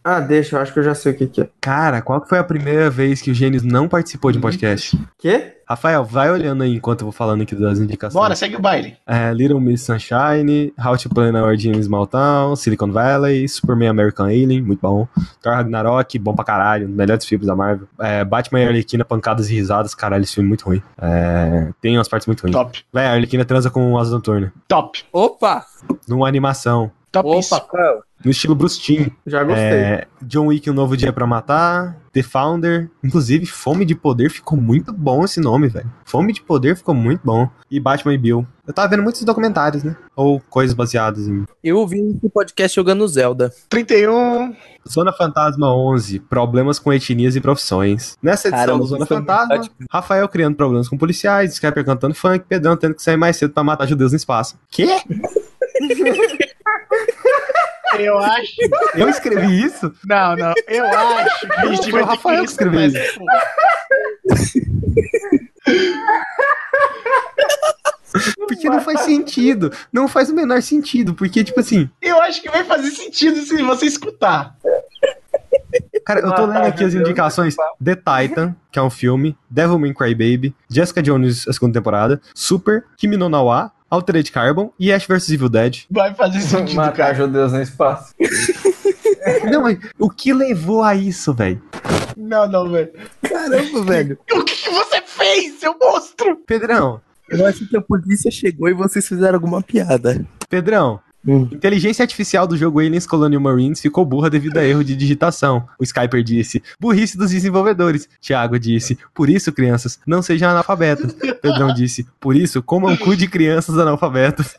[SPEAKER 1] Ah, deixa, eu acho que eu já sei o que que é.
[SPEAKER 2] Cara, qual que foi a primeira vez que o Gênesis não participou
[SPEAKER 3] Uhum.
[SPEAKER 2] de um podcast?
[SPEAKER 1] Quê?
[SPEAKER 2] Rafael, vai olhando aí enquanto eu vou falando aqui das indicações.
[SPEAKER 3] Bora, segue o baile.
[SPEAKER 2] É, Little Miss Sunshine, How to Plan Our Dream in Small Town, Silicon Valley, Superman American Alien, muito bom. Thor Ragnarok, bom pra caralho, um dos melhores filmes da Marvel. É, Batman e Arlequina, pancadas e risadas, caralho, esse filme é muito ruim. É, tem umas partes muito ruins.
[SPEAKER 3] Top,
[SPEAKER 2] Véi, a Arlequina transa com o Asa Noturna,
[SPEAKER 3] top,
[SPEAKER 5] Opa!
[SPEAKER 2] numa animação,
[SPEAKER 3] top.
[SPEAKER 5] Opa, Cléo.
[SPEAKER 2] no estilo Bruce Timm.
[SPEAKER 1] Já gostei.
[SPEAKER 2] É, John Wick, Um Novo Dia Pra Matar, The Founder. Inclusive, Fome de Poder ficou muito bom esse nome, velho. Fome de Poder ficou muito bom. E Batman e Bill. Eu tava vendo muitos documentários, né? Ou coisas baseadas em...
[SPEAKER 5] Eu ouvi esse podcast jogando Zelda.
[SPEAKER 3] 31.
[SPEAKER 2] Zona Fantasma 11, Problemas com Etnias e Profissões. Nessa edição
[SPEAKER 5] Caramba,
[SPEAKER 2] do Zona
[SPEAKER 5] isso é
[SPEAKER 2] Fantasma,
[SPEAKER 5] verdade.
[SPEAKER 2] Rafael criando problemas com policiais, Skyper cantando funk, Pedrão tendo que sair mais cedo pra matar judeus no espaço. Quê?
[SPEAKER 3] Eu acho.
[SPEAKER 2] Eu escrevi isso?
[SPEAKER 3] Não, não. Eu acho que a gente
[SPEAKER 2] Foi o
[SPEAKER 3] vai ter
[SPEAKER 2] Rafael
[SPEAKER 3] que
[SPEAKER 2] que escreveu
[SPEAKER 3] escrever essa porra.
[SPEAKER 2] Porque não faz sentido. Não faz o menor sentido. Porque, tipo assim,
[SPEAKER 3] Eu acho que vai fazer sentido se você escutar.
[SPEAKER 2] Cara, eu tô
[SPEAKER 1] Ah,
[SPEAKER 2] lendo aqui
[SPEAKER 1] meu
[SPEAKER 2] as
[SPEAKER 1] Deus,
[SPEAKER 2] indicações. The Titan, que é um filme, Devilman Crybaby, Jessica Jones, a segunda temporada, Super, Kimi no Nawa, Altered Carbon e Ash vs Evil Dead.
[SPEAKER 3] Vai fazer sentido,
[SPEAKER 1] Matar
[SPEAKER 3] cara.
[SPEAKER 1] judeus no espaço.
[SPEAKER 2] Não, mas o que levou a isso, velho?
[SPEAKER 3] Não, não, velho.
[SPEAKER 5] Caramba, velho.
[SPEAKER 3] O que, que você fez, seu monstro?
[SPEAKER 2] Pedrão,
[SPEAKER 5] Eu acho que a polícia chegou e vocês fizeram alguma piada.
[SPEAKER 2] Pedrão.
[SPEAKER 5] Hum.
[SPEAKER 2] Inteligência artificial do jogo Aliens Colonial Marines ficou burra devido a erro de digitação. O Skyper disse. Burrice dos desenvolvedores. Thiago disse. Por isso, crianças, não sejam analfabetas. Pedrão disse. Por isso, comam cu de crianças analfabetas.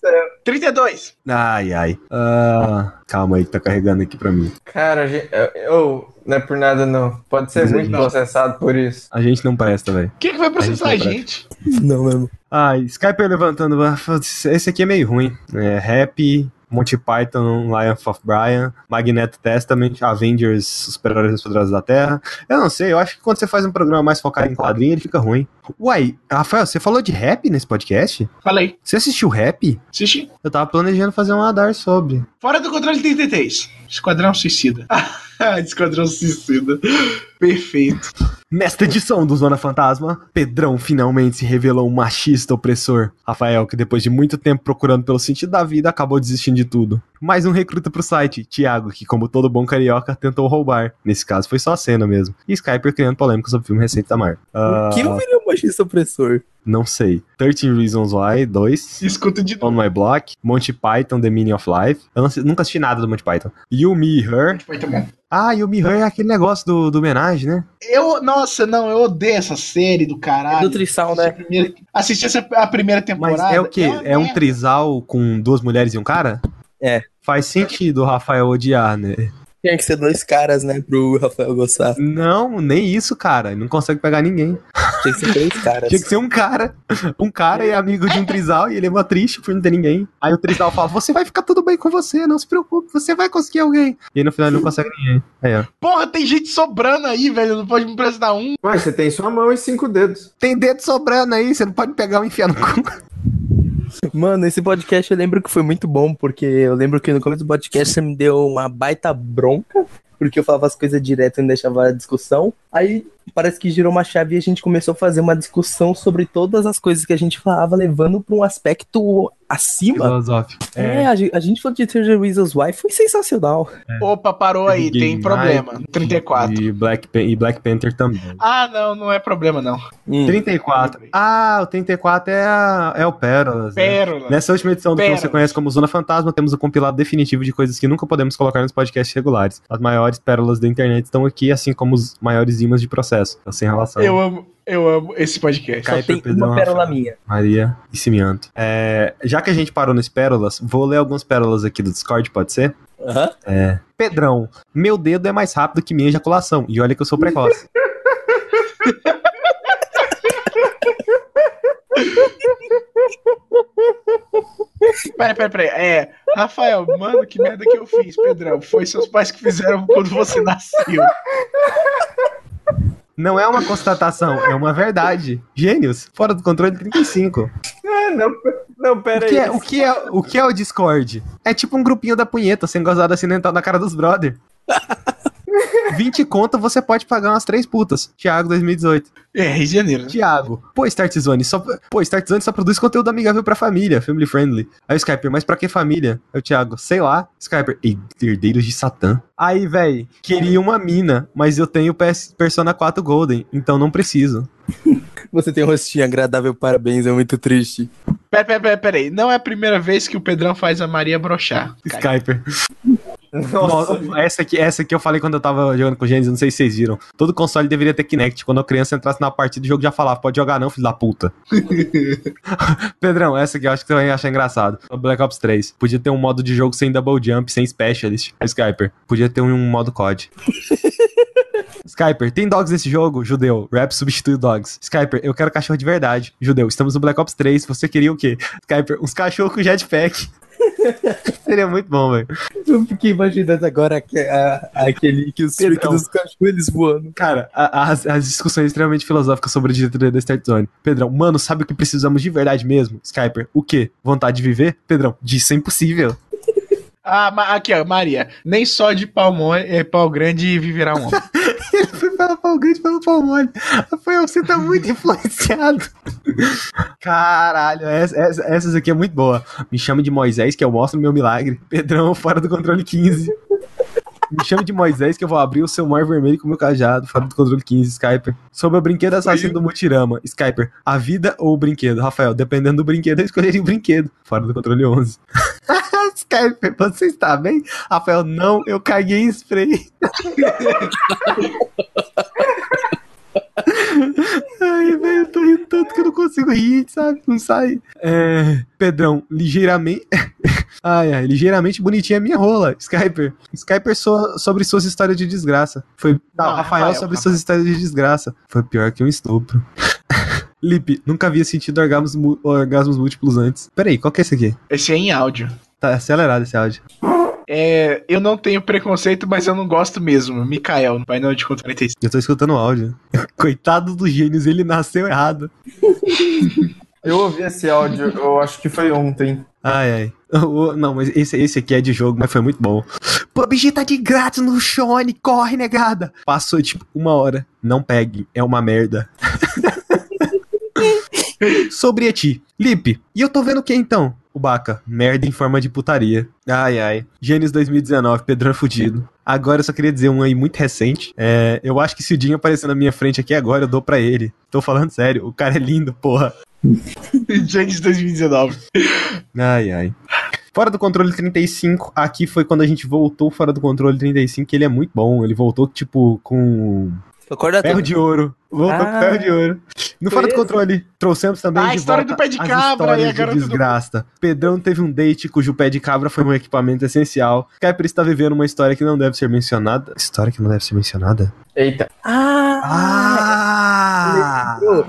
[SPEAKER 1] Sério.
[SPEAKER 3] 32.
[SPEAKER 2] Ai, ai. Ah, calma aí que tá carregando aqui pra mim.
[SPEAKER 1] Cara, a gente- eu, eu- não é por nada não. Pode ser
[SPEAKER 2] Mas
[SPEAKER 1] muito
[SPEAKER 2] não.
[SPEAKER 1] processado por isso.
[SPEAKER 2] A gente não presta, velho.
[SPEAKER 3] Quem que vai processar a
[SPEAKER 2] Aí, tá,
[SPEAKER 3] gente?
[SPEAKER 5] Não, mesmo.
[SPEAKER 2] Ai, Skyper Ah, levantando. ah, putz, Esse aqui é meio ruim. É, Happy, Monty Python, Lion of Brian, Magneto Testament, Avengers, Super-Heróis dos Poderosos da Terra. Eu não sei, eu acho que quando você faz um programa mais focado em quadrinho, ele fica ruim. Uai, Rafael, você falou de rap nesse podcast?
[SPEAKER 3] Falei.
[SPEAKER 2] Você assistiu rap?
[SPEAKER 3] Sushi.
[SPEAKER 2] Eu tava planejando fazer um radar sobre.
[SPEAKER 3] Fora do controle 33. Esquadrão Suicida. Esquadrão Suicida. Perfeito.
[SPEAKER 2] Nesta edição do Zona Fantasma, Pedrão finalmente se revelou um machista opressor. Rafael, que depois de muito tempo procurando pelo sentido da vida, acabou desistindo de tudo. Mais um recruta pro site, Thiago, que como todo bom carioca, tentou roubar. Nesse caso foi só a cena mesmo. E Skyper criando polêmica sobre o filme recente da Marvel. Ah,
[SPEAKER 5] O que eu virei um machista opressor?
[SPEAKER 2] Não sei. 13 Reasons Why 2.
[SPEAKER 3] Escuta de novo.
[SPEAKER 2] On My Block, Monty Python, The Meaning of Life. Eu não sei- nunca assisti nada do Monty Python. You, Me, Her.
[SPEAKER 3] Vai tá bom.
[SPEAKER 2] Ah, You, Me, Her é aquele negócio do, do homenagem, né?
[SPEAKER 3] Eu, nossa, não, eu odeio essa série do
[SPEAKER 5] É
[SPEAKER 3] caralho.
[SPEAKER 5] do Trissal,
[SPEAKER 3] Assisti
[SPEAKER 5] né?
[SPEAKER 3] a primeira- Assisti essa, a primeira temporada.
[SPEAKER 2] Mas é o quê?
[SPEAKER 3] uma
[SPEAKER 2] É um
[SPEAKER 3] merda.
[SPEAKER 2] trisal com duas mulheres e um cara?
[SPEAKER 5] É.
[SPEAKER 2] Faz sentido o Rafael odiar, né?
[SPEAKER 5] Tinha que ser dois caras, né? Pro Rafael gostar.
[SPEAKER 2] Não, nem isso, cara. Ele Não consegue pegar ninguém.
[SPEAKER 5] Tinha que ser três caras.
[SPEAKER 2] Tinha que ser um cara. Um cara é amigo de um trisal e ele é mó triste por não ter ninguém. Aí o trisal fala: Você vai ficar tudo bem com você, não se preocupe, você vai conseguir alguém. E aí no final ele não consegue ninguém. Aí, ó.
[SPEAKER 3] Porra, tem gente sobrando aí, velho. Não pode me emprestar um.
[SPEAKER 1] Mas você tem sua mão e cinco dedos.
[SPEAKER 2] Tem dedo sobrando aí, você não pode pegar um e enfiar no cu.
[SPEAKER 5] Mano, esse podcast eu lembro que foi muito bom, porque eu lembro que no começo do podcast você me deu uma baita bronca, porque eu falava as coisas direto e não deixava a discussão. Aí parece que girou uma chave e a gente começou a fazer uma discussão sobre todas as coisas que a gente falava, levando pra um aspecto acima.
[SPEAKER 2] Filosófico.
[SPEAKER 5] É, a, ge- a gente falou de Third Reasons Why, foi sensacional.
[SPEAKER 2] É.
[SPEAKER 3] Opa, parou aí, tem
[SPEAKER 2] Game
[SPEAKER 3] problema.
[SPEAKER 2] Night
[SPEAKER 3] 34.
[SPEAKER 2] E Black, Pan- e Black Panther também.
[SPEAKER 3] Ah, não, não é problema, não.
[SPEAKER 2] Hum, 34. Ah, o 34 é, a, é o Pérolas. né?
[SPEAKER 3] Pérola.
[SPEAKER 2] Nessa última edição do que
[SPEAKER 3] Pérolas.
[SPEAKER 2] você conhece como Zona Fantasma, temos o compilado definitivo de coisas que nunca podemos colocar nos podcasts regulares. As maiores pérolas da internet estão aqui, assim como os maiores imãs de processo. Então, sem relação.
[SPEAKER 3] Eu amo, eu amo esse podcast.
[SPEAKER 2] Cai
[SPEAKER 5] Só tem
[SPEAKER 2] pro Pedrão,
[SPEAKER 5] uma pérola
[SPEAKER 2] Rafael.
[SPEAKER 5] minha.
[SPEAKER 2] Maria e Simianto. É, já que a gente parou nas pérolas, vou ler algumas pérolas aqui do Discord, pode ser?
[SPEAKER 5] Aham.
[SPEAKER 2] É. Pedrão, meu dedo é mais rápido que minha ejaculação. E olha que eu sou precoce.
[SPEAKER 3] Pera, pera, pera. É, Rafael, mano, que merda que eu fiz, Pedrão. Foi seus pais que fizeram quando você nasceu.
[SPEAKER 2] Não é uma constatação, é uma verdade. Gênios, fora do controle 35.
[SPEAKER 1] É, não, Não,
[SPEAKER 2] O
[SPEAKER 1] pera
[SPEAKER 2] que,
[SPEAKER 1] aí.
[SPEAKER 2] é, o, que é, o que é o Discord? É tipo um grupinho da punheta, sem gozada acidental na cara dos brother. 20 conto você pode pagar umas três putas. Thiago 2018.
[SPEAKER 3] É, Rio de Janeiro. né?
[SPEAKER 2] Thiago, pô, Startzone, só, pô, Startzone só produz conteúdo amigável pra família, family friendly. Aí o Skyper, mas pra que família? Aí o Thiago, sei lá. Skyper, "Ei, herdeiros de Satã. Aí, véi, queria uma mina, mas eu tenho PS, Persona 4 Golden, então não preciso.
[SPEAKER 5] Você tem um rostinho agradável, parabéns, é muito triste.
[SPEAKER 3] Pera, pera, pera, pera aí. Não é a primeira vez que o Pedrão faz a Maria brochar.
[SPEAKER 2] Skyper.
[SPEAKER 1] Nossa,
[SPEAKER 2] Nossa, essa aqui, essa aqui eu falei quando eu tava jogando com o Genesis, não sei se vocês viram. Todo console deveria ter Kinect. Quando a criança entrasse na partida, o jogo já falava, pode jogar não, filho da puta. Pedrão, essa aqui eu acho que você vai achar engraçado. O Black Ops 3. Podia ter um modo de jogo sem double jump, sem specialist. Skyper. Podia ter um modo COD. Skyper, tem dogs nesse jogo? Judeu, rap substitui dogs. Skyper, eu quero cachorro de verdade. Judeu, estamos no Black Ops 3, você queria o quê? Skyper, uns cachorros com jetpack. Seria muito bom, velho.
[SPEAKER 5] Eu fiquei imaginando agora aque- a- aquele que os freaks
[SPEAKER 2] Perdão.
[SPEAKER 5] dos cachorros eles voando.
[SPEAKER 2] Cara, a- a- as, as discussões extremamente filosóficas sobre a diretoria da Start Zone. Pedrão, mano, sabe o que precisamos de verdade mesmo? Skyper, o quê? Vontade de viver? Pedrão, disso é impossível.
[SPEAKER 3] Ah, ma- aqui, ó, Maria. Nem só de pau, mo- é, pau grande viverá um homem.
[SPEAKER 2] Ele foi pela pau grande, pelo pau mole. Rafael, você tá muito influenciado. Caralho, essa- essa- essas aqui é muito boa. Me chama de Moisés que eu mostro meu milagre. Pedrão, fora do controle 15. Me chama de Moisés que eu vou abrir o seu mar vermelho com o meu cajado. Fora do controle 15, Skyper. Sobre o brinquedo assassino do Mutirama. Skyper, a vida ou o brinquedo? Rafael, dependendo do brinquedo, eu escolheria o brinquedo. Fora do controle 11. Skyper, você está bem? Rafael, não, eu caguei em spray. Ai, velho, eu tô rindo tanto que eu não consigo rir, sabe? Não sai. É, Pedrão, ligeiramente. ai, ai, ligeiramente bonitinha a minha rola. Skyper. Skyper so- sobre suas histórias de desgraça. Foi. Não,
[SPEAKER 3] Não,
[SPEAKER 2] Rafael,
[SPEAKER 3] Rafael,
[SPEAKER 2] sobre
[SPEAKER 3] Rafael.
[SPEAKER 2] suas histórias de desgraça. Foi pior que um estupro. Lipe, nunca havia sentido orgasmos, mu- orgasmos múltiplos antes. Peraí, qual que é esse aqui?
[SPEAKER 3] Esse é em áudio.
[SPEAKER 2] Tá acelerado esse áudio.
[SPEAKER 3] É, eu não tenho preconceito, mas eu não gosto mesmo. Mikael, no painel de conta 45.
[SPEAKER 2] Eu tô escutando o áudio. Coitado do Gênios, ele nasceu errado.
[SPEAKER 1] eu ouvi esse áudio, eu acho que foi ontem.
[SPEAKER 2] Ai, ai. O- o- Não, mas esse, esse aqui é de jogo, mas foi muito bom. PUBG tá de grátis no Shone, corre, negada. Passou, tipo, uma hora. Não pegue, é uma merda. Sobre a ti. Lipe, e eu tô vendo o que então? O Baca, merda em forma de putaria. Ai, ai. Gênios 2019, Pedrão é fudido. Agora eu só queria dizer um aí muito recente. É, eu acho que se o Dinho aparecer na minha frente aqui agora, eu dou pra ele. Tô falando sério, o cara é lindo, porra.
[SPEAKER 3] James 2019.
[SPEAKER 2] Ai, ai. Fora do controle 35, aqui foi quando a gente voltou fora do controle 35, que ele é muito bom. Ele voltou, tipo, com
[SPEAKER 3] Ah,
[SPEAKER 5] Acorda
[SPEAKER 2] ferro
[SPEAKER 5] tudo.
[SPEAKER 2] de ouro. Voltou com
[SPEAKER 5] Ah.
[SPEAKER 2] ferro de ouro. No Fora do
[SPEAKER 5] esse?
[SPEAKER 2] Controle, trouxemos também
[SPEAKER 3] Ah, a
[SPEAKER 2] de
[SPEAKER 3] história
[SPEAKER 2] volta
[SPEAKER 3] do pé de
[SPEAKER 2] as
[SPEAKER 3] cabra e
[SPEAKER 2] histórias
[SPEAKER 3] a
[SPEAKER 2] de
[SPEAKER 3] garota do-
[SPEAKER 2] desgraça. Pedrão teve um date cujo pé de cabra foi um equipamento essencial. Kuiper está vivendo uma história que não deve ser mencionada. História que não deve ser mencionada?
[SPEAKER 1] Eita.
[SPEAKER 5] Ah!
[SPEAKER 2] Ah!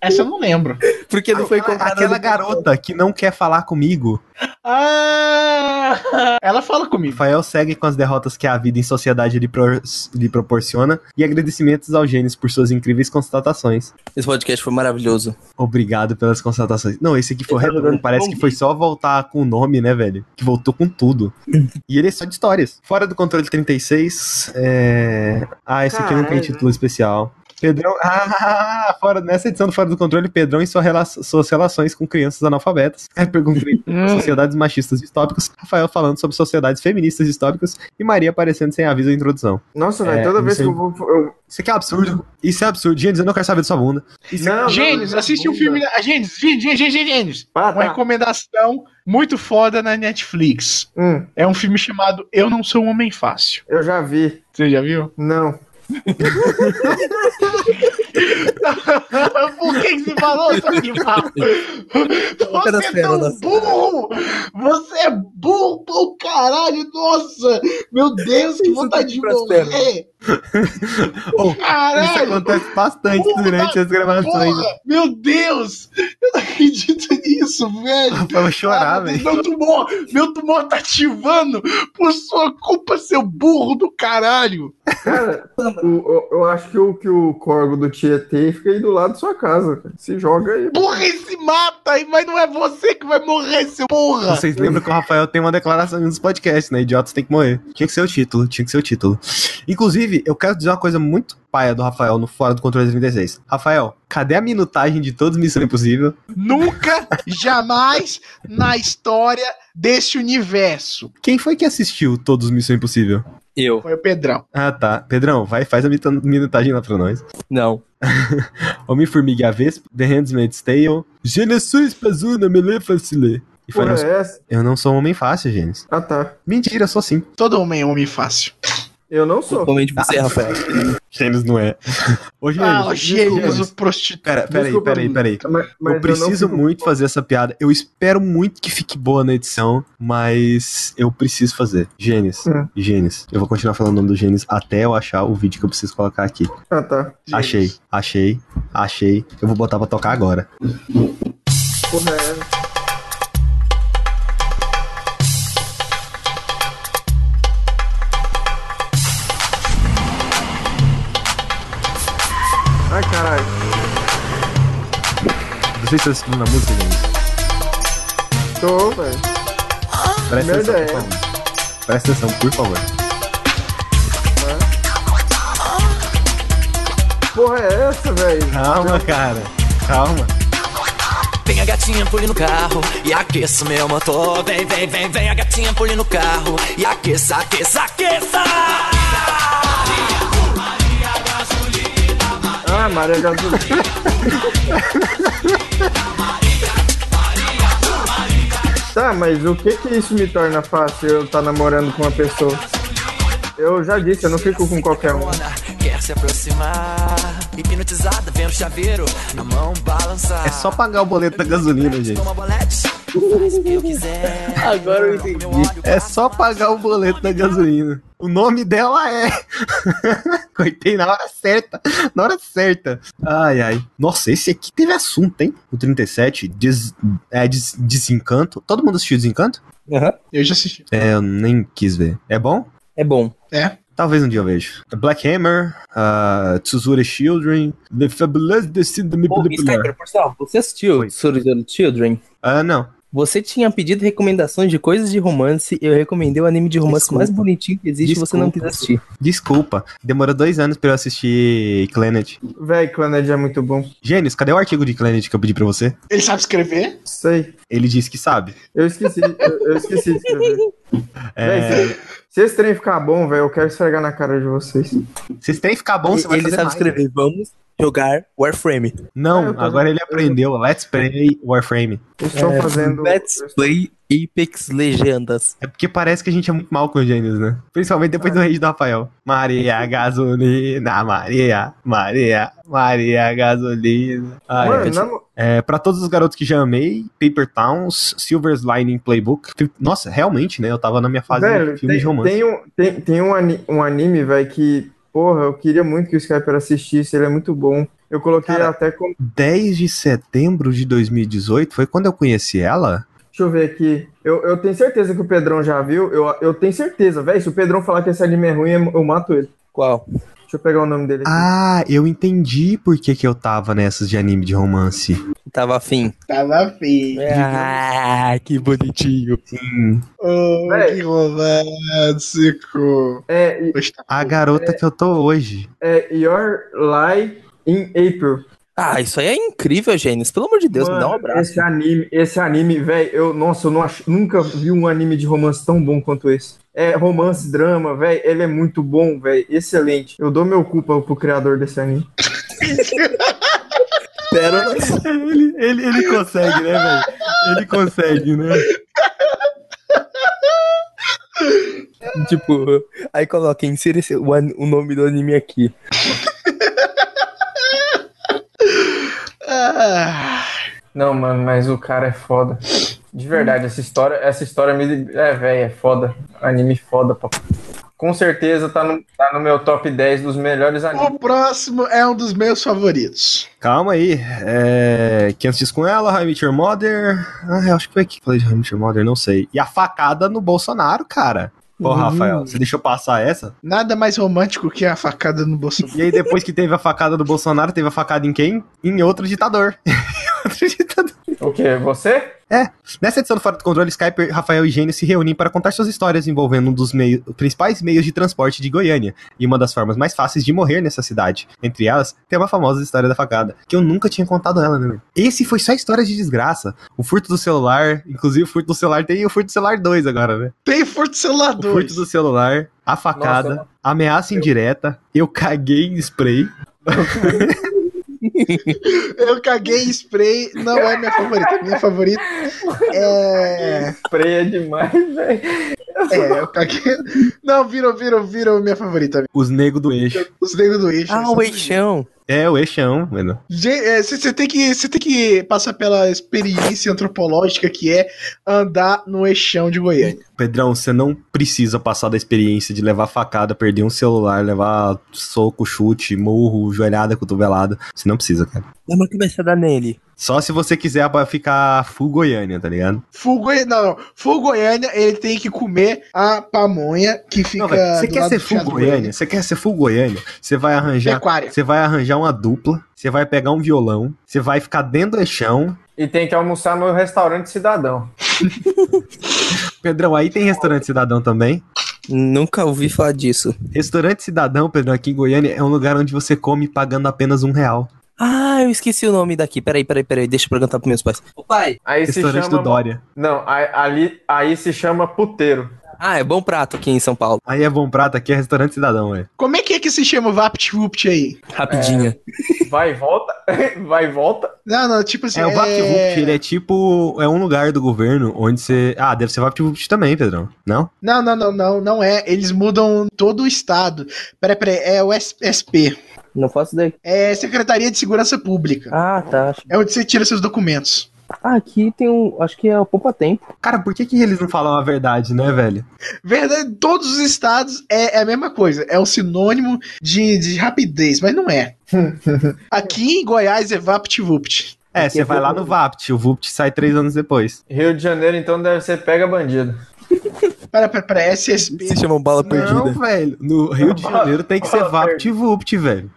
[SPEAKER 3] Essa eu não lembro.
[SPEAKER 5] Porque não foi comprado.
[SPEAKER 2] Aquela garota que não quer falar comigo.
[SPEAKER 3] Ah! Ela fala comigo.
[SPEAKER 2] Rafael segue com as derrotas que a vida em sociedade lhe, pro- lhe proporciona e agradecimentos ao Gênesis por suas incríveis constatações.
[SPEAKER 5] Esse podcast foi maravilhoso.
[SPEAKER 2] Obrigado pelas constatações. Não, esse aqui foi redondo. Parece que foi só voltar com o nome, né, velho? Que voltou com tudo. E ele é só de histórias. Fora do controle 36. É... Ah, esse aqui não tem
[SPEAKER 1] Caralho.
[SPEAKER 2] título especial. Pedrão. Ah, fora... nessa edição do Fora do Controle, Pedrão e sua rela- suas relações com crianças analfabetas. Aí perguntei
[SPEAKER 3] Uhum.
[SPEAKER 2] sociedades machistas distópicas, Rafael falando sobre sociedades feministas distópicas e Maria aparecendo sem aviso ou introdução.
[SPEAKER 1] Nossa,
[SPEAKER 2] É,
[SPEAKER 1] velho, toda
[SPEAKER 2] não
[SPEAKER 1] vez
[SPEAKER 2] sei.
[SPEAKER 1] que eu vou. eu-
[SPEAKER 2] Isso aqui é um absurdo. Isso é um absurdo. Gente, eu não quero saber da sua bunda.
[SPEAKER 1] Não,
[SPEAKER 3] Gênios,
[SPEAKER 1] não,
[SPEAKER 3] assiste um
[SPEAKER 1] não.
[SPEAKER 3] filme. da- Gênios, Gênios, Gênios, Gênios, Gênios.
[SPEAKER 1] é Ah,
[SPEAKER 3] Uma
[SPEAKER 1] tá.
[SPEAKER 3] recomendação muito foda na Netflix.
[SPEAKER 1] Hum,
[SPEAKER 3] É um filme chamado Eu Não Sou Um Homem Fácil.
[SPEAKER 1] eu já vi.
[SPEAKER 3] Você já viu?
[SPEAKER 1] Não.
[SPEAKER 3] Por que que você falou, seu animal?
[SPEAKER 5] Coloca nas
[SPEAKER 3] Você é tão
[SPEAKER 5] pérolas.
[SPEAKER 3] burro! Você é burro, pô, caralho, nossa! Meu Deus, que
[SPEAKER 5] Isso
[SPEAKER 3] vontade de
[SPEAKER 5] tá prospero.
[SPEAKER 3] morrer!
[SPEAKER 2] Oh, Isso é
[SPEAKER 3] Caralho!
[SPEAKER 2] acontece bastante
[SPEAKER 3] Puta
[SPEAKER 2] durante as gravações.
[SPEAKER 3] Porra, meu Deus! Eu não acredito nisso, velho!
[SPEAKER 2] Eu vou chorar,
[SPEAKER 3] Ah,
[SPEAKER 2] velho.
[SPEAKER 3] Meu tumor, meu tumor tá ativando por sua culpa, seu burro do caralho.
[SPEAKER 1] Cara, o- o- eu acho que o, que o corgo do Tietê fica aí do lado da sua casa. cara. Se joga aí.
[SPEAKER 3] Burra e se mata, e- mas não é você que vai morrer, seu porra.
[SPEAKER 2] Vocês lembram que o Rafael tem uma declaração nos podcasts, né? Idiotas tem que morrer. Tinha que ser o título, tinha que ser o título. Inclusive, eu quero dizer uma coisa muito paia do Rafael no Fora do Controle 36. Rafael, cadê a minutagem de todos os Missão Impossível?
[SPEAKER 3] Nunca, jamais na história desse universo.
[SPEAKER 2] Quem foi que assistiu todos os Missão Impossível?
[SPEAKER 5] Eu.
[SPEAKER 3] Foi o Pedrão.
[SPEAKER 2] Ah, tá. Pedrão, vai, faz a mita- minutagem lá pra nós.
[SPEAKER 5] Não.
[SPEAKER 2] Homem-Formiga e a Vespa, The Handmaid's Tale, Gerações Pazuna, Mele Facile. E foi,
[SPEAKER 1] Porra,
[SPEAKER 2] não,
[SPEAKER 1] é essa?
[SPEAKER 2] eu não sou um homem fácil, gente.
[SPEAKER 1] Ah, tá.
[SPEAKER 2] Mentira, sou sim.
[SPEAKER 3] Todo homem é homem fácil.
[SPEAKER 1] Eu não sou.
[SPEAKER 5] Principalmente
[SPEAKER 2] Tá.
[SPEAKER 5] você, Rafael.
[SPEAKER 2] Gênesis não é. Ô,
[SPEAKER 3] Ah, o
[SPEAKER 2] Gênesis,
[SPEAKER 3] gêmeos, o prostituto.
[SPEAKER 2] Pera, peraí,
[SPEAKER 1] Desculpa,
[SPEAKER 2] peraí, peraí.
[SPEAKER 1] Mas, mas
[SPEAKER 2] eu preciso
[SPEAKER 1] não fico-
[SPEAKER 2] muito fazer essa piada. Eu espero muito que fique boa na edição, mas eu preciso fazer. Gênesis.
[SPEAKER 1] Hum.
[SPEAKER 2] Gênesis. Eu vou continuar falando o nome do Gênesis até eu achar o vídeo que eu preciso colocar aqui.
[SPEAKER 1] Ah, tá.
[SPEAKER 2] Achei, achei, achei. Eu vou botar pra tocar agora.
[SPEAKER 1] Porra, é essa? Ai, caralho.
[SPEAKER 2] Não sei se você tá escutando a música, Gênesis.
[SPEAKER 1] Tô, velho.
[SPEAKER 2] Presta
[SPEAKER 1] Merda
[SPEAKER 2] atenção,
[SPEAKER 1] é.
[SPEAKER 2] por favor. Presta atenção, por favor.
[SPEAKER 1] Porra, é essa, velho?
[SPEAKER 2] Calma, cara. Calma.
[SPEAKER 6] Vem a gatinha, pule no carro e aqueça o meu motor. Vem, vem, vem, vem a gatinha, pule no carro e aqueça, aqueça, aqueça.
[SPEAKER 1] Ah, Maria Gasolina. tá, mas o que que isso me torna fácil eu estar namorando com uma pessoa? Eu já disse, eu não fico com qualquer um.
[SPEAKER 6] Quer se aproximar, hipnotizada, vendo o chaveiro na mão balançar.
[SPEAKER 2] É só pagar o boleto da gasolina, gente.
[SPEAKER 6] Toma bolete, faz o que eu quiser.
[SPEAKER 5] Agora eu entendi.
[SPEAKER 2] É só pagar o boleto da gasolina. O nome dela é. Coitei na hora certa. Na hora certa. Ai, ai. Nossa, esse aqui teve assunto, hein? O 37, des... é des- Desencanto. Todo mundo assistiu Desencanto?
[SPEAKER 5] Aham.
[SPEAKER 3] Eu já assisti.
[SPEAKER 2] É, eu nem quis ver. É bom?
[SPEAKER 5] É bom.
[SPEAKER 2] Talvez um dia eu veja. Black Hammer, ah, Tsuzure Children, The Fabulous Destiny of
[SPEAKER 5] Ô, Skyper, por sinal, você assistiu
[SPEAKER 2] Foi.
[SPEAKER 5] Surgeon Children?
[SPEAKER 2] Ah, não.
[SPEAKER 5] Você tinha pedido recomendações de coisas de romance, eu recomendei o anime de romance
[SPEAKER 2] Desculpa.
[SPEAKER 5] mais bonitinho que existe, você não quis
[SPEAKER 2] Desculpa.
[SPEAKER 5] assistir.
[SPEAKER 2] Desculpa. Demorou dois anos pra eu assistir Planet.
[SPEAKER 1] Véi, Clannad é muito bom.
[SPEAKER 2] Gênios, cadê o artigo de Planet que eu pedi pra você?
[SPEAKER 3] Ele sabe escrever?
[SPEAKER 1] Sei.
[SPEAKER 2] Ele disse que sabe.
[SPEAKER 1] Eu esqueci, eu, eu esqueci de escrever.
[SPEAKER 2] É.
[SPEAKER 1] Véi, se, se esse trem ficar bom, velho, eu quero esfregar na cara de vocês.
[SPEAKER 2] Vocês têm que ficar bom, Então você vai
[SPEAKER 5] ele
[SPEAKER 2] fazer
[SPEAKER 5] sabe
[SPEAKER 2] mais. né?
[SPEAKER 5] escrever, vamos jogar Warframe.
[SPEAKER 1] Ah, eu
[SPEAKER 2] Não,
[SPEAKER 1] tô-
[SPEAKER 2] agora ele aprendeu. Let's play Warframe.
[SPEAKER 1] Eles estão fazendo.
[SPEAKER 5] É, Let's play Apex Legendas.
[SPEAKER 2] É porque parece que a gente é muito mal com gênios, né? Principalmente
[SPEAKER 1] Ah.
[SPEAKER 2] depois do rei do Rafael. Maria Gasolina, Maria, Maria, Maria Gasolina. Ah,
[SPEAKER 1] Mano,
[SPEAKER 2] é.
[SPEAKER 1] na mo-
[SPEAKER 2] É, pra todos os garotos que já amei, Paper Towns, Silver's Lining Playbook. Nossa, realmente, né? Eu tava na minha fase
[SPEAKER 1] Velho,
[SPEAKER 2] de filme
[SPEAKER 1] tem,
[SPEAKER 2] de romance.
[SPEAKER 1] Tem um, tem, tem um, ani- um anime, velho, que, porra, eu queria muito que o Skyper assistisse, ele é muito bom. Eu coloquei
[SPEAKER 2] Cara.
[SPEAKER 1] até como.
[SPEAKER 2] 10 de setembro de 2018 foi quando eu conheci ela.
[SPEAKER 1] Deixa eu ver aqui. Eu, eu tenho certeza que o Pedrão já viu. Eu, eu tenho certeza, velho. Se o Pedrão falar que esse anime é ruim, eu mato ele.
[SPEAKER 5] Qual?
[SPEAKER 1] Deixa eu pegar o nome dele aqui.
[SPEAKER 2] Ah, eu entendi por que, que eu tava nessas de anime de romance.
[SPEAKER 5] Tava afim.
[SPEAKER 3] Tava feio.
[SPEAKER 4] É.
[SPEAKER 5] Ah, que bonitinho.
[SPEAKER 3] Oh,
[SPEAKER 1] Véi.
[SPEAKER 3] que romântico.
[SPEAKER 1] É, e-
[SPEAKER 3] Poxa,
[SPEAKER 2] A garota que eu tô hoje.
[SPEAKER 1] é Your Lie in April.
[SPEAKER 5] Ah, isso aí é incrível, Gênesis. Pelo amor de Deus, me dá um
[SPEAKER 1] Mano,
[SPEAKER 5] abraço.
[SPEAKER 1] Esse anime, esse anime, velho, eu, nossa, eu não ach- nunca vi um anime de romance tão bom quanto esse. É romance, drama, velho, ele é muito bom, velho, excelente. Eu dou meu culpa pro criador desse anime.
[SPEAKER 5] Pérolas.
[SPEAKER 2] Ele, ele, ele consegue, né, velho? Ele consegue, né?
[SPEAKER 5] tipo, aí coloca, insira esse- o, an- o nome do anime aqui.
[SPEAKER 3] Ah, Ah,
[SPEAKER 1] Não, mano, mas o cara é foda. De verdade, essa história, essa história me. É, velho, é foda. Anime foda, pô. Com certeza tá no, tá no meu top 10 dos melhores animes.
[SPEAKER 3] O próximo é um dos meus favoritos.
[SPEAKER 2] Calma aí. É... Quem assistiu com ela? How I Met Your Mother? Ah, eu acho que foi aqui que falei de How I Met Your Mother, não sei. E a facada no Bolsonaro, cara. Pô, Rafael, você deixou passar essa?
[SPEAKER 3] Nada mais romântico que a facada no Bolsonaro.
[SPEAKER 2] E aí, depois que teve a facada do Bolsonaro, teve a facada em quem? Em outro ditador. Em outro ditador.
[SPEAKER 1] O quê? Você?
[SPEAKER 2] Nessa edição do Fora do Controle, Skype, Rafael e Gênio se reúnem para contar suas histórias envolvendo um dos meio- principais meios de transporte de Goiânia e uma das formas mais fáceis de morrer nessa cidade. Entre elas, tem uma famosa história da facada, que eu nunca tinha contado ela, né? meu? Esse foi só história de desgraça. O furto do celular, inclusive o furto do celular tem o furto do celular 2 agora, né?
[SPEAKER 3] Tem furto celular
[SPEAKER 2] O furto
[SPEAKER 3] dois.
[SPEAKER 2] do celular, a facada,
[SPEAKER 1] Nossa,
[SPEAKER 2] ameaça indireta, eu caguei em spray.
[SPEAKER 3] Eu caguei em spray, não é minha favorita. Minha favorita é.
[SPEAKER 1] Freia demais, velho.
[SPEAKER 3] É, eu caguei. Não, viram, viram, viram minha favorita.
[SPEAKER 2] Os nego do eixo.
[SPEAKER 3] Os negros do eixo.
[SPEAKER 5] Ah, o Eixão.
[SPEAKER 2] É, o eixão, mano.
[SPEAKER 3] Você tem, que- cê tem que passar pela experiência antropológica que é andar no eixão de Goiânia.
[SPEAKER 2] Pedrão, você não precisa passar da experiência de levar facada, perder um celular, levar soco, chute, murro, joelhada, cotovelada. Você não precisa, cara.
[SPEAKER 5] Lembra que vai se dar nele?
[SPEAKER 2] Só se você quiser aba- ficar full Goiânia, tá ligado?
[SPEAKER 3] Full Goiânia, não, não. Full Goiânia, ele tem que comer a pamonha que fica.
[SPEAKER 2] Não, velho, você
[SPEAKER 3] do
[SPEAKER 2] quer
[SPEAKER 3] lado
[SPEAKER 2] ser
[SPEAKER 3] do
[SPEAKER 2] full
[SPEAKER 3] Teatro
[SPEAKER 2] Goiânia? Você quer ser full Goiânia? Você vai arranjar.
[SPEAKER 3] Pecuária.
[SPEAKER 2] Você vai arranjar uma dupla, você vai pegar um violão, você vai ficar dentro do chão.
[SPEAKER 1] E tem que almoçar no restaurante cidadão.
[SPEAKER 2] Pedrão, aí tem restaurante cidadão também.
[SPEAKER 5] Nunca ouvi falar disso.
[SPEAKER 2] Restaurante Cidadão, Pedrão, aqui em Goiânia, é um lugar onde você come pagando apenas um real.
[SPEAKER 5] Ah, eu esqueci o nome daqui. Peraí, peraí, peraí. Deixa eu perguntar pros meus pais. Ô pai.
[SPEAKER 1] Aí se
[SPEAKER 2] Restaurante do
[SPEAKER 1] chama.
[SPEAKER 2] Dória.
[SPEAKER 1] Não, aí, ali, aí se chama puteiro.
[SPEAKER 5] Ah, é bom prato aqui em São Paulo.
[SPEAKER 2] Aí é bom prato, aqui é restaurante cidadão, é.
[SPEAKER 3] Como é que é que se chama o VaptVupt aí?
[SPEAKER 5] Rapidinho.
[SPEAKER 1] Vai e volta, vai e volta.
[SPEAKER 3] Não, não, tipo assim.
[SPEAKER 2] É, o VaptVupt, ele é tipo. É um lugar do governo onde você. Ah, deve ser VaptVupt também, Pedrão. Não?
[SPEAKER 3] Não, não, não, não, não é. Eles mudam todo o estado. Peraí, peraí, é o S- SP.
[SPEAKER 4] Não faço ideia.
[SPEAKER 3] É Secretaria de Segurança Pública.
[SPEAKER 4] Ah, tá.
[SPEAKER 3] É onde você tira seus documentos.
[SPEAKER 4] Ah, aqui tem um. Acho que é o Poupa Tempo.
[SPEAKER 2] Cara, por que, que eles não falam a verdade, né, velho?
[SPEAKER 3] Verdade, todos os estados é, é a mesma coisa. É um sinônimo de, de rapidez, mas não é. Aqui em Goiás é VaptVupt.
[SPEAKER 2] É, você vai lá no Vapt, o Vupt sai três anos depois.
[SPEAKER 1] Rio de Janeiro, então, deve ser pega bandido.
[SPEAKER 3] Pera, pera, pera, SSP.
[SPEAKER 5] Se chamam bala
[SPEAKER 2] Não,
[SPEAKER 5] perdida.
[SPEAKER 2] velho. No Rio de Janeiro tem que ser
[SPEAKER 1] Fala,
[SPEAKER 2] VaptVupt, velho.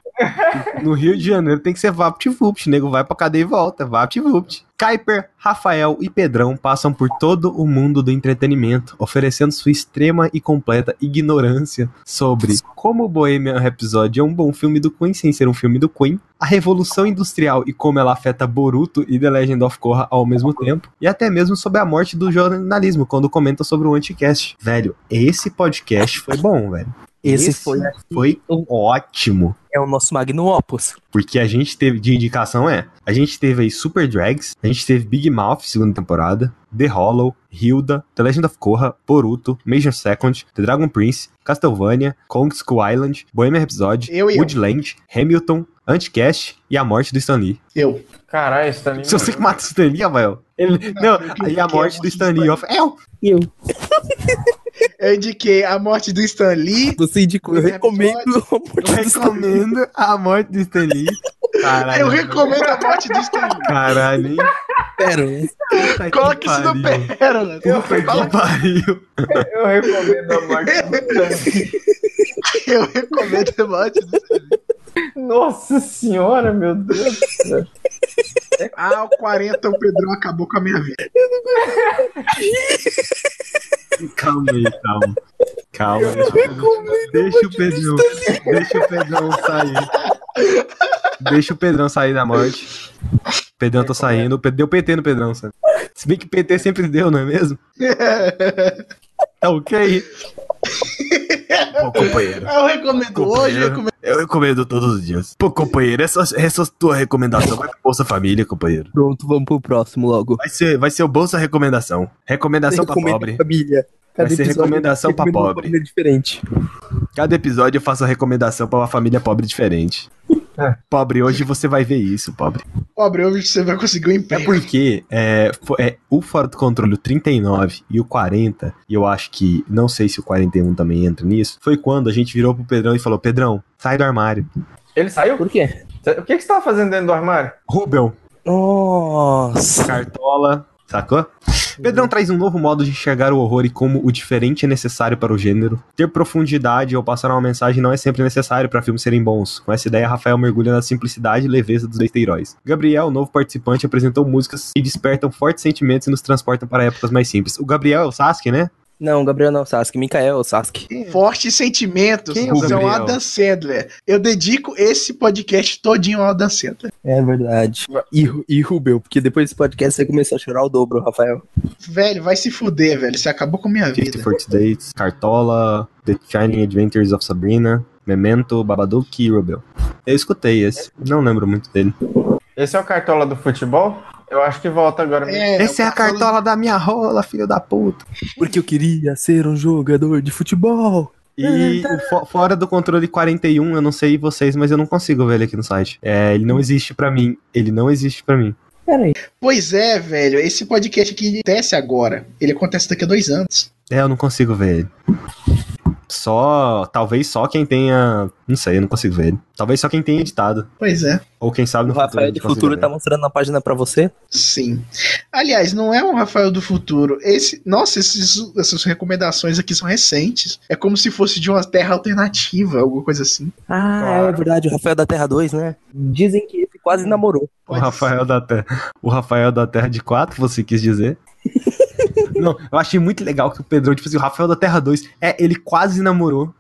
[SPEAKER 2] No Nego Rio de Janeiro tem que ser VaptVupt. Nego vai pra cadeia e volta. VaptVupt. Kuiper, Rafael e Pedrão passam por todo o mundo do entretenimento, oferecendo sua extrema e completa ignorância sobre como Bohemian Rhapsody é um bom filme do Queen sem ser um filme do Queen, a revolução industrial e como ela afeta Boruto e The Legend of Korra ao mesmo tempo, e até mesmo sobre a morte do jornalismo quando comenta sobre o Anticast. Velho, esse podcast foi bom, velho.
[SPEAKER 5] Esse foi.
[SPEAKER 2] Foi ótimo.
[SPEAKER 5] É o nosso Magno Opus.
[SPEAKER 2] Porque a gente teve, de indicação é, a gente teve aí Super Drags, a gente teve Big Mouth, segunda temporada, The Hollow, Hilda, The Legend of Korra, Boruto, Major Second, The Dragon Prince, Castlevania, Kong Skull Island, Bohemian Rhapsody,
[SPEAKER 3] Eu e eu.
[SPEAKER 2] Woodland, Hamilton, Anticast e A Morte do Stan Lee.
[SPEAKER 3] Eu.
[SPEAKER 1] Caralho, isso também.
[SPEAKER 2] Se você que mata o Stan Lee, Rafael. Ele, não,
[SPEAKER 3] porque- é
[SPEAKER 2] e A Morte do Stan Lee. Eu, falei, "É, eu,
[SPEAKER 3] Eu indiquei É a morte do Stan Lee.
[SPEAKER 5] Você indicou, eu recomendo o amor
[SPEAKER 2] eu recomendo A Morte do Stan Lee.
[SPEAKER 3] Eu
[SPEAKER 2] Caralho,
[SPEAKER 3] recomendo a morte do Stan Lee.
[SPEAKER 2] caralho, hein? Puta que
[SPEAKER 3] Coloca isso no
[SPEAKER 2] pariu.
[SPEAKER 3] Pérola.
[SPEAKER 2] Puta que pariu.
[SPEAKER 1] Eu recomendo a morte.
[SPEAKER 3] Eu recomendo a morte do Stan Lee.
[SPEAKER 1] Nossa senhora, meu Deus.
[SPEAKER 3] Ao 40 Ah, o Pedrão acabou com a minha vida.
[SPEAKER 2] Calma aí, calma. Calma, deixa, o Pedrão- deixa o Pedrão. Deixa o Pedrão sair. Deixa o Pedrão sair da morte. Pedrão tá saindo. Pe- Deu PT no Pedrão, sabe? Se bem que PT sempre deu, não é mesmo? Tá ok. Pô, companheiro.
[SPEAKER 3] Eu recomendo hoje, eu recomendo.
[SPEAKER 2] Eu recomendo todos os dias. Pô, companheiro, essa, essa é a tua recomendação vai pro Bolsa Família, companheiro.
[SPEAKER 5] Pronto, vamos pro próximo logo.
[SPEAKER 2] Vai ser, vai ser o Bolsa Recomendação. Recomendação pra
[SPEAKER 5] Recomendo
[SPEAKER 2] pobre.
[SPEAKER 5] Família.
[SPEAKER 2] Vai ser recomendação pra
[SPEAKER 5] recomendo uma
[SPEAKER 2] pobre.
[SPEAKER 5] família diferente.
[SPEAKER 2] Cada episódio eu faço a recomendação pra uma família pobre diferente.
[SPEAKER 1] É.
[SPEAKER 2] Pobre, hoje você vai ver isso, pobre.
[SPEAKER 3] Pobre, eu vi que você vai conseguir um
[SPEAKER 2] É
[SPEAKER 3] emprego.
[SPEAKER 2] porque é, fo- é, o Fora do Controle o 39 e o 40, e eu acho que, não sei se o 41 também entra nisso, foi quando a gente virou pro Pedrão e falou, Pedrão, sai do armário.
[SPEAKER 1] Ele saiu?
[SPEAKER 5] Por quê?
[SPEAKER 1] O que, que você tava fazendo dentro do armário?
[SPEAKER 2] Rubel,
[SPEAKER 5] Nossa.
[SPEAKER 2] Cartola, sacou? Pedrão traz um novo modo de enxergar o horror e como o diferente é necessário para o gênero. Ter profundidade ou passar uma mensagem não é sempre necessário para filmes serem bons. Com essa ideia, Rafael mergulha na simplicidade e leveza dos heróis. Gabriel, novo participante, apresentou músicas que despertam fortes sentimentos e nos transportam para épocas mais simples. O Gabriel é o Sasuke, né?
[SPEAKER 5] Não, Gabriel não, Sasuke. Micael, Sasuke.
[SPEAKER 3] Fortes sentimentos
[SPEAKER 2] Quem é o
[SPEAKER 3] são
[SPEAKER 2] Gabriel?
[SPEAKER 3] Adam Sandler. Eu dedico esse podcast todinho ao Adam Sandler.
[SPEAKER 5] É verdade. E, e Rubel, porque depois desse podcast você começou a chorar o dobro, Rafael.
[SPEAKER 3] Velho, vai se fuder, velho. Você acabou com a minha
[SPEAKER 2] Fifty
[SPEAKER 3] vida.
[SPEAKER 2] First Dates, Cartola, The Shining Adventures of Sabrina, Memento, Babadook e Rubel. Eu escutei esse, não lembro muito dele.
[SPEAKER 1] Esse é o cartola do futebol? Eu acho que volta agora. mesmo.
[SPEAKER 2] Essa
[SPEAKER 3] tá
[SPEAKER 2] é a cartola da minha rola, filho da puta.
[SPEAKER 5] Porque eu queria ser um jogador de futebol.
[SPEAKER 2] E o fo- fora do controle 41, eu não sei vocês, mas eu não consigo ver ele aqui no site. É, ele não existe pra mim. Ele não existe pra mim.
[SPEAKER 5] Pera aí.
[SPEAKER 3] Pois é, velho. Esse podcast aqui ele acontece agora. Ele acontece daqui a dois anos.
[SPEAKER 2] É, eu não consigo ver ele. Só. Talvez só quem tenha. Não sei, eu não consigo ver ele. Talvez só quem tenha editado.
[SPEAKER 3] Pois é.
[SPEAKER 2] Ou quem sabe
[SPEAKER 5] O
[SPEAKER 2] no futuro. a
[SPEAKER 5] Rafael
[SPEAKER 2] gente
[SPEAKER 5] de
[SPEAKER 2] consiga
[SPEAKER 5] futuro
[SPEAKER 2] ver.
[SPEAKER 5] tá mostrando na página pra você.
[SPEAKER 3] Sim. Aliás, não é um Rafael do futuro. Esse, nossa, esses- essas recomendações aqui são recentes. É como se fosse de uma terra alternativa, alguma coisa assim.
[SPEAKER 5] Ah,
[SPEAKER 1] Claro.
[SPEAKER 5] é verdade, o Rafael da Terra 2, né? Dizem que ele quase namorou.
[SPEAKER 2] O Rafael da Terra. O Rafael da Terra de 4, você quis dizer? não, eu achei muito legal que o Pedrão, tipo assim, o Rafael da Terra 2, é, ele quase namorou.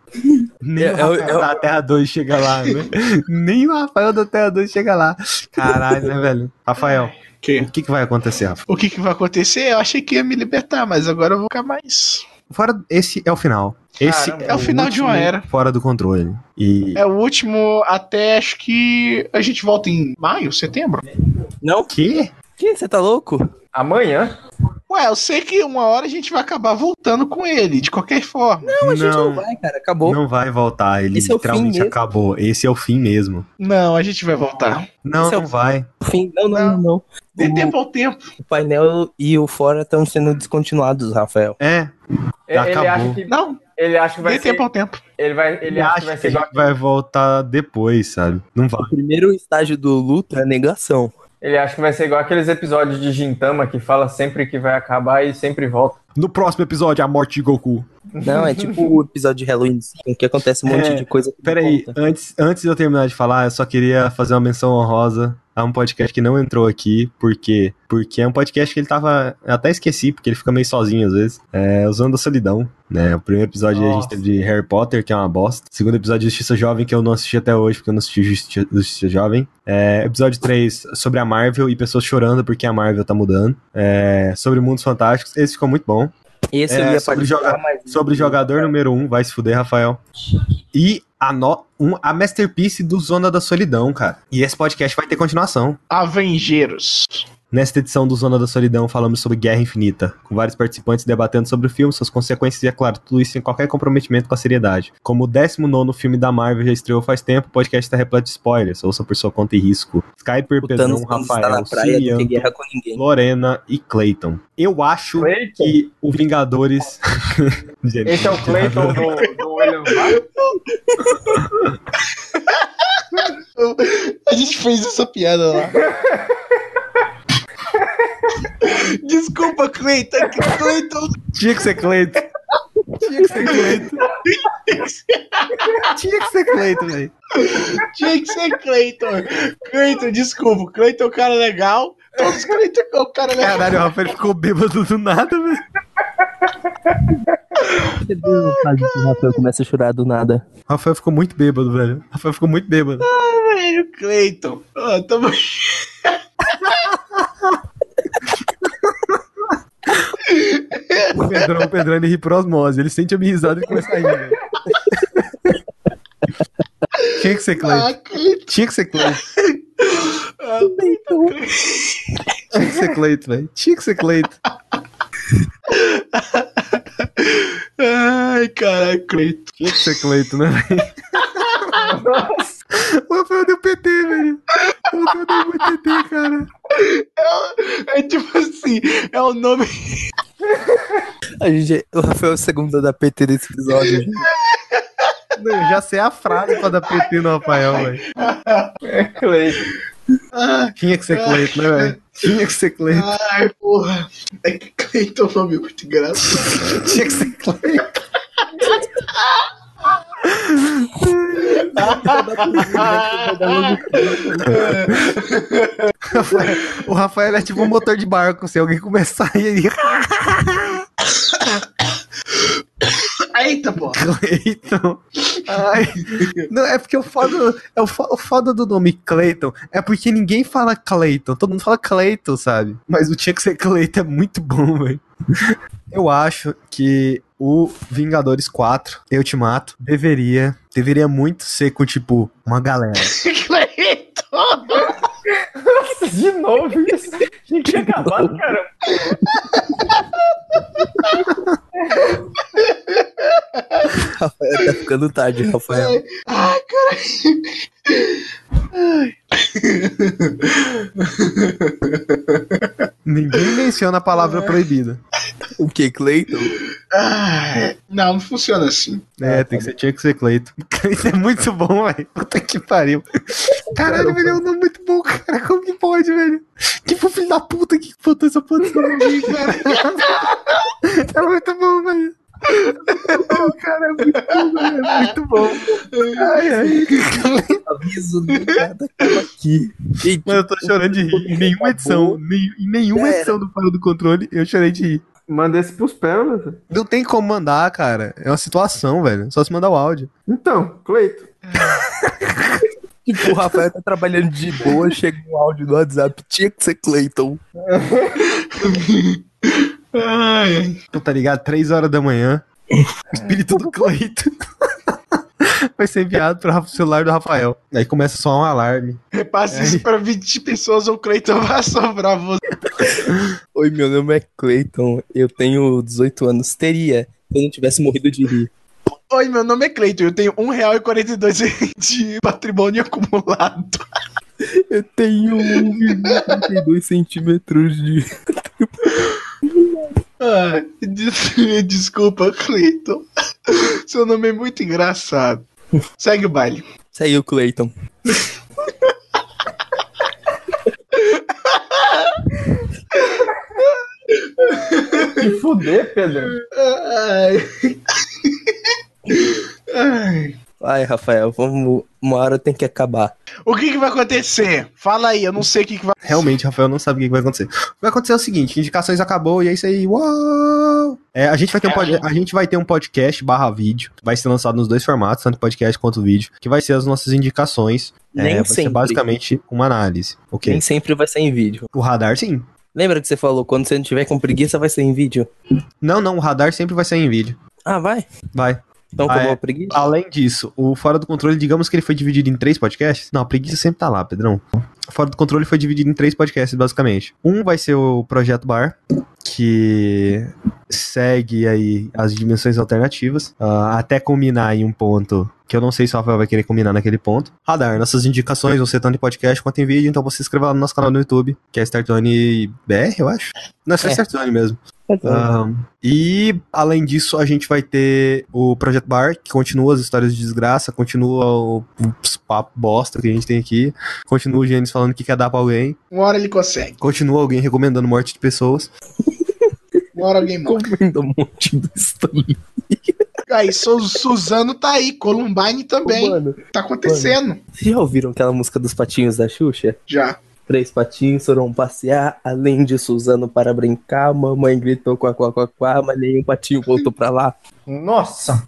[SPEAKER 2] Nem
[SPEAKER 5] É,
[SPEAKER 2] o
[SPEAKER 5] é o-
[SPEAKER 2] Rafael
[SPEAKER 5] é o-
[SPEAKER 2] da Terra 2 chega lá, né? Nem o Rafael da Terra 2 chega lá. Caralho, né, velho? Rafael,
[SPEAKER 3] Que?
[SPEAKER 2] o que, que vai acontecer, Rafa?
[SPEAKER 3] O que, que vai acontecer? Eu achei que ia me libertar, mas agora eu vou ficar mais.
[SPEAKER 2] Fora, esse é o final. Esse
[SPEAKER 1] Caramba.
[SPEAKER 3] É o final de uma
[SPEAKER 2] último
[SPEAKER 3] era.
[SPEAKER 2] Fora do controle. E
[SPEAKER 3] É o último até acho que a gente volta em maio, setembro.
[SPEAKER 5] Não?
[SPEAKER 2] que?
[SPEAKER 5] Que? Você tá louco?
[SPEAKER 1] Amanhã?
[SPEAKER 3] Ué, eu sei que uma hora a gente vai acabar voltando com ele, de qualquer forma.
[SPEAKER 5] Não, a gente não, vai, cara. Acabou.
[SPEAKER 2] não vai voltar. Ele
[SPEAKER 5] Esse é o fim
[SPEAKER 2] literalmente
[SPEAKER 5] mesmo.
[SPEAKER 2] acabou. Esse é o fim mesmo.
[SPEAKER 3] Não, a gente vai voltar.
[SPEAKER 2] Não,
[SPEAKER 5] Esse é o
[SPEAKER 2] não
[SPEAKER 5] fim.
[SPEAKER 2] vai.
[SPEAKER 5] Fim. Não, não, não, não.
[SPEAKER 3] Dê
[SPEAKER 5] O-
[SPEAKER 3] tempo ao tempo.
[SPEAKER 5] O painel e o fora estão sendo descontinuados, Rafael.
[SPEAKER 2] É,
[SPEAKER 1] Ele
[SPEAKER 2] Acabou.
[SPEAKER 1] acha que
[SPEAKER 3] Não,
[SPEAKER 1] ele acha que vai
[SPEAKER 3] dê
[SPEAKER 1] ser,
[SPEAKER 3] tempo ao tempo.
[SPEAKER 1] ele vai ele acha que vai ser
[SPEAKER 2] a gente
[SPEAKER 1] igual,
[SPEAKER 2] vai voltar depois, sabe? Não vai.
[SPEAKER 5] O primeiro estágio do luto é a negação.
[SPEAKER 1] ele acha que vai ser igual aqueles episódios de Gintama que fala sempre que vai acabar e sempre volta.
[SPEAKER 2] No próximo episódio, a morte de Goku.
[SPEAKER 5] Não, é tipo o episódio de Halloween 5, que acontece um monte
[SPEAKER 2] É,
[SPEAKER 5] de coisa. que não
[SPEAKER 2] Peraí,
[SPEAKER 5] conta.
[SPEAKER 2] antes, antes de eu terminar de falar, eu só queria fazer uma menção honrosa a um podcast que não entrou aqui, porque porque é um podcast que ele tava, eu até esqueci, porque ele fica meio sozinho às vezes, é Usando a Solidão, né, o primeiro episódio a gente
[SPEAKER 1] Nossa.
[SPEAKER 2] teve de Harry Potter, que é uma bosta, segundo episódio de Justiça Jovem, que eu não assisti até hoje, porque eu não assisti Justi- Justiça Jovem, é, episódio 3 sobre a Marvel e pessoas chorando porque a Marvel tá mudando, é, sobre Mundos Fantásticos, esse ficou muito bom,
[SPEAKER 5] Esse
[SPEAKER 2] é,
[SPEAKER 5] eu ia
[SPEAKER 2] sobre
[SPEAKER 5] participar,
[SPEAKER 2] joga-
[SPEAKER 5] mas-
[SPEAKER 4] um.
[SPEAKER 2] Sobre jogador número 1, um, vai se fuder, Rafael. E a, no, um, a masterpiece do Zona da Solidão, cara. E esse podcast vai ter continuação.
[SPEAKER 3] Avengeiros.
[SPEAKER 2] Nesta edição do Zona da Solidão, falamos sobre Guerra Infinita, com vários participantes debatendo sobre o filme, suas consequências e, é claro, tudo isso sem qualquer comprometimento com a seriedade. Como o 19 filme da Marvel já estreou faz tempo, o podcast está repleto de spoilers, ouça por sua conta e risco. Skyper,
[SPEAKER 5] O
[SPEAKER 2] Pedrão,
[SPEAKER 5] Thanos quando está na
[SPEAKER 2] Rafael,
[SPEAKER 5] praia, não tem
[SPEAKER 2] Cilian,
[SPEAKER 5] guerra com ninguém.
[SPEAKER 2] Lorena e Clayton. Eu acho
[SPEAKER 1] Clayton?
[SPEAKER 2] que o Vingadores... Gente,
[SPEAKER 1] Esse é o Clayton do, do William Wallace?
[SPEAKER 3] A gente fez essa piada lá. Desculpa, é Cleiton. Cleiton.
[SPEAKER 2] Tinha que ser Cleito. Tinha que ser Cleito. Tinha que ser Cleito, velho.
[SPEAKER 3] Tinha que ser Cleiton. Cleiton, desculpa. Cleiton é um cara legal. Todos os Cleiton é um cara legal.
[SPEAKER 2] Caralho, o Rafael ficou bêbado do nada, velho.
[SPEAKER 5] Meu Deus, faz isso, o Rafael começa a chorar do nada.
[SPEAKER 2] O Rafael ficou muito bêbado, velho. O Rafael ficou muito bêbado.
[SPEAKER 3] Velho, Cleiton. Ah, tamo...
[SPEAKER 2] O Pedrão, o Pedrão, ele ri por osmose. Ele sente a minha risada e começa a rir, velho. Tinha que ser
[SPEAKER 3] Ah,
[SPEAKER 2] Cleito.
[SPEAKER 3] Cleiton.
[SPEAKER 2] Tinha que ser Cleito.
[SPEAKER 3] Ah,
[SPEAKER 2] Tinha que ser Cleito, velho. Tinha que ser Cleito.
[SPEAKER 3] Ai, caralho, Cleiton.
[SPEAKER 2] Tinha que ser Cleito, né? velho? O Rafael deu PT, velho. O Rafael deu muito PT, cara.
[SPEAKER 3] É tipo assim, é o nome.
[SPEAKER 4] A gente, o Rafael é o segundo da PT desse episódio.
[SPEAKER 2] Não, já sei a frase pra dar PT no Rafael, velho.
[SPEAKER 1] Cleito.
[SPEAKER 3] Ah,
[SPEAKER 2] Tinha que ser Cleito, né, velho? Tinha que ser Cleito.
[SPEAKER 3] Ai, porra. É que Cleiton é um nome muito engraçado.
[SPEAKER 2] Tinha que ser Cleito. Rafael- o Rafael é tipo um motor de barco. Se alguém começar a ir é
[SPEAKER 3] Eita, porra.
[SPEAKER 2] Cleiton. Ai. Não, é porque o foda, é o, fo- o foda do nome Cleiton é porque ninguém fala Cleiton. Todo mundo fala Cleiton, sabe? Mas o tinha que ser Cleiton é muito bom, velho. Eu acho que o Vingadores 4, Eu Te Mato, deveria, deveria muito ser com, tipo, uma galera.
[SPEAKER 3] Cleiton!
[SPEAKER 1] Nossa, de novo isso? Tinha que acabar, cara.
[SPEAKER 4] Rafael, tá ficando tarde, Rafael.
[SPEAKER 3] Ai, caralho.
[SPEAKER 2] Ninguém menciona a palavra proibida.
[SPEAKER 4] O que, Cleiton?
[SPEAKER 3] Ai, Não, não funciona assim.
[SPEAKER 2] É, tem que ser, tinha que ser Cleiton. Cleiton é muito bom, velho. Puta que pariu. Caralho, velho, é um nome muito bom, cara. Como que pode, velho? Tipo, filho da puta que botou essa porra desse nome aí, cara. É muito bom, velho. O cara é muito bom, velho. É muito bom. Ai, ai.
[SPEAKER 4] Aviso do nada, acaba aqui. Gente,
[SPEAKER 2] Mano, eu tô chorando de rir. Em nenhuma edição, nem- em nenhuma edição do Fora do Controle, eu chorei de rir.
[SPEAKER 1] Manda esse pros pérolas.
[SPEAKER 2] Não tem como mandar, cara. É uma situação, velho. Só se mandar o áudio.
[SPEAKER 1] Então, Cleito.
[SPEAKER 4] o Rafael tá trabalhando de boa, chega um áudio no WhatsApp, tinha que ser Cleiton.
[SPEAKER 3] Ai,
[SPEAKER 2] Então tá ligado? Três horas da manhã. O espírito do Cleito. Vai ser enviado pro Rafa- celular do Rafael. Aí começa só um alarme.
[SPEAKER 3] repasse isso pra 20 pessoas ou o Cleiton vai assombrar você.
[SPEAKER 4] Oi, meu nome é Cleiton, eu tenho 18 anos. Teria, se eu não tivesse morrido de rir.
[SPEAKER 3] Oi, meu nome é Cleiton, eu tenho R$1,42 de patrimônio acumulado.
[SPEAKER 4] Eu tenho 1,32 centímetros de.
[SPEAKER 3] Ai, des- Desculpa, Cleiton. Seu nome é muito engraçado. Segue o baile.
[SPEAKER 4] Segue o Cleiton.
[SPEAKER 1] Que fuder, Pedro.
[SPEAKER 3] Ai. Ai.
[SPEAKER 4] Vai, Rafael, vamos. Uma hora tem que acabar.
[SPEAKER 3] O que, que vai acontecer? Fala aí, eu não sei o que, que vai
[SPEAKER 2] Realmente, o Rafael não sabe o que que vai acontecer. O que vai acontecer é o seguinte: indicações acabou e é isso aí. Uau! É, a, gente vai ter um pod- a gente vai ter um podcast barra vídeo. Vai ser lançado nos dois formatos, tanto podcast quanto vídeo, que vai ser as nossas indicações.
[SPEAKER 4] Nem
[SPEAKER 2] é, vai ser
[SPEAKER 4] sempre.
[SPEAKER 2] basicamente uma análise. Ok.
[SPEAKER 4] Nem sempre vai ser em vídeo.
[SPEAKER 2] O radar, sim.
[SPEAKER 4] Lembra que você falou, quando você não tiver com preguiça, vai ser em vídeo?
[SPEAKER 2] Não, não, o radar sempre vai sair em vídeo.
[SPEAKER 4] Ah, vai.
[SPEAKER 2] Vai.
[SPEAKER 4] Então
[SPEAKER 2] Ah,
[SPEAKER 4] acabou
[SPEAKER 2] é.
[SPEAKER 4] a preguiça?
[SPEAKER 2] Além disso, o Fora do Controle, digamos que ele foi dividido em três podcasts. Não, a preguiça sempre tá lá, Pedrão. O Fora do Controle foi dividido em três podcasts, basicamente. Um vai ser o Projeto Bar, que segue aí as dimensões alternativas, ah, até combinar em um ponto que eu não sei se o Rafael vai querer combinar naquele ponto. Radar, nossas indicações vão ser tanto em podcast quanto em vídeo, então você se inscreva lá no nosso canal no YouTube, que é Startzone BR, eu acho. Não, é só
[SPEAKER 4] É.
[SPEAKER 2] Startzone mesmo. Ah, Ahn, e, além disso, a gente vai ter o Project Bar, que continua as histórias de desgraça, continua o, os papo bosta que a gente tem aqui, continua o Gênesis falando o que quer dar pra alguém,
[SPEAKER 3] Uma hora ele consegue,
[SPEAKER 2] continua alguém recomendando morte de pessoas.
[SPEAKER 3] uma hora alguém morre.
[SPEAKER 4] Comendo um monte do estômago.
[SPEAKER 3] Aí, Su- Suzano tá aí, Columbine também.
[SPEAKER 4] Mano,
[SPEAKER 3] Tá acontecendo
[SPEAKER 4] vocês já ouviram aquela música dos patinhos da Xuxa?
[SPEAKER 3] já.
[SPEAKER 4] Três patinhos foram passear, além de Suzano para brincar, mamãe gritou quá, quá, quá, quá, mas nenhum patinho voltou pra lá.
[SPEAKER 1] Nossa.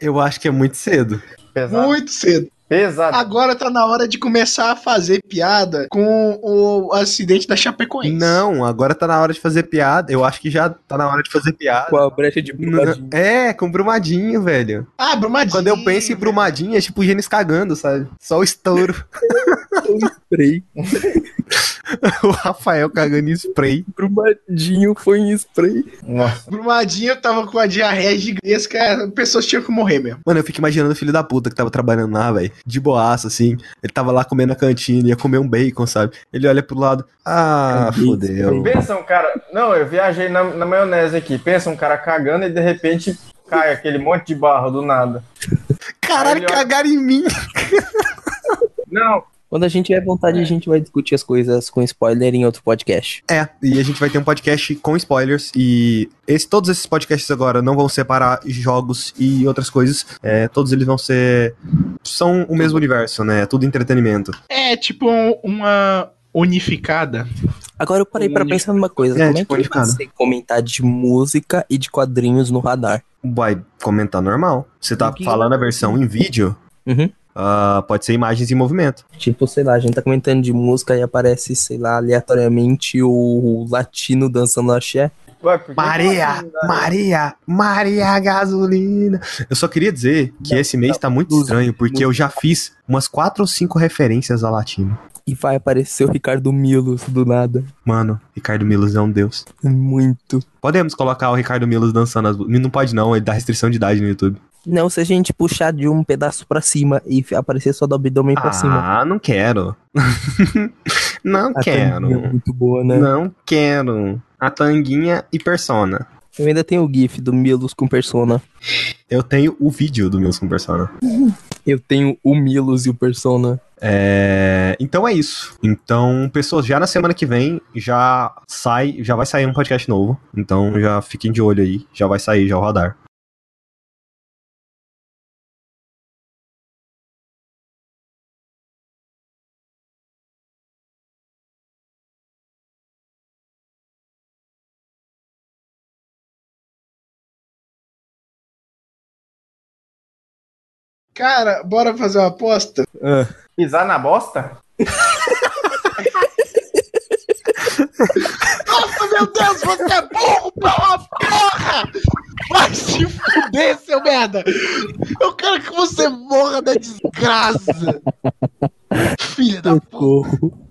[SPEAKER 2] Eu acho que é muito cedo.
[SPEAKER 1] Pesado.
[SPEAKER 3] Muito cedo.
[SPEAKER 1] Pesado.
[SPEAKER 3] Agora tá na hora de começar a fazer piada com o acidente da Chapecoense.
[SPEAKER 2] Não, agora tá na hora de fazer piada. Eu acho que já tá na hora de fazer piada.
[SPEAKER 4] Com a brecha de
[SPEAKER 2] Não-
[SPEAKER 4] brumadinho.
[SPEAKER 2] É, com Brumadinho, velho.
[SPEAKER 3] Ah, Brumadinho.
[SPEAKER 2] Quando eu penso em Brumadinho,
[SPEAKER 4] um
[SPEAKER 2] é tipo o Gênesis cagando, sabe? Só o estouro.
[SPEAKER 4] Peraí.
[SPEAKER 2] o Rafael cagando em spray.
[SPEAKER 4] Brumadinho foi em spray.
[SPEAKER 3] Brumadinho tava com a diarreia gigantesca, pessoas tinham que morrer mesmo.
[SPEAKER 2] Mano, eu fico imaginando o filho da puta que tava trabalhando lá, velho. De boaça, assim. Ele tava lá comendo a cantina, ia comer um bacon, sabe? Ele olha pro lado. Ah,
[SPEAKER 4] Caguei em
[SPEAKER 2] fodeu.
[SPEAKER 1] Pensa um cara. Não, eu viajei na, na maionese aqui. Pensa um cara cagando e de repente cai aquele monte de barro do nada.
[SPEAKER 2] Caralho,
[SPEAKER 1] Melhor.
[SPEAKER 2] cagaram em mim.
[SPEAKER 1] Não,
[SPEAKER 4] Quando a gente tiver vontade, a gente vai discutir as coisas com spoiler em outro podcast.
[SPEAKER 2] É, e a gente vai ter um podcast com spoilers. E esse- todos esses podcasts agora não vão separar jogos e outras coisas. É, todos eles vão ser. São o mesmo universo, né? Tudo entretenimento.
[SPEAKER 3] É tipo um- uma unificada.
[SPEAKER 4] Agora eu parei pra pensar numa coisa.
[SPEAKER 2] É,
[SPEAKER 4] Como é
[SPEAKER 2] tipo,
[SPEAKER 4] que eu
[SPEAKER 2] indicado.
[SPEAKER 4] passei a comentar de música e de quadrinhos no radar?
[SPEAKER 2] Vai comentar normal. Você tá
[SPEAKER 4] O que-
[SPEAKER 2] falando a versão em vídeo?
[SPEAKER 4] Uhum.
[SPEAKER 2] Ah, pode ser imagens em movimento.
[SPEAKER 4] Tipo, sei lá, a gente tá comentando de música e aparece, sei lá, aleatoriamente o latino dançando axé.
[SPEAKER 1] ué, por que
[SPEAKER 2] Maria, Maria, Maria Gasolina. Eu só queria dizer que esse mês tá muito estranho, porque eu já fiz umas quatro ou cinco referências a latino.
[SPEAKER 4] E vai aparecer o Ricardo Milos do nada.
[SPEAKER 2] Mano, Ricardo Milos é um deus.
[SPEAKER 4] Muito.
[SPEAKER 2] Podemos colocar o Ricardo Milos dançando as músicas. Não pode não, ele dá restrição de idade no YouTube.
[SPEAKER 4] Não, se a gente puxar de um pedaço pra cima e f- aparecer só do abdômen pra cima.
[SPEAKER 2] Ah, não quero. não
[SPEAKER 4] A tanguinha é
[SPEAKER 2] quero.
[SPEAKER 4] muito boa, né?
[SPEAKER 2] Não quero. A tanguinha e persona.
[SPEAKER 4] Eu ainda tenho o GIF do Milos com Persona.
[SPEAKER 2] Eu tenho o vídeo do Milos com persona.
[SPEAKER 4] Eu tenho o Milos e o Persona.
[SPEAKER 2] É, então é isso. Então, pessoas, já na semana que vem já sai, já vai sair um podcast novo. Então já fiquem de olho aí, já vai sair já é o radar.
[SPEAKER 3] Cara, bora fazer uma aposta?
[SPEAKER 1] Pisar na bosta?
[SPEAKER 3] Nossa, meu Deus, você é burro pra uma porra! Vai se fuder, seu merda! Eu quero que você morra da desgraça! Filha da
[SPEAKER 4] Socorro.